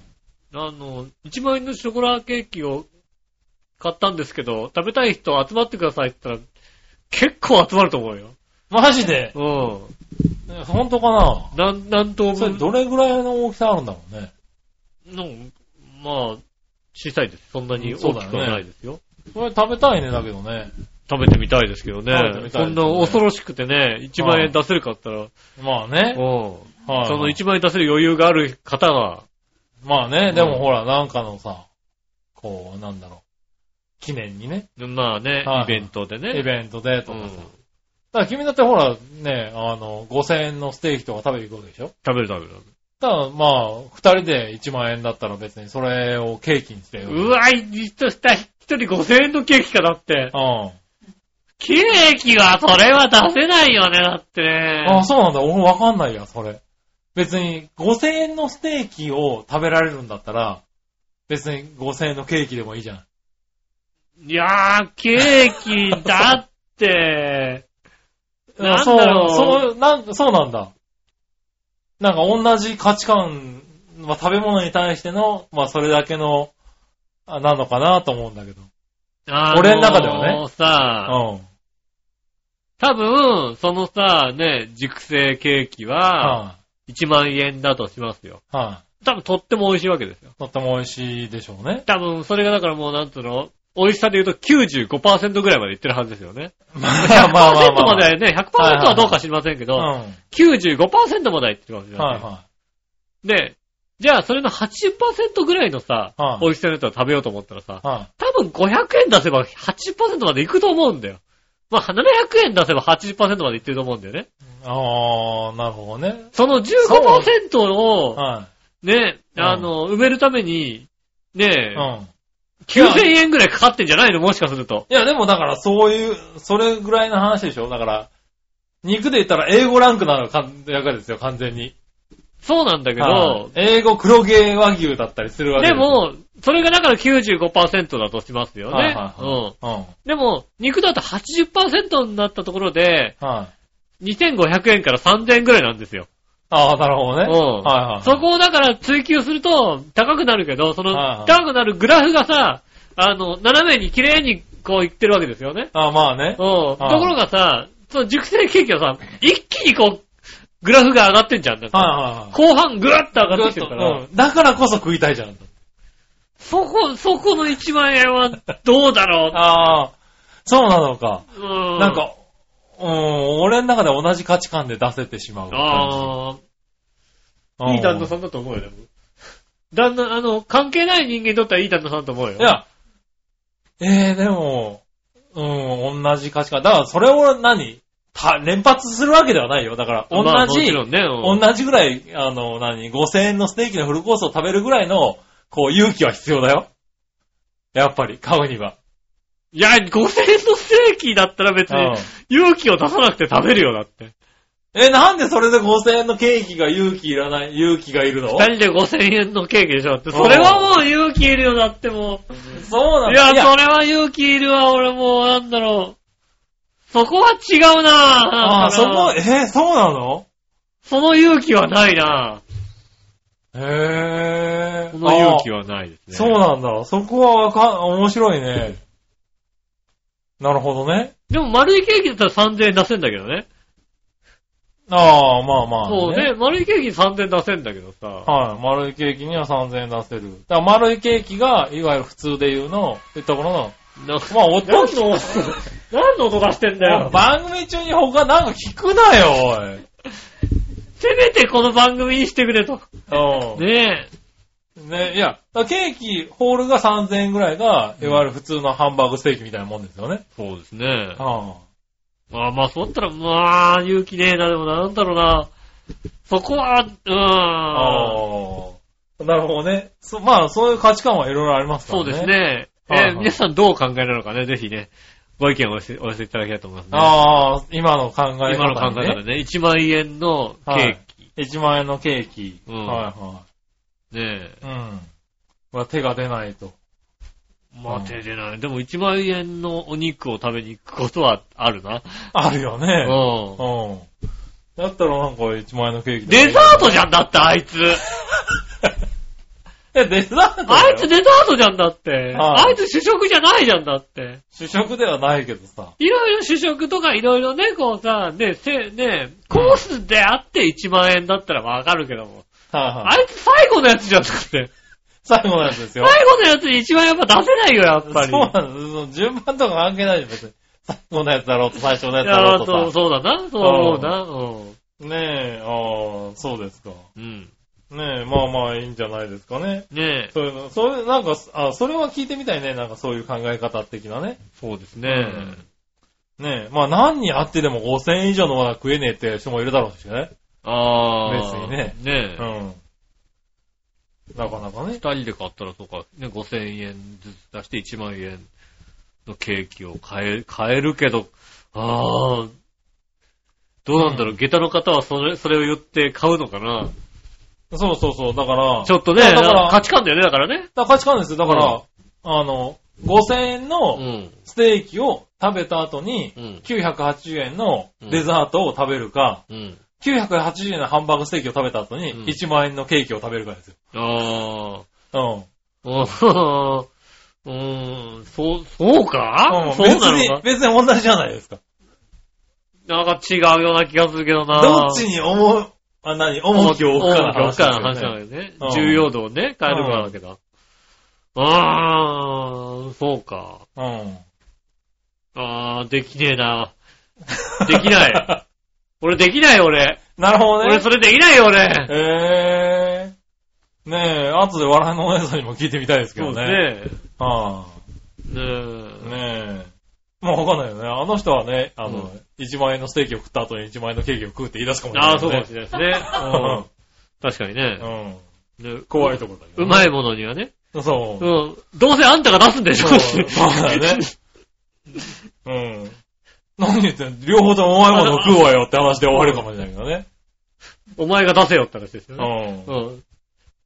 Speaker 2: あの、1万円のショコラケーキを買ったんですけど、食べたい人集まってくださいって言ったら、結構集まると思うよ。
Speaker 3: マジで
Speaker 2: う。
Speaker 3: 本当か
Speaker 2: な
Speaker 3: なん
Speaker 2: ん、何等
Speaker 3: それ
Speaker 2: 分
Speaker 3: どれぐらいの大きさあるんだろうね。
Speaker 2: の、まあ、小さいです。そんなに
Speaker 3: うんそ
Speaker 2: 大
Speaker 3: うだ
Speaker 2: き
Speaker 3: よ
Speaker 2: く
Speaker 3: ね
Speaker 2: はないですよ。
Speaker 3: それ食べたいね、だけどね。
Speaker 2: 食べてみたいですけどね。
Speaker 3: 食べてみたいです
Speaker 2: そ
Speaker 3: ね
Speaker 2: んな恐ろしくてね、1万
Speaker 3: は
Speaker 2: 円
Speaker 3: い
Speaker 2: 出せるかったら、
Speaker 3: まあ
Speaker 2: うん。
Speaker 3: ね。はい。
Speaker 2: その1万円出せる余裕がある方が、
Speaker 3: まあ
Speaker 2: う
Speaker 3: ね、
Speaker 2: ん
Speaker 3: でもほら、なんかのさ、こう、なんだろう。記念にね、
Speaker 2: まあね、
Speaker 3: はい
Speaker 2: イベントでね。
Speaker 3: イベントでと
Speaker 2: う
Speaker 3: かさ。
Speaker 2: ん
Speaker 3: だから君だってほら、ね、あの、5000円のステーキとか食べに行くわけでしょ
Speaker 2: 食べる食べる。
Speaker 3: ただまあ、二人で1万円だったら別にそれをケーキにしてよ。
Speaker 2: うわ、一人一人5000円のケーキかだって。
Speaker 3: うん。
Speaker 2: ケーキはそれは出せないよね、だってね。
Speaker 3: あ、そうなんだ。俺わかんないや、それ。別に、5000円のステーキを食べられるんだったら、別に5000円のケーキでもいいじゃん。
Speaker 2: いやー、ケーキだ って、なんだろう
Speaker 3: そう、そう、なん、そうなんだ。なんか同じ価値観、まあ、食べ物に対しての、まあ、それだけの、あなのかなと思うんだけど。
Speaker 2: あ
Speaker 3: 俺の中ではね
Speaker 2: のさ、
Speaker 3: うん。
Speaker 2: 多分、そのさ、ね、熟成ケーキは、
Speaker 3: は
Speaker 2: 1万円だとしますよ。
Speaker 3: い、はい、
Speaker 2: 多分、とっても美味しいわけですよ。
Speaker 3: とっても美味しいでしょうね。
Speaker 2: 多分、それがだからもう、なんつうの美味しさで言うと95%ぐらいまでいってるはずですよね。
Speaker 3: ま
Speaker 2: 100%まではね、100%
Speaker 3: はいはいは
Speaker 2: はいどうか知りませんけ
Speaker 3: う
Speaker 2: ど、
Speaker 3: ん。はい
Speaker 2: 95%まではいってるかもしれない。
Speaker 3: は
Speaker 2: で、じゃあそれの80%ぐらいのさ、
Speaker 3: はい
Speaker 2: 美味しさのやつを食べようと思ったらさ
Speaker 3: い。、はい。
Speaker 2: 多分500円出せば80%までいくと思うんだよ。まあ、700円出せば80%までいってると思うんだよね。
Speaker 3: あー、なるほどね。
Speaker 2: その15%を、
Speaker 3: は
Speaker 2: ね、
Speaker 3: うん
Speaker 2: あの、埋めるために、ね
Speaker 3: い。う、ん。
Speaker 2: 9000円ぐらいかかってんじゃないのもしかすると。
Speaker 3: いや、でもだからそういう、それぐらいの話でしょだから、肉で言ったら英語ランクなのかんやかですよ、完全に。
Speaker 2: そうなんだけ
Speaker 3: はい
Speaker 2: ど、
Speaker 3: 英語黒毛和牛だったりするわけ
Speaker 2: です
Speaker 3: よ、
Speaker 2: も、それがだから95%だとしますよ
Speaker 3: はい
Speaker 2: ね。
Speaker 3: はいうは
Speaker 2: ん。
Speaker 3: い、うん。
Speaker 2: でも、肉だと80%になったところで、
Speaker 3: はい。
Speaker 2: 2500円から3000円ぐらいなんですよ。
Speaker 3: ああ、なるほどね。
Speaker 2: うん
Speaker 3: はいはい。
Speaker 2: そこをだから追求すると高くなるけど、そ
Speaker 3: はいは
Speaker 2: の
Speaker 3: い
Speaker 2: 高くなるグラフがさ、あの、斜めに綺麗にこういってるわけですよね。
Speaker 3: ああ、まあね
Speaker 2: うん。。ところがさ、その熟成ケーキはさ、一気にこう、グラフが上がってんじゃん。だって
Speaker 3: はいはいはい。
Speaker 2: 後半ぐわっと上がってきてるから、
Speaker 3: うんだからこそ食いたいじゃん。
Speaker 2: そこ、そこの1万円はどうだろう。
Speaker 3: ああ、そうなのか。
Speaker 2: うん。
Speaker 3: なん、か、うん、俺の中で同じ価値観で出せてしまう感じ。
Speaker 2: あ
Speaker 3: う
Speaker 2: あ、いい旦那さんだと思うよ、でも旦那、あの、関係ない人間にとってはいい旦那さんだと思うよ。
Speaker 3: いや、えー、でも、うん、同じ価値観。だから、それを何た連発するわけではないよ。だから、同
Speaker 2: まあも
Speaker 3: じ、
Speaker 2: ちろんね、うん
Speaker 3: 同じぐらい、あの、何、5000円のステーキのフルコースを食べるぐらいの、こう、勇気は必要だよ。やっぱり、買うには。
Speaker 2: いや、5000円のステーキだったら別
Speaker 3: うん
Speaker 2: に勇気を出さなくて食べるよ、だって。
Speaker 3: え、なんでそれで5000円のケーキが勇気いらない、勇気がいるの
Speaker 2: 二人で5000円のケーキでしょだって。それはもう勇気いるよ、だっても
Speaker 3: そうな
Speaker 2: う。
Speaker 3: ん
Speaker 2: い
Speaker 3: だ
Speaker 2: や、それは勇気いるわ、俺もう、なんだろう。そこは違うなぁ。な
Speaker 3: あ
Speaker 2: んかな
Speaker 3: あ、そこ、えーそうなの
Speaker 2: その勇気はないなぁ。
Speaker 3: へえ。
Speaker 2: その勇気
Speaker 3: は。
Speaker 2: はないですね。
Speaker 3: そうなんだ。そこはわかん、面白いね。なるほどね。
Speaker 2: でも丸いケーキだったら3000円出せんだけどね。
Speaker 3: ああ、まあまあ、
Speaker 2: そうね。。丸いケーキ3000円出せんだけどさ。
Speaker 3: はい。丸いケーキには3000円出せる。だから丸いケーキが、いわゆる普通で言うの、ってところの、
Speaker 2: な
Speaker 3: まあ、音
Speaker 2: 何の、何の音出してんだよ。
Speaker 3: 番組中に他なんか聞くなよ、
Speaker 2: せめてこの番組にしてくれと。
Speaker 3: おい。うん。
Speaker 2: ねえ。
Speaker 3: ね、いや、だからケーキ、ホールが3000円ぐらいが、いわゆる普通のハンバーグステーキみたいなもんですよね。
Speaker 2: そうですね。
Speaker 3: うん。
Speaker 2: まあまあ、そうだったら、まあ、勇気ねえな、でもなんだろうな。そこは、うーん。
Speaker 3: ああ。なるほどね。そまあ、そういう価値観はいろいろありますから
Speaker 2: そう
Speaker 3: ね。
Speaker 2: です。ね。えー
Speaker 3: はいはい
Speaker 2: 皆さんどう考えなのかね、ぜひね、ご意見をお寄せお寄せいただきたいと思いますね。
Speaker 3: ああ、今の考え方、ね。
Speaker 2: 今の考え方ね、1万円のケーキ、
Speaker 3: 1万円のケーキ。
Speaker 2: うん
Speaker 3: はいは
Speaker 2: ねえ
Speaker 3: い。うん。まあ、手が出ないと。
Speaker 2: まあ、手出ない。でも1万円のお肉を食べに行くことはあるな。
Speaker 3: あるよね。
Speaker 2: うん。
Speaker 3: うん。だったらなんか1万円のケーキ
Speaker 2: デザートじゃんだって、あ いつ。
Speaker 3: え、デザートだよ
Speaker 2: あいつデザートじゃんだって。
Speaker 3: はい
Speaker 2: あいつ主食じゃないじゃんだって。
Speaker 3: 主食ではないけどさ。
Speaker 2: いろいろ主食とかいろいろね、こうさ、ね、せ、ね、コースであって1万円だったらわかるけども。
Speaker 3: はいはい。
Speaker 2: あいつ最後のやつじゃなくて。
Speaker 3: 最後のやつですよ。
Speaker 2: 最後のやつに1万円は出せないよ、やっぱり。
Speaker 3: そうなんです。その順番とか関係ないじゃん、別に。最後のやつだろうと、最初のやつだろ
Speaker 2: あ
Speaker 3: う
Speaker 2: そう
Speaker 3: とさ。
Speaker 2: そうだな。そう思うな。うん。
Speaker 3: ねえ、ああ、そうですか。
Speaker 2: うん。
Speaker 3: ねえ、まあまあいいんじゃないですかね。
Speaker 2: ねえ。
Speaker 3: そういうの、そういう、なんか、あ、それは聞いてみたいね。なんかそういう考え方的なね。
Speaker 2: そうです
Speaker 3: う
Speaker 2: ね。
Speaker 3: んねえ、まあ何にあってでも5000円以上のものは食えねえって人もいるだろうしね。
Speaker 2: ああ。
Speaker 3: 別にね。
Speaker 2: ねえ。
Speaker 3: うん。なかなかね。
Speaker 2: 二人で買ったらとか、ね、5000円ずつ出して1万円のケーキを買え、買えるけど、ああ、どうなんだろう、下駄の方はそれ、それを言って買うのかな、
Speaker 3: そうそうそう。だから、
Speaker 2: ちょっとね、
Speaker 3: いやだから
Speaker 2: 価値観だよね、だからね。
Speaker 3: だから価値観ですよ。だから、あの、5000円
Speaker 2: う
Speaker 3: の
Speaker 2: ん。
Speaker 3: ステーキを食べた後に、
Speaker 2: うん。
Speaker 3: 980円のデザートを食べるか、
Speaker 2: うん。
Speaker 3: 980円のハンバーグステーキを食べた後に、
Speaker 2: うん
Speaker 3: 1万円のケーキを食べるかですよ。
Speaker 2: ああ。
Speaker 3: うん。
Speaker 2: お うーん、そう、そうか、
Speaker 3: うん
Speaker 2: そうなのか
Speaker 3: 別に、別に同じじゃないですか。
Speaker 2: なんか違うような気がするけどな。
Speaker 3: どっちに思う、あ、何、重きを置くかの
Speaker 2: 重
Speaker 3: 話
Speaker 2: きを置くかの話
Speaker 3: です
Speaker 2: な
Speaker 3: よ
Speaker 2: ん
Speaker 3: ね。
Speaker 2: だよね
Speaker 3: う。ん
Speaker 2: 重要度をね、変えるからだけど。あー、そうか。
Speaker 3: うん。
Speaker 2: あー、できねえな。できない。俺できない俺。
Speaker 3: なるほどね。
Speaker 2: 俺それできないよ俺。
Speaker 3: ええー。ねえ、後で笑いのお姉さんにも聞いてみたいですけどね。
Speaker 2: ね
Speaker 3: あ
Speaker 2: え。ね
Speaker 3: あ。ねえ。もうわかんないよね。あの人はね、あの、
Speaker 2: う
Speaker 3: 1万円のステーキを食った後に1万円のケーキを食うって言い出すかもしれない、
Speaker 2: あ
Speaker 3: ね。
Speaker 2: ー、そうかもしれないですね。うん確かにね。
Speaker 3: うん。うん。
Speaker 2: ね
Speaker 3: 怖いところだけど、
Speaker 2: うまいものにはね。
Speaker 3: い。そうう。
Speaker 2: ん。どうせあんたが出すんでしょ
Speaker 3: そうそうだよね。うん。何言ってんの両方ともうまいものを食うわよって話で終わるかもしれないけどね。
Speaker 2: お前が出せよって話ですよね。
Speaker 3: う
Speaker 2: うん。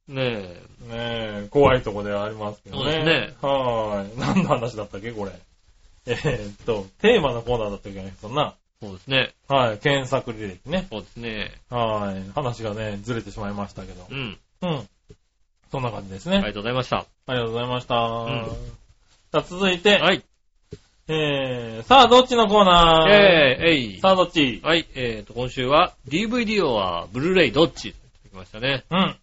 Speaker 2: ねえ。
Speaker 3: ん。ねえ、怖いとこではありますけどね。
Speaker 2: そうですね
Speaker 3: はーい。何の話だったっけ、これ。 えーっと、テーマのコーナーだったっけね、そんな。
Speaker 2: そうですね。
Speaker 3: はい、検索履歴ね。
Speaker 2: そうですね。
Speaker 3: はい。話がね、ずれてしまいましたけど
Speaker 2: う。ん。
Speaker 3: うん。そんな感じです
Speaker 2: あ
Speaker 3: ね。
Speaker 2: りがとうございました。
Speaker 3: ありがとうございました。
Speaker 2: ん
Speaker 3: さあ、続いて、
Speaker 2: はい。
Speaker 3: えー、さあ、どっちのコーナー
Speaker 2: えー、えい。
Speaker 3: さあ、どっち
Speaker 2: はい、えーと、今週は DVD はブルーレイどっち来ましたね。
Speaker 3: うん。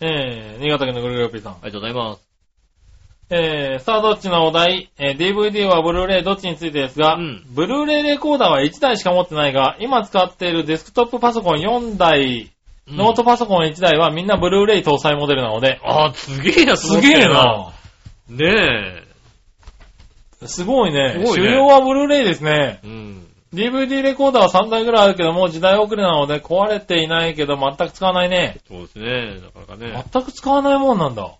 Speaker 3: えー、新潟県のぐるぐるピーさん。
Speaker 2: ありがとうございます。
Speaker 3: えー、さあ、どっちのお題、えー DVD はブルーレイどっちについてですが、
Speaker 2: うん
Speaker 3: ブルーレイレコーダーは1台しか持ってないが、今使っているデスクトップパソコン4台、
Speaker 2: うん
Speaker 3: ノートパソコン1台はみんなブルーレイ搭載モデルなので、
Speaker 2: あー、すげえな、
Speaker 3: すげえな。
Speaker 2: ね
Speaker 3: すごいね。
Speaker 2: すごいね
Speaker 3: 主要はブルーレイですね。
Speaker 2: え。うん。
Speaker 3: DVD レコーダーは3台ぐらいあるけども、時代遅れなので壊れていないけど、全く使わないね。
Speaker 2: そうですね、なかなかね。
Speaker 3: 全く使わないもんなんだ。
Speaker 2: こ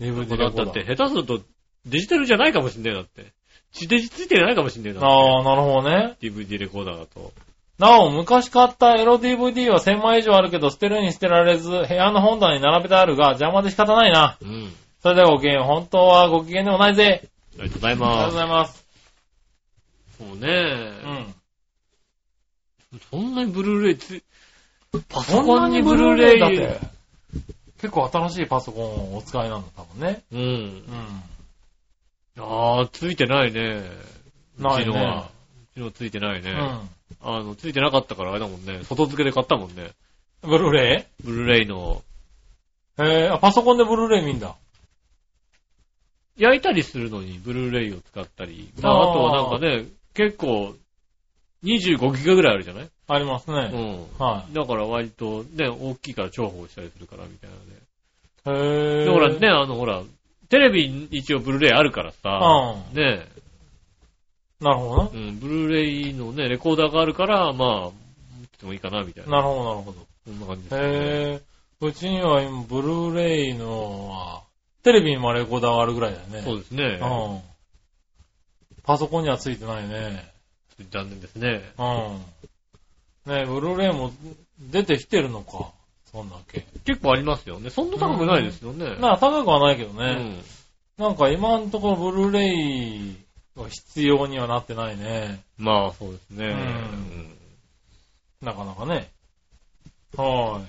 Speaker 3: DVD
Speaker 2: うな
Speaker 3: レ
Speaker 2: っ
Speaker 3: コ
Speaker 2: た
Speaker 3: ーダ
Speaker 2: って、
Speaker 3: ー。
Speaker 2: 下手するとデジタルじゃないかもしんねえだって。地デジついてないかもしんねえだって。
Speaker 3: ああ、なるほどね。
Speaker 2: DVD レコーダーだと。
Speaker 3: なお、昔買ったエロ DVD は1000枚以上あるけど、捨てるに捨てられず、部屋の本棚に並べてあるが、邪魔で仕方ないな。
Speaker 2: うん。
Speaker 3: それではごきげんよう、本当はご機嫌でもないぜ。
Speaker 2: ありがとうござい
Speaker 3: ありがと
Speaker 2: ま
Speaker 3: うご
Speaker 2: す。
Speaker 3: ざいます。
Speaker 2: そう
Speaker 3: う
Speaker 2: ね、
Speaker 3: ん。
Speaker 2: そんなにブルーレイつ、パソ
Speaker 3: そん
Speaker 2: コ
Speaker 3: な
Speaker 2: ンに
Speaker 3: に
Speaker 2: ブ
Speaker 3: ブ
Speaker 2: ルー
Speaker 3: ルー
Speaker 2: レ
Speaker 3: レ
Speaker 2: イ
Speaker 3: イだって。結構新しいパソコンをお使いなんだ、多分ね。
Speaker 2: うん。
Speaker 3: うん。
Speaker 2: ああ、ついてないね。
Speaker 3: ないう
Speaker 2: ちの
Speaker 3: ね
Speaker 2: は。。うちのついてないね。
Speaker 3: うん。
Speaker 2: あの、ついてなかったからあれだもんね。外付けで買ったもんね。
Speaker 3: ブルーレイ
Speaker 2: ブルーレイの。
Speaker 3: えー、あ、パソコンでブルーレイ見んだ。
Speaker 2: 焼いたりするのにブルーレイを使ったり。まあ、
Speaker 3: あー
Speaker 2: あとはなんかね、結構、25ギガぐらいあるじゃない
Speaker 3: ありますね。
Speaker 2: う
Speaker 3: は
Speaker 2: ん。だから割とね、大きいから重宝したりするからみたいなね。
Speaker 3: い。へぇー。
Speaker 2: で、ほらね、あのほら、テレビに一応ブルーレイあるからさ、
Speaker 3: う
Speaker 2: ね、
Speaker 3: ん。なるほどな。
Speaker 2: うん、ブルーレイのね、レコーダーがあるから、まあ、持ってもいいかなみたいな。
Speaker 3: なるほど、なるほど。
Speaker 2: そんな感じですね。
Speaker 3: へぇー。うちには今、ブルーレイのは、テレビにもレコーダーがあるぐらいだよね。
Speaker 2: そうですね。
Speaker 3: うん。パソコンにはついてないね。
Speaker 2: 残念ですね。
Speaker 3: うん。ねブルーレイも出てきてるのか。そんだけ。
Speaker 2: 結構ありますよね。そんな高くないですよね。
Speaker 3: まあ、高くはないけど
Speaker 2: う
Speaker 3: ね。
Speaker 2: ん。
Speaker 3: なんか今のところブルーレイは必要にはなってないね。
Speaker 2: まあ、そうですね。
Speaker 3: ん
Speaker 2: うん
Speaker 3: なかなかね。はーい。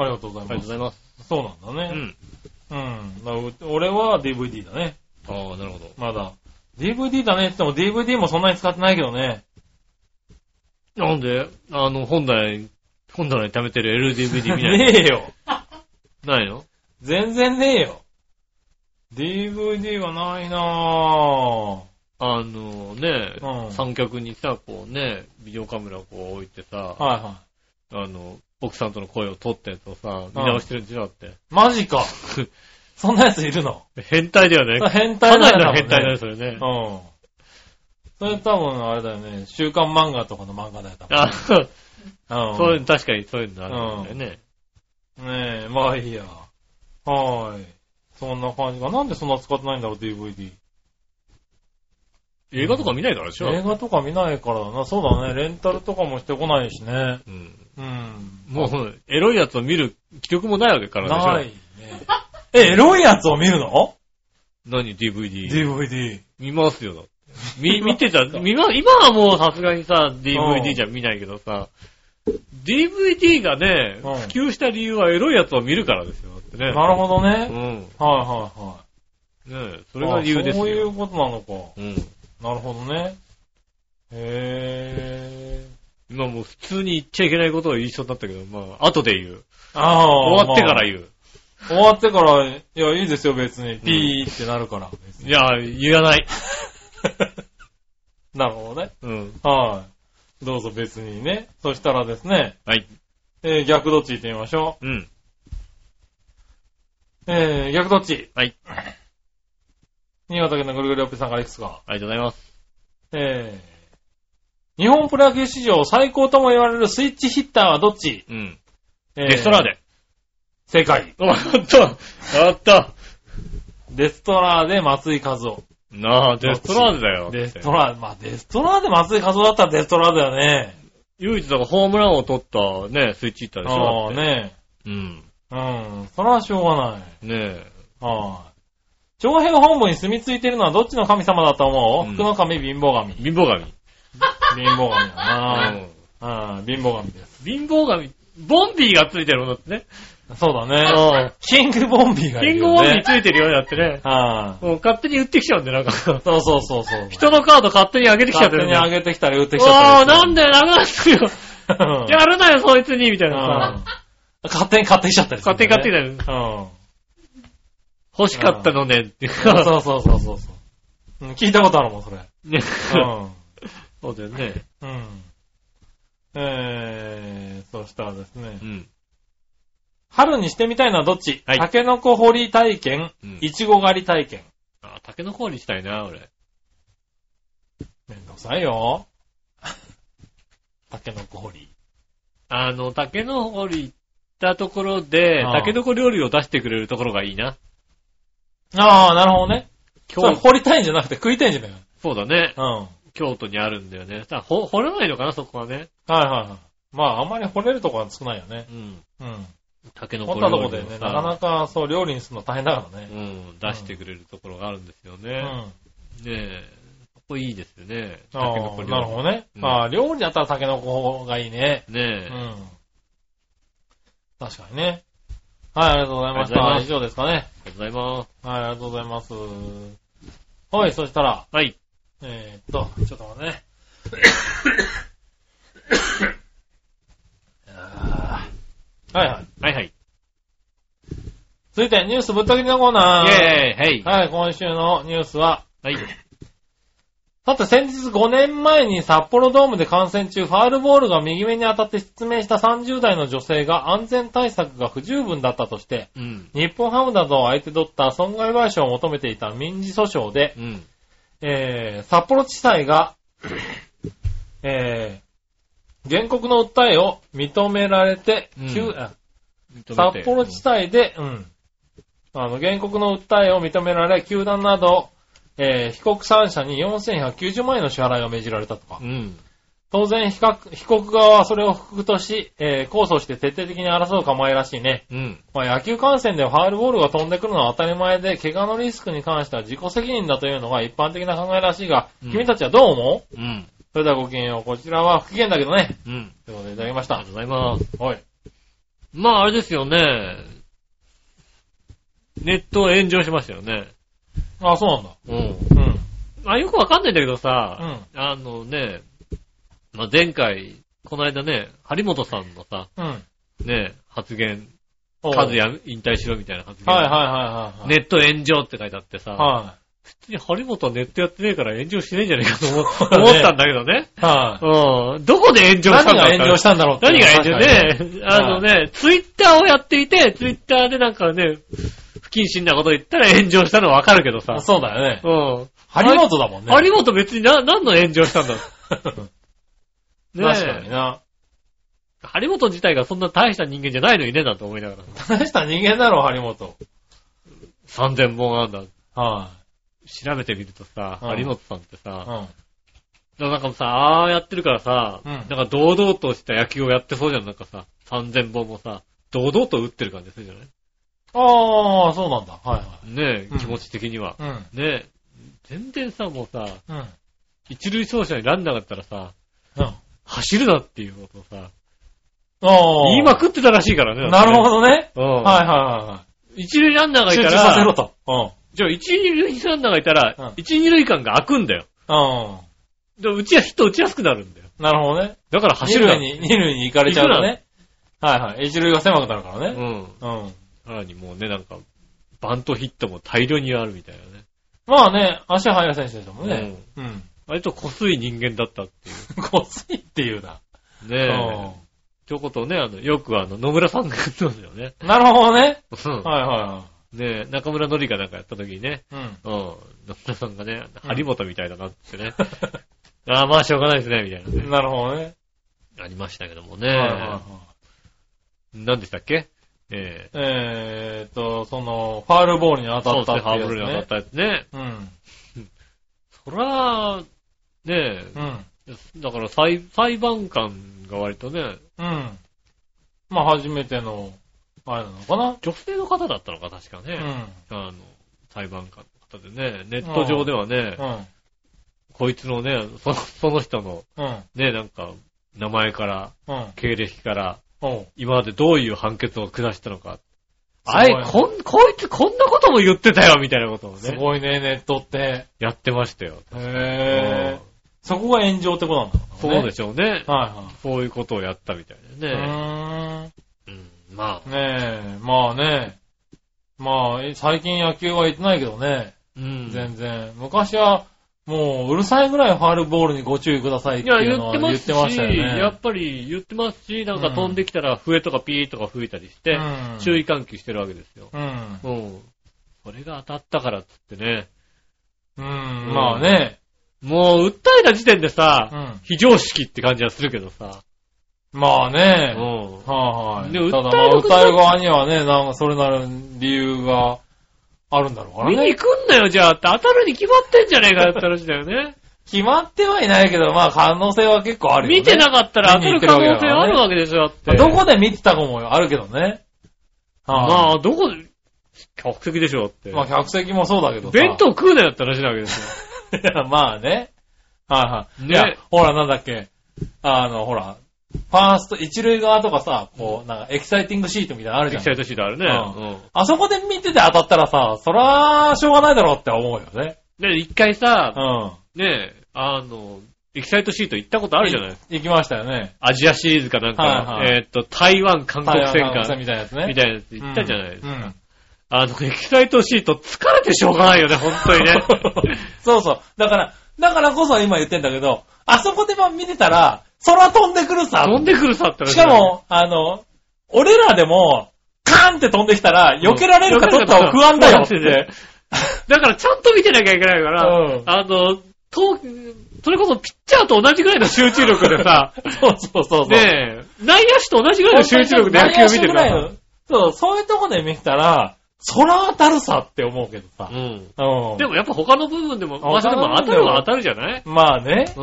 Speaker 3: ありがとうござ
Speaker 2: あ
Speaker 3: い
Speaker 2: りがとうご
Speaker 3: ます。
Speaker 2: ざいます。
Speaker 3: そうなん
Speaker 2: う
Speaker 3: だ
Speaker 2: ん。
Speaker 3: ね。うん。だからう俺は DVD だね。
Speaker 2: ああ、なるほど。
Speaker 3: まだ。DVD だねって言っても DVD もそんなに使ってないけ どね。
Speaker 2: なんで、あの、本来、本来に貯めてる LDVD 見ない
Speaker 3: ねえよ。
Speaker 2: のないの
Speaker 3: 全然ねえよ。DVD はないなぁ。
Speaker 2: あのね、
Speaker 3: うん
Speaker 2: 三脚にさ、こうね、ビデオカメラをこう置いてさ、
Speaker 3: はいは
Speaker 2: あの、奥さんとの声を撮ったやつをさ、見直してるんでしょだって。
Speaker 3: い。マ ジか。そんなやついるの
Speaker 2: 変態だよね。
Speaker 3: 変
Speaker 2: か
Speaker 3: 態
Speaker 2: な
Speaker 3: だ
Speaker 2: り
Speaker 3: よ
Speaker 2: の
Speaker 3: ね。
Speaker 2: 変態だよ、それね。
Speaker 3: うん。それ多分あれだよね。週刊漫画とかの漫画だよ、多
Speaker 2: あ、そう
Speaker 3: 分。
Speaker 2: そういう
Speaker 3: う
Speaker 2: の、確かにそういうのあるんだよね。
Speaker 3: ん。ねえ、まあいいや。はーい。そんな感じか。なんでそんな使ってないんだろう、DVD。
Speaker 2: 映画とか見ないからでしょ
Speaker 3: 映画とか見ないからだな。そうだね。レンタルとかもしてこないしね。
Speaker 2: うん。
Speaker 3: うん。
Speaker 2: もう、エロいやつを見る気力もないわけからでしょ
Speaker 3: ないね。え、エロいやつを見るの
Speaker 2: 何 DVD。
Speaker 3: ?DVD。
Speaker 2: 見ますよだって。見、見てた、見ま、今はもうさすがにさ、DVD じゃ見ないけどさ、DVD がね、
Speaker 3: うん
Speaker 2: 普及した理由はエロいやつを見るからですよ。だってね。
Speaker 3: なるほど
Speaker 2: う
Speaker 3: ね。
Speaker 2: ん。
Speaker 3: はいはいはい。
Speaker 2: ねえそれが理由です
Speaker 3: あそうい
Speaker 2: よ。
Speaker 3: うことなのか。
Speaker 2: うん。
Speaker 3: なるほどね。へぇー。
Speaker 2: 今もう普通に言っちゃいけないことを言いそうになったけど、まあ、後で言う。
Speaker 3: ああ。
Speaker 2: 終わってから
Speaker 3: 言う。
Speaker 2: 言う。
Speaker 3: 終わってから、いや、いいですよ、別に。ピーってなるから。別に
Speaker 2: いや、言わない。
Speaker 3: なるほどね。
Speaker 2: うん。
Speaker 3: はい。どうぞ別にね。そしたらですね、
Speaker 2: はい。
Speaker 3: えー逆どっち行ってみましょ
Speaker 2: うん。
Speaker 3: う。えー逆どっち。
Speaker 2: はい。
Speaker 3: 新潟県のぐるぐるおっぴさんからいくつか。
Speaker 2: ありがとうございます。
Speaker 3: えー日本プロ野球史上最高とも言われるスイッチヒッターはどっち
Speaker 2: うん。
Speaker 3: えー
Speaker 2: レストラーデ。
Speaker 3: 正解。
Speaker 2: お、あった。あった。
Speaker 3: デストラーで松井和夫。
Speaker 2: なあ、デストラーデだよ。
Speaker 3: デストラー、まあデストラーで松井和夫だったらデストラーだよね。
Speaker 2: 唯一だからホームランを取ったね、スイッチヒッターでし
Speaker 3: あ
Speaker 2: ょ。
Speaker 3: あ
Speaker 2: だって
Speaker 3: ね。
Speaker 2: うん。
Speaker 3: うん。それはしょうがない。
Speaker 2: ね
Speaker 3: はい。長編本部に住み着いてるのはどっちの神様だと思う、
Speaker 2: うん
Speaker 3: 福の神、貧乏
Speaker 2: え。貧
Speaker 3: 神。
Speaker 2: 乏神。
Speaker 3: 貧乏神
Speaker 2: う
Speaker 3: だなんうん、貧乏神です。
Speaker 2: 貧乏神。ボンビーがついてるもんだってね。
Speaker 3: そうだね。
Speaker 2: うん。
Speaker 3: キングボンビーがい
Speaker 2: キング
Speaker 3: るよ
Speaker 2: ボンビー
Speaker 3: ね
Speaker 2: つ。いてるようになってね。
Speaker 3: はい
Speaker 2: もう勝手に売ってきちゃうんで、なんか。
Speaker 3: そうそうそうそう。
Speaker 2: 人のカード勝手に上げてきちゃって
Speaker 3: 勝手
Speaker 2: る
Speaker 3: に上げてきたり打ってきちゃ
Speaker 2: お
Speaker 3: っ
Speaker 2: ー、
Speaker 3: たり。
Speaker 2: なんだよ、なくなってるよ。
Speaker 3: なん
Speaker 2: やるなよ、そいつに、みたいなさ。
Speaker 3: 勝手に買ってきちゃったりす
Speaker 2: 勝
Speaker 3: るん
Speaker 2: 手
Speaker 3: だ
Speaker 2: に
Speaker 3: よ
Speaker 2: 買っ
Speaker 3: ね
Speaker 2: てきたよ。欲しかったのね、っていう
Speaker 3: うん。
Speaker 2: か。
Speaker 3: そうそうそうそうそう。うん、聞いたことあるもん、 それ。
Speaker 2: ね
Speaker 3: うん。
Speaker 2: そうだよね。
Speaker 3: うん。えー、そしたらですね
Speaker 2: う。ん。
Speaker 3: 春にしてみたいのはどっち
Speaker 2: はい
Speaker 3: タケノコ掘り体験
Speaker 2: うん、
Speaker 3: イチゴ狩り体験。
Speaker 2: あ、竹の方にしたいな、俺。
Speaker 3: めんどくさいよ。タケノコ掘り。
Speaker 2: あの、竹の方に行ったところで、
Speaker 3: ああ
Speaker 2: 竹の子料理を出してくれるところがいいな。
Speaker 3: ああ、なるほどね。そ
Speaker 2: 京
Speaker 3: れ掘りたいんじゃなくて食いたいんじゃない
Speaker 2: そうだね。
Speaker 3: うん。はい
Speaker 2: 京都にあるんだよね。さ、ほ、掘らないのかな、そこはね。
Speaker 3: はいはい。まあ、あんまり掘れるとこは少ないよね。
Speaker 2: うん。
Speaker 3: うん。
Speaker 2: 竹の
Speaker 3: 掘
Speaker 2: 子料
Speaker 3: った
Speaker 2: 理
Speaker 3: と
Speaker 2: を
Speaker 3: こ
Speaker 2: さ
Speaker 3: でね、なかなかそう料理にするの大変だから
Speaker 2: う
Speaker 3: ね。
Speaker 2: ん、出してくれるところがあるんですよ
Speaker 3: う
Speaker 2: ね。
Speaker 3: ん。
Speaker 2: ねえ。ここいいですよね。
Speaker 3: ああ
Speaker 2: 竹の子料理。
Speaker 3: なるほどね。
Speaker 2: うん
Speaker 3: まあ、料理だったらタケノコがいいね。
Speaker 2: ね
Speaker 3: う
Speaker 2: え。
Speaker 3: ん。確かにね。はい、ありがとうございまし
Speaker 2: あ
Speaker 3: た。
Speaker 2: りがとうございま
Speaker 3: 以
Speaker 2: す
Speaker 3: 上ですかね。
Speaker 2: ありがとうございます。
Speaker 3: はい、ありがとうございます。はい、そしたら、
Speaker 2: はい。
Speaker 3: えー、っと、ちょっと待ってね。 あーはいはい。
Speaker 2: はいはい。
Speaker 3: 続いて、ニュースぶった切りのコーナー。
Speaker 2: イェーイ
Speaker 3: はい、今週のニュースは、
Speaker 2: はい。はい。
Speaker 3: さて先日5年前に札幌ドームで観戦中、ファールボールが右目に当たって失明した30代の女性が安全対策が不十分だったとして、
Speaker 2: うん。
Speaker 3: 日本ハムなどを相手取った損害賠償を求めていた民事訴訟で、
Speaker 2: うん。
Speaker 3: えー、札幌地裁が、えー、原告の訴えを認められて、
Speaker 2: うん
Speaker 3: 急あ
Speaker 2: 認めて
Speaker 3: 札幌地裁で、うん、あの、原告の訴えを認められ、球団など、えー、被告3社に4190万円の支払いが命じられたとか
Speaker 2: う。ん。
Speaker 3: 当然、被告被告側はそれを不服とし、えー、控訴して徹底的に争う構えらしいね。
Speaker 2: うん。
Speaker 3: まあ、野球観戦でファールボールが飛んでくるのは当たり前で、怪我のリスクに関しては自己責任だというのが一般的な考えらしいが、
Speaker 2: うん
Speaker 3: 君たちはどう思う
Speaker 2: うん。
Speaker 3: それではごきげんよう。こちらは不機嫌だけどね。
Speaker 2: うん。
Speaker 3: ということでいただきまし
Speaker 2: ありがと
Speaker 3: た
Speaker 2: う。ございます。
Speaker 3: はい。
Speaker 2: まあ、あれですよね。ネット炎上しましたよね。
Speaker 3: あ、そうなんだ。
Speaker 2: うん。
Speaker 3: うん。
Speaker 2: まあ、よくわかんないんだけど
Speaker 3: う
Speaker 2: さ、
Speaker 3: ん。
Speaker 2: あのね、まあ、前回、この間ね、張本さんのさ、
Speaker 3: うん。
Speaker 2: ね、発言、
Speaker 3: おう
Speaker 2: 和也引退しろみたいな発言。
Speaker 3: はいはいはいはい。
Speaker 2: ネ。ット炎上って書いてあってさ、
Speaker 3: は
Speaker 2: 普通に張本はネットやってねえから炎上しねえんじゃねえかと思
Speaker 3: うだね
Speaker 2: 思ったんだけどね。
Speaker 3: い。はい。
Speaker 2: うん。どこで炎上したんだろう
Speaker 3: 何が炎上したんだろうって
Speaker 2: 何が炎上
Speaker 3: 確かに
Speaker 2: ね。あのね、ツイッターをやっていて、ツイッターでなんかね、不謹慎なこと言ったら炎上したのわかるけどさ。
Speaker 3: そうだよね。
Speaker 2: うん。
Speaker 3: 張本だもんね。
Speaker 2: 有本別にな、何の炎上したんだろ
Speaker 3: 確
Speaker 2: う。
Speaker 3: かに
Speaker 2: ねえ。
Speaker 3: な。
Speaker 2: 有本自体がそんな大した人間じゃないのにね、なんて思いながら。
Speaker 3: 大した人間だろ、張本。
Speaker 2: 3000本あんだ。
Speaker 3: は
Speaker 2: 調べてみるとさ、
Speaker 3: うん
Speaker 2: 有本さんって
Speaker 3: い。
Speaker 2: さ、なんかさ、ああやってるからさ、
Speaker 3: うん
Speaker 2: なんか堂々とした野球をやってそうじゃん、なんかさ、3000本もさ、堂々と打ってる感じするじゃない
Speaker 3: ああ、そうなんだ。はいは
Speaker 2: ね
Speaker 3: う
Speaker 2: え、
Speaker 3: ん
Speaker 2: 気持ち的には。
Speaker 3: い。うん。
Speaker 2: ねえ、全然さ、もうさ、
Speaker 3: うん。
Speaker 2: 一塁走者にランナーだったらさ、
Speaker 3: うん。
Speaker 2: 走るなっていうことをさ、
Speaker 3: ああ。
Speaker 2: 言いまくってたらしいからね。
Speaker 3: なるほ
Speaker 2: ど。
Speaker 3: どね。
Speaker 2: うん。
Speaker 3: はいは
Speaker 2: 一塁ランナー
Speaker 3: い
Speaker 2: が
Speaker 3: は
Speaker 2: い
Speaker 3: い。
Speaker 2: た
Speaker 3: 集中させろ
Speaker 2: ら、
Speaker 3: と。うん。
Speaker 2: じゃあ一塁ランナーがいた
Speaker 3: うん
Speaker 2: ら、一、二塁間が開くんだよ。
Speaker 3: うん。
Speaker 2: で打ちや、ヒット打ちやすくなるんだよ。
Speaker 3: なるほどね。
Speaker 2: だから
Speaker 3: 走
Speaker 2: 走る
Speaker 3: る
Speaker 2: な。
Speaker 3: 塁に、二塁に行かれちゃうとね。はいはい。一塁が狭くなるから
Speaker 2: う
Speaker 3: ね。
Speaker 2: ん。
Speaker 3: うん。
Speaker 2: さらにもうね、なんか、バントヒットも大量にあるみたいなね。
Speaker 3: まあね、足速い選手でしたもんね。うん。
Speaker 2: 割とこすい人間だったってい
Speaker 3: ごついっていうな。
Speaker 2: う。ねえ。ということをね、あの、よくあの、野村さんが言ってますよね。
Speaker 3: うんなるほどね。
Speaker 2: うん
Speaker 3: はいは
Speaker 2: ねえ、中村のりがなんかやった時にね、
Speaker 3: いはい。うん。
Speaker 2: うん、中村さんがね、張本みたいだなってね、 ああ、まあしょうがないですね、みたいなね、
Speaker 3: なるほどね。
Speaker 2: ありましたけども
Speaker 3: はいはいは
Speaker 2: ね
Speaker 3: い。
Speaker 2: 何でしたっけええ
Speaker 3: えーっと、その、ファールボールに当
Speaker 2: そ
Speaker 3: た
Speaker 2: うです
Speaker 3: った
Speaker 2: ね、
Speaker 3: って
Speaker 2: ハ
Speaker 3: い
Speaker 2: ーブル
Speaker 3: う
Speaker 2: に
Speaker 3: や
Speaker 2: 当たっ
Speaker 3: つね。
Speaker 2: たやつね。
Speaker 3: うん。
Speaker 2: そら、ね
Speaker 3: うん。
Speaker 2: え、だから裁裁判官が割とね、
Speaker 3: うん。まあ、初めての、あれなのかな
Speaker 2: 女性の方だったのか、確か
Speaker 3: う
Speaker 2: ね。
Speaker 3: ん。
Speaker 2: あの、裁判官の方でね、ネット上ではね、
Speaker 3: うん。
Speaker 2: こいつのね、そその人の、
Speaker 3: うん。
Speaker 2: ね、なんか、名前から、
Speaker 3: うん。
Speaker 2: 経歴から、
Speaker 3: おう
Speaker 2: 今までどういう判決を下したのか。
Speaker 3: すごい
Speaker 2: あい、こん、こいつこんなことも言ってたよ、みたいなことを
Speaker 3: す
Speaker 2: ね、
Speaker 3: ごいね、ネットって。
Speaker 2: やってましたよ。
Speaker 3: へぇー。そこが炎上ってことなんだろ
Speaker 2: そう
Speaker 3: ね。
Speaker 2: うでしょうね。
Speaker 3: は
Speaker 2: そういうことをやったみたい
Speaker 3: いはい。
Speaker 2: なね。
Speaker 3: う
Speaker 2: うん、ま
Speaker 3: ー
Speaker 2: あ、
Speaker 3: ん。ねえ、まあね。まあ、え最近野球は行ってないけどね。
Speaker 2: うん。
Speaker 3: 全然。昔は、もう、うるさいぐらいファールボールにご注意くださいっ
Speaker 2: い
Speaker 3: てい
Speaker 2: や、
Speaker 3: うの
Speaker 2: 言っ
Speaker 3: は
Speaker 2: てま
Speaker 3: 言っ
Speaker 2: す
Speaker 3: て
Speaker 2: し、
Speaker 3: ましたよね。
Speaker 2: やっぱり言ってますし、なんか飛んできたら笛とかピーとか吹いたりして、
Speaker 3: うん
Speaker 2: 注意喚起してるわけですよ。
Speaker 3: うん。
Speaker 2: うん。それが当たったからっつってね、
Speaker 3: うん、まあね。
Speaker 2: もう訴えた時点で
Speaker 3: う
Speaker 2: さ、
Speaker 3: ん。
Speaker 2: 非常識って感じはするけどさ、
Speaker 3: まあ
Speaker 2: う
Speaker 3: ね。
Speaker 2: ん。
Speaker 3: はいはい。
Speaker 2: で
Speaker 3: ただま
Speaker 2: 訴え
Speaker 3: あ、
Speaker 2: ること
Speaker 3: 歌える側にはね、なんかそれなりの理由があるんだろうから
Speaker 2: 見に
Speaker 3: ね。
Speaker 2: 来んなよ、じゃあって当たるに決まってんじゃねえかって話だよね。
Speaker 3: 決まってはいないけど、まあ可能性は結構あるよね。
Speaker 2: 見てなかったら当たる可能性あるわけでしょ、だって。
Speaker 3: まあどこで見てたかもあるけどね。
Speaker 2: ま
Speaker 3: は
Speaker 2: あ、どこで、客席でしょ、だって
Speaker 3: い。まあ客席もそうだけどさ
Speaker 2: 弁当食うなよって話なわけ ですよ。
Speaker 3: いやまあね。はいはい。
Speaker 2: ね
Speaker 3: いや、ほらなんだっけ。あの、ほら、ファースト、一塁側とかさ、こう、なんかエキサイティングシートみたいなのあるじ
Speaker 2: エ
Speaker 3: ゃ
Speaker 2: キ
Speaker 3: ん
Speaker 2: サ。イトシートあるね。
Speaker 3: う
Speaker 2: うん。
Speaker 3: あそこで見てて当たったらさ、そら、しょうがないだろうって思うよね。
Speaker 2: ね、一回さ、
Speaker 3: うん。
Speaker 2: ね、あの、エキサイトシート行ったことあるじゃない
Speaker 3: 行きましたよね。
Speaker 2: アジアシリーズかなんか
Speaker 3: は、いはい
Speaker 2: えーっと、台湾、韓国戦
Speaker 3: 台湾
Speaker 2: か、
Speaker 3: 戦みたいなやつね。
Speaker 2: みたいなやつ行ったじゃないですか。
Speaker 3: うんうん
Speaker 2: あの、エキサイトシート疲れてしょうがないよね、本当にね。
Speaker 3: そうそう。だから、だからこそ今言ってんだけど、あそこでま見てたら、空飛んでくるさ。
Speaker 2: 飛んでくるさって話
Speaker 3: しかも、あの、俺らでも、カーンって飛んできたら、避けられるかどうかは不安だよっ
Speaker 2: 避けられる
Speaker 3: て。
Speaker 2: だからちゃんと見てなきゃいけないから、
Speaker 3: うん
Speaker 2: あの、と、それこそピッチャーと同じぐらいの集中力でさ、
Speaker 3: そうそうそうそう。
Speaker 2: ねえ、内野手と同じぐらいの集中力で野球見て
Speaker 3: る
Speaker 2: ください。
Speaker 3: そう、そういうとこで見てたら、そら当たるさって思うけどさ
Speaker 2: う。ん。
Speaker 3: うん。
Speaker 2: でもやっぱ他の部分でも、場所でも
Speaker 3: 他の
Speaker 2: 当た
Speaker 3: 部分で
Speaker 2: る
Speaker 3: も
Speaker 2: は当たるじゃない
Speaker 3: まあね。
Speaker 2: う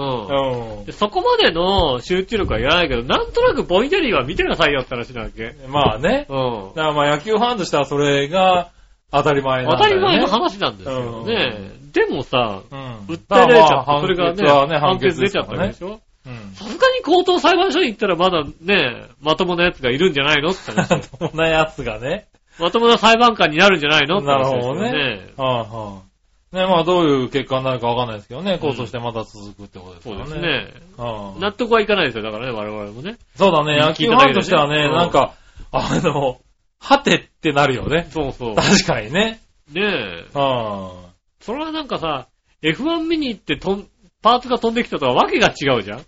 Speaker 2: ん。
Speaker 3: う
Speaker 2: でそこまでの集中力はいらないけど、なんとなくぼんやりは見てなさいよって話なわけ。
Speaker 3: ん。まあね。
Speaker 2: うん。
Speaker 3: だからまあ野球ファンとしてはそれが当たり前なん
Speaker 2: 当
Speaker 3: だ
Speaker 2: た
Speaker 3: よ
Speaker 2: り
Speaker 3: ね。
Speaker 2: 前の話なんですよ
Speaker 3: うん
Speaker 2: ね。でもさ、
Speaker 3: うん。
Speaker 2: 訴えられちゃった。それ
Speaker 3: ま
Speaker 2: が
Speaker 3: あ
Speaker 2: ね
Speaker 3: まあ、
Speaker 2: 判
Speaker 3: 判
Speaker 2: 決出
Speaker 3: 決で
Speaker 2: ち
Speaker 3: す
Speaker 2: ゃ
Speaker 3: か
Speaker 2: った
Speaker 3: ら
Speaker 2: で
Speaker 3: ね。
Speaker 2: しょ
Speaker 3: うん。
Speaker 2: さすがに高等裁判所に行ったらまだね、まともなやつがいるんじゃないのって 話。
Speaker 3: そんなやつがね。
Speaker 2: まともな裁判官になるんじゃないのって話ですよ
Speaker 3: なる
Speaker 2: ね。
Speaker 3: はあ、はあ、ね、まあどういう結果になるかわかんないですけどね、控訴してまた続くってことですか
Speaker 2: そう
Speaker 3: らね。
Speaker 2: ですね。
Speaker 3: うん
Speaker 2: 納得はいかないですよ、だからね、我々もね。
Speaker 3: そうだね、
Speaker 2: うん
Speaker 3: 野球ファンとして
Speaker 2: 聞
Speaker 3: は
Speaker 2: いただけで
Speaker 3: ね、
Speaker 2: ね
Speaker 3: なんか、あの、はてってなるよね。
Speaker 2: そう そう。ね
Speaker 3: 確かにね。
Speaker 2: え。
Speaker 3: うん。
Speaker 2: それはなんかさ、F1 見に行ってとん、パーツが飛んできたとはわけが違うじゃん。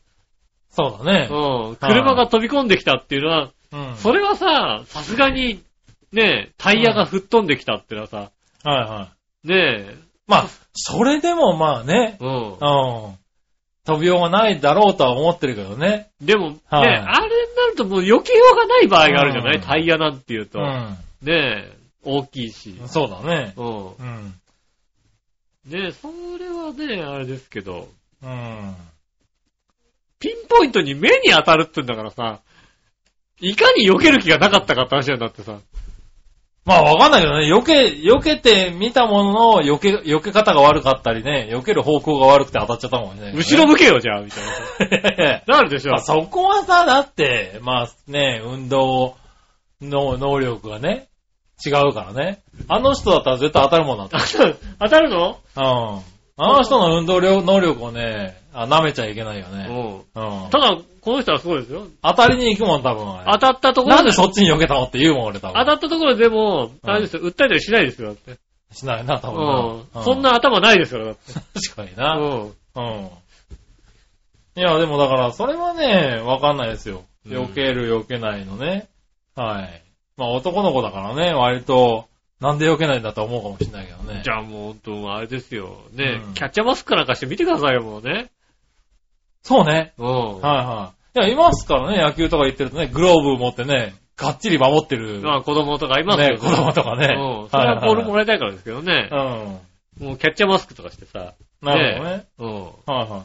Speaker 3: そうだね。
Speaker 2: うん。車が飛び込んできたっていうのは、
Speaker 3: うん。
Speaker 2: それはさ、さすがに、ねえ、タイヤが吹っ飛んできたっていうのはさ、
Speaker 3: はいはい。
Speaker 2: ねえ、
Speaker 3: まあ、それでもまあね、
Speaker 2: うん
Speaker 3: う。ん。飛びようがないだろうとは思ってるけどね。
Speaker 2: でも、ねえ、
Speaker 3: は
Speaker 2: あ
Speaker 3: い
Speaker 2: れになるともう避けようがない場合があるじゃない、
Speaker 3: うん
Speaker 2: タイヤなんていうと。
Speaker 3: うん。
Speaker 2: ねえ、大きいし。
Speaker 3: そうだね。
Speaker 2: うん。
Speaker 3: うん。
Speaker 2: ねえ、それはね、あれですけど、
Speaker 3: うん。
Speaker 2: ピンポイントに目に当たるってんだからさ、いかに避ける気がなかったかって話なんだってさ。
Speaker 3: まあわかんないけどね、避け、避けてみたものの、避け、避け方が悪かったりね、避ける方向が悪くて当たっちゃったもんね。
Speaker 2: 後 ろ向けよ、じゃあ、みたいな。
Speaker 3: ろ
Speaker 2: なるでしょ
Speaker 3: まあ、。そこはさ、だって、まあね、運動の能力がね、違うからね。あの人だったら絶対当たるもんだった。
Speaker 2: 当たるの
Speaker 3: うん。あの人の運動量能力をね、あ舐めちゃいけないよね。
Speaker 2: うん。
Speaker 3: うん。
Speaker 2: ただ、この人はすごいですよ。
Speaker 3: 当たりに行くもん、多分。
Speaker 2: 当たったところ
Speaker 3: なんでそっちに避けたのって言うもん、俺多
Speaker 2: 当
Speaker 3: 分。
Speaker 2: たったところでも、あれですよ、訴えたりしないですよ、だって。
Speaker 3: しないな、多
Speaker 2: う
Speaker 3: 分な。
Speaker 2: ん。そん。な頭ないですから、だって。
Speaker 3: 確かに
Speaker 2: う
Speaker 3: な。
Speaker 2: ん。
Speaker 3: うん。いや、でもだから、それはね、わかんないですよ。
Speaker 2: うん
Speaker 3: 避ける、避けないのね。はい。まあ男の子だからね、割と、なんで避けないんだと思うかもしれないけどね。
Speaker 2: じゃあもう、本当あれですよ。ね
Speaker 3: うん
Speaker 2: キャッチャーマスクなんかして見てくださいよ、もうね。
Speaker 3: そうね。
Speaker 2: うん。
Speaker 3: はいはい。いや、いますからね、野球とか行ってるとね、グローブ持ってね、がっちり守ってる、
Speaker 2: まあ、子供とかいますよ
Speaker 3: ね、子供とかね。
Speaker 2: うん。それはボールも
Speaker 3: ら
Speaker 2: らいたいからですけどね。
Speaker 3: うん。
Speaker 2: もうキャッチャーマスクとかしてさ。
Speaker 3: なるほどね。
Speaker 2: うん。
Speaker 3: はいは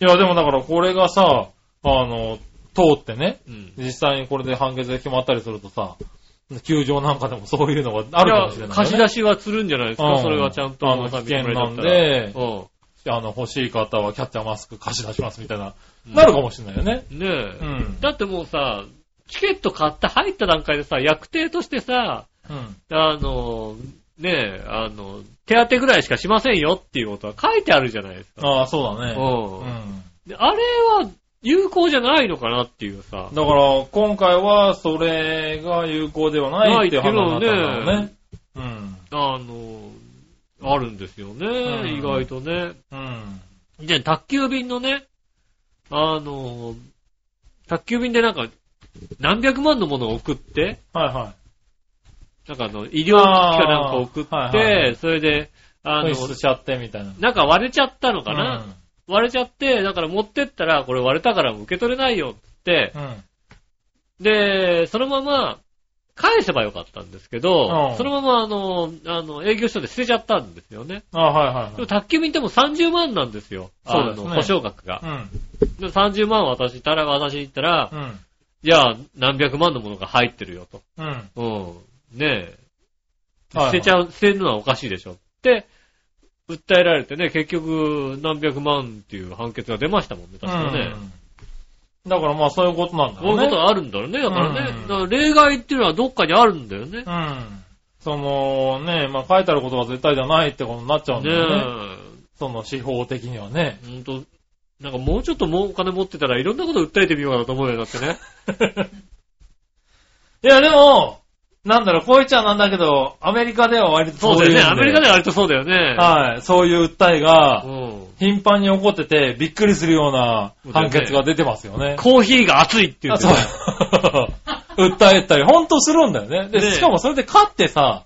Speaker 3: い。いや、でもだからこれがさ、あの、通ってね、
Speaker 2: うん。
Speaker 3: 実際にこれで判決が決まったりするとさ、球場なんかでもそういうのがあるかもしれない、ね。
Speaker 2: や貸し出しはするんじゃないです
Speaker 3: う
Speaker 2: か、
Speaker 3: ん
Speaker 2: それはちゃんと。
Speaker 3: あの
Speaker 2: さ
Speaker 3: 危険なんで
Speaker 2: 認められちゃっ
Speaker 3: あの、欲しい方はキャッチャーマスク貸し出しますみたいな、
Speaker 2: たらうん。
Speaker 3: なるかもしれないよね。
Speaker 2: ねえ。
Speaker 3: うん
Speaker 2: だってもうさ、チケット買って入った段階でさ、薬定としてさ、
Speaker 3: うん。
Speaker 2: あの、ねえ、あの、手当てぐらいしかしませんよっていうことは書いてあるじゃないですか。
Speaker 3: ああ、そうだ
Speaker 2: う。
Speaker 3: ね。うんん。
Speaker 2: であれは有効じゃないのかなっていうさ。
Speaker 3: だから、今回はそれが有効ではないっていう話になったんだろうね。うん。
Speaker 2: あの、あるんですよね、
Speaker 3: うん
Speaker 2: 意外とね。
Speaker 3: うん。
Speaker 2: で、宅急便のね、あの、宅急便でなんか、何百万のものを送って、
Speaker 3: はいはい。
Speaker 2: なんかあの、医療機器かなんか送って、
Speaker 3: あーはいはいはい
Speaker 2: それで、あの
Speaker 3: 紛、失しちゃってみたいな。
Speaker 2: なんか割れちゃったのか
Speaker 3: う
Speaker 2: な、
Speaker 3: ん
Speaker 2: 割れちゃって、だから持ってったら、これ割れたから受け取れないよって
Speaker 3: う、ん。
Speaker 2: で、そのまま、返せばよかったんですけど、
Speaker 3: うん
Speaker 2: そのままあの、あの、営業所で捨てちゃったんですよね。
Speaker 3: ああ、はいはい
Speaker 2: で
Speaker 3: は
Speaker 2: も
Speaker 3: い。
Speaker 2: 宅急便ってもう30万なんですよ。
Speaker 3: そうですね
Speaker 2: あの、保証額が
Speaker 3: う。ん。
Speaker 2: で30万渡したら、渡しに行ったら、
Speaker 3: うん。
Speaker 2: いや、何百万のものが入ってるよと。
Speaker 3: うん。
Speaker 2: うん。ねえ。
Speaker 3: はいはい
Speaker 2: 捨てちゃう、捨てるのはおかしいでしょ。って、訴えられてね、結局何百万っていう判決が出ましたもんね、確かね。
Speaker 3: うん。だからまあそういうことなんだ
Speaker 2: こうい
Speaker 3: ろう
Speaker 2: う
Speaker 3: ね。
Speaker 2: ことあるんだろうね、だからね。
Speaker 3: うん
Speaker 2: だから例外っていうのはどっかにあるんだよね。ね
Speaker 3: うん。そのね、まあ書いてあることが絶対じゃないってことになっちゃうんだよね。その司法的にはね。
Speaker 2: え。ほんと、なんかもうちょっともうお金持ってたらいろんなこと訴えてみようかなと思うよ、だって ね。
Speaker 3: いやでも、なんだろう、こういっちゃなんだけど、アメリカでは割と
Speaker 2: そうだよね。
Speaker 3: いん
Speaker 2: アメリカでは割とそうだよね。
Speaker 3: はい、そういう訴えが
Speaker 2: う、ん。
Speaker 3: 頻繁に起こってて、びっくりするような判決が出てますよね。
Speaker 2: コーヒーが熱いって言
Speaker 3: あ
Speaker 2: って
Speaker 3: そう。訴えたり、ほんとするんだよね。で、
Speaker 2: ねえ
Speaker 3: しかもそれで勝ってさ、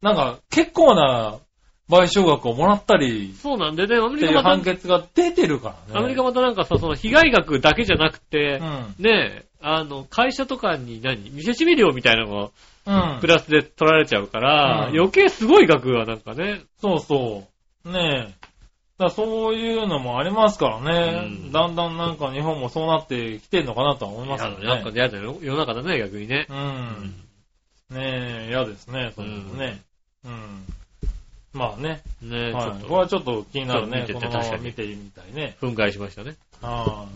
Speaker 3: なんか結構な賠償額をもらったり
Speaker 2: そうなんでね、アメリ
Speaker 3: って
Speaker 2: カ
Speaker 3: いう
Speaker 2: また
Speaker 3: 判決が出てるからね。
Speaker 2: アメリカまたなんかさ、その被害額だけじゃなくて、
Speaker 3: うん。
Speaker 2: ねえ、あの、会社とかに何見せしめ料みたいなの
Speaker 3: うん
Speaker 2: が、プラスで取られちゃうから、
Speaker 3: うん
Speaker 2: 余計すごい額はなんかね、
Speaker 3: そうそう。ねえ。だからそういうのもありますからね、
Speaker 2: うん
Speaker 3: だんだんなんか日本もそうなってきてんのかなとは思います
Speaker 2: あ
Speaker 3: よ
Speaker 2: の
Speaker 3: ね。
Speaker 2: なんか嫌だよ、世の中だね、逆にね。
Speaker 3: うん。ねえ、嫌ですね、そういうのね。うん。まあね。
Speaker 2: ねちょ
Speaker 3: は
Speaker 2: っ
Speaker 3: い。
Speaker 2: と、
Speaker 3: これはちょっと気になるね。
Speaker 2: ちょ
Speaker 3: こ
Speaker 2: っと見てて
Speaker 3: のま
Speaker 2: 確
Speaker 3: ま
Speaker 2: かに
Speaker 3: 見てみたいね。
Speaker 2: 憤慨しましたね。
Speaker 3: は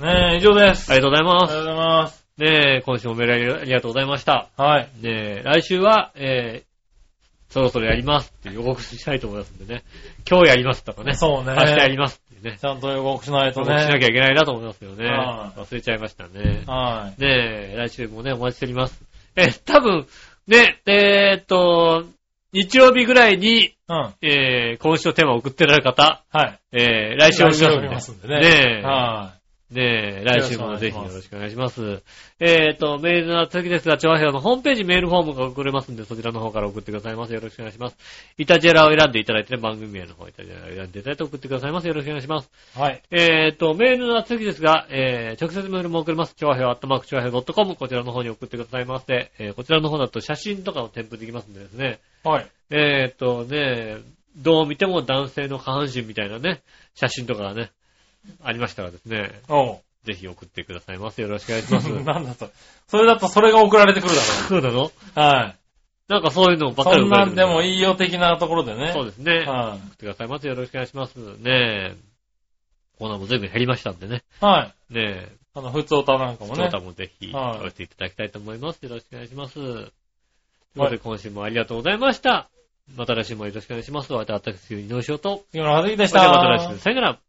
Speaker 3: い。ねえ、以上です。
Speaker 2: ありがとうござい
Speaker 3: あ
Speaker 2: ま
Speaker 3: り
Speaker 2: す
Speaker 3: が。とうございます。
Speaker 2: ねえ、今週もメールありがとうございました。
Speaker 3: はい。
Speaker 2: ねえ、来週は、えー、そろそろやりますって予告したいと思いますんでね。今日やりますとかね。
Speaker 3: そうね
Speaker 2: 明日やりますっていうね。
Speaker 3: ちゃんと予告しないと
Speaker 2: 予告しな
Speaker 3: ね。
Speaker 2: きゃいけないなと思いますよね。
Speaker 3: はい
Speaker 2: 忘れちゃいましたね。
Speaker 3: はい。
Speaker 2: ねえ、来週もね、お待ちしております。え、多分、ね、えーっと、日曜日ぐらいに、
Speaker 3: うん。はい。
Speaker 2: えー、今週のテーマを送ってられる方、えー、来週おり
Speaker 3: 来週
Speaker 2: ま
Speaker 3: りますす
Speaker 2: ん
Speaker 3: ん
Speaker 2: で
Speaker 3: で
Speaker 2: ね。
Speaker 3: ね。
Speaker 2: ねえ。
Speaker 3: は
Speaker 2: ねえ、
Speaker 3: よ
Speaker 2: 来
Speaker 3: ろし
Speaker 2: 週
Speaker 3: くお
Speaker 2: も
Speaker 3: 願
Speaker 2: ぜ
Speaker 3: いします
Speaker 2: ひよろしくお願いします。えっ、と、メールの時ですが、調和表のホームページメールフォームが送れますんで、そちらの方から送ってくださいませ。よろしくお願いします。イタジェラを選んでいただいてね、番組名の方、イタジェラを選んでいただいて送ってくださいませ。よろしくお願いします。
Speaker 3: い。はい。
Speaker 2: えっ、と、メールの時ですが、えー、直接メールも送れます。調和表、アットマーク調和表 .com、こちらの方に送ってくださいませ。えー、こちらの方だと写真とかを添付できますんでですね。
Speaker 3: はい。
Speaker 2: えっ、とね、どう見ても男性の下半身みたいなね、写真とかがね、ありましたらですね、
Speaker 3: おう。
Speaker 2: ぜひ送ってくださいませ。よろしくお願いします。
Speaker 3: なんだと。それだとそれが送られてくるだ
Speaker 2: そうなの
Speaker 3: ろう。はい。
Speaker 2: なんかそういうのばっか
Speaker 3: そ
Speaker 2: り
Speaker 3: んなんでも
Speaker 2: い。
Speaker 3: いいよ的なところでね。
Speaker 2: そう
Speaker 3: で
Speaker 2: ですね。送
Speaker 3: は
Speaker 2: ってくださいませ。よろしくお願いします。ねえ。コーナーも随分減りましたんでね。
Speaker 3: い。はい。
Speaker 2: ねえ。
Speaker 3: あの、普通歌なんかも
Speaker 2: その
Speaker 3: ね。
Speaker 2: 他もぜひ、
Speaker 3: はい
Speaker 2: お寄せいただきたいと思います。よろしくお願いします。ということで、今週もありがとうございました。また来週もよろしくお願いします。お相手は私、井上翔と。
Speaker 3: 杉村和樹でし
Speaker 2: それで
Speaker 3: た。
Speaker 2: はまた来週。さよなら。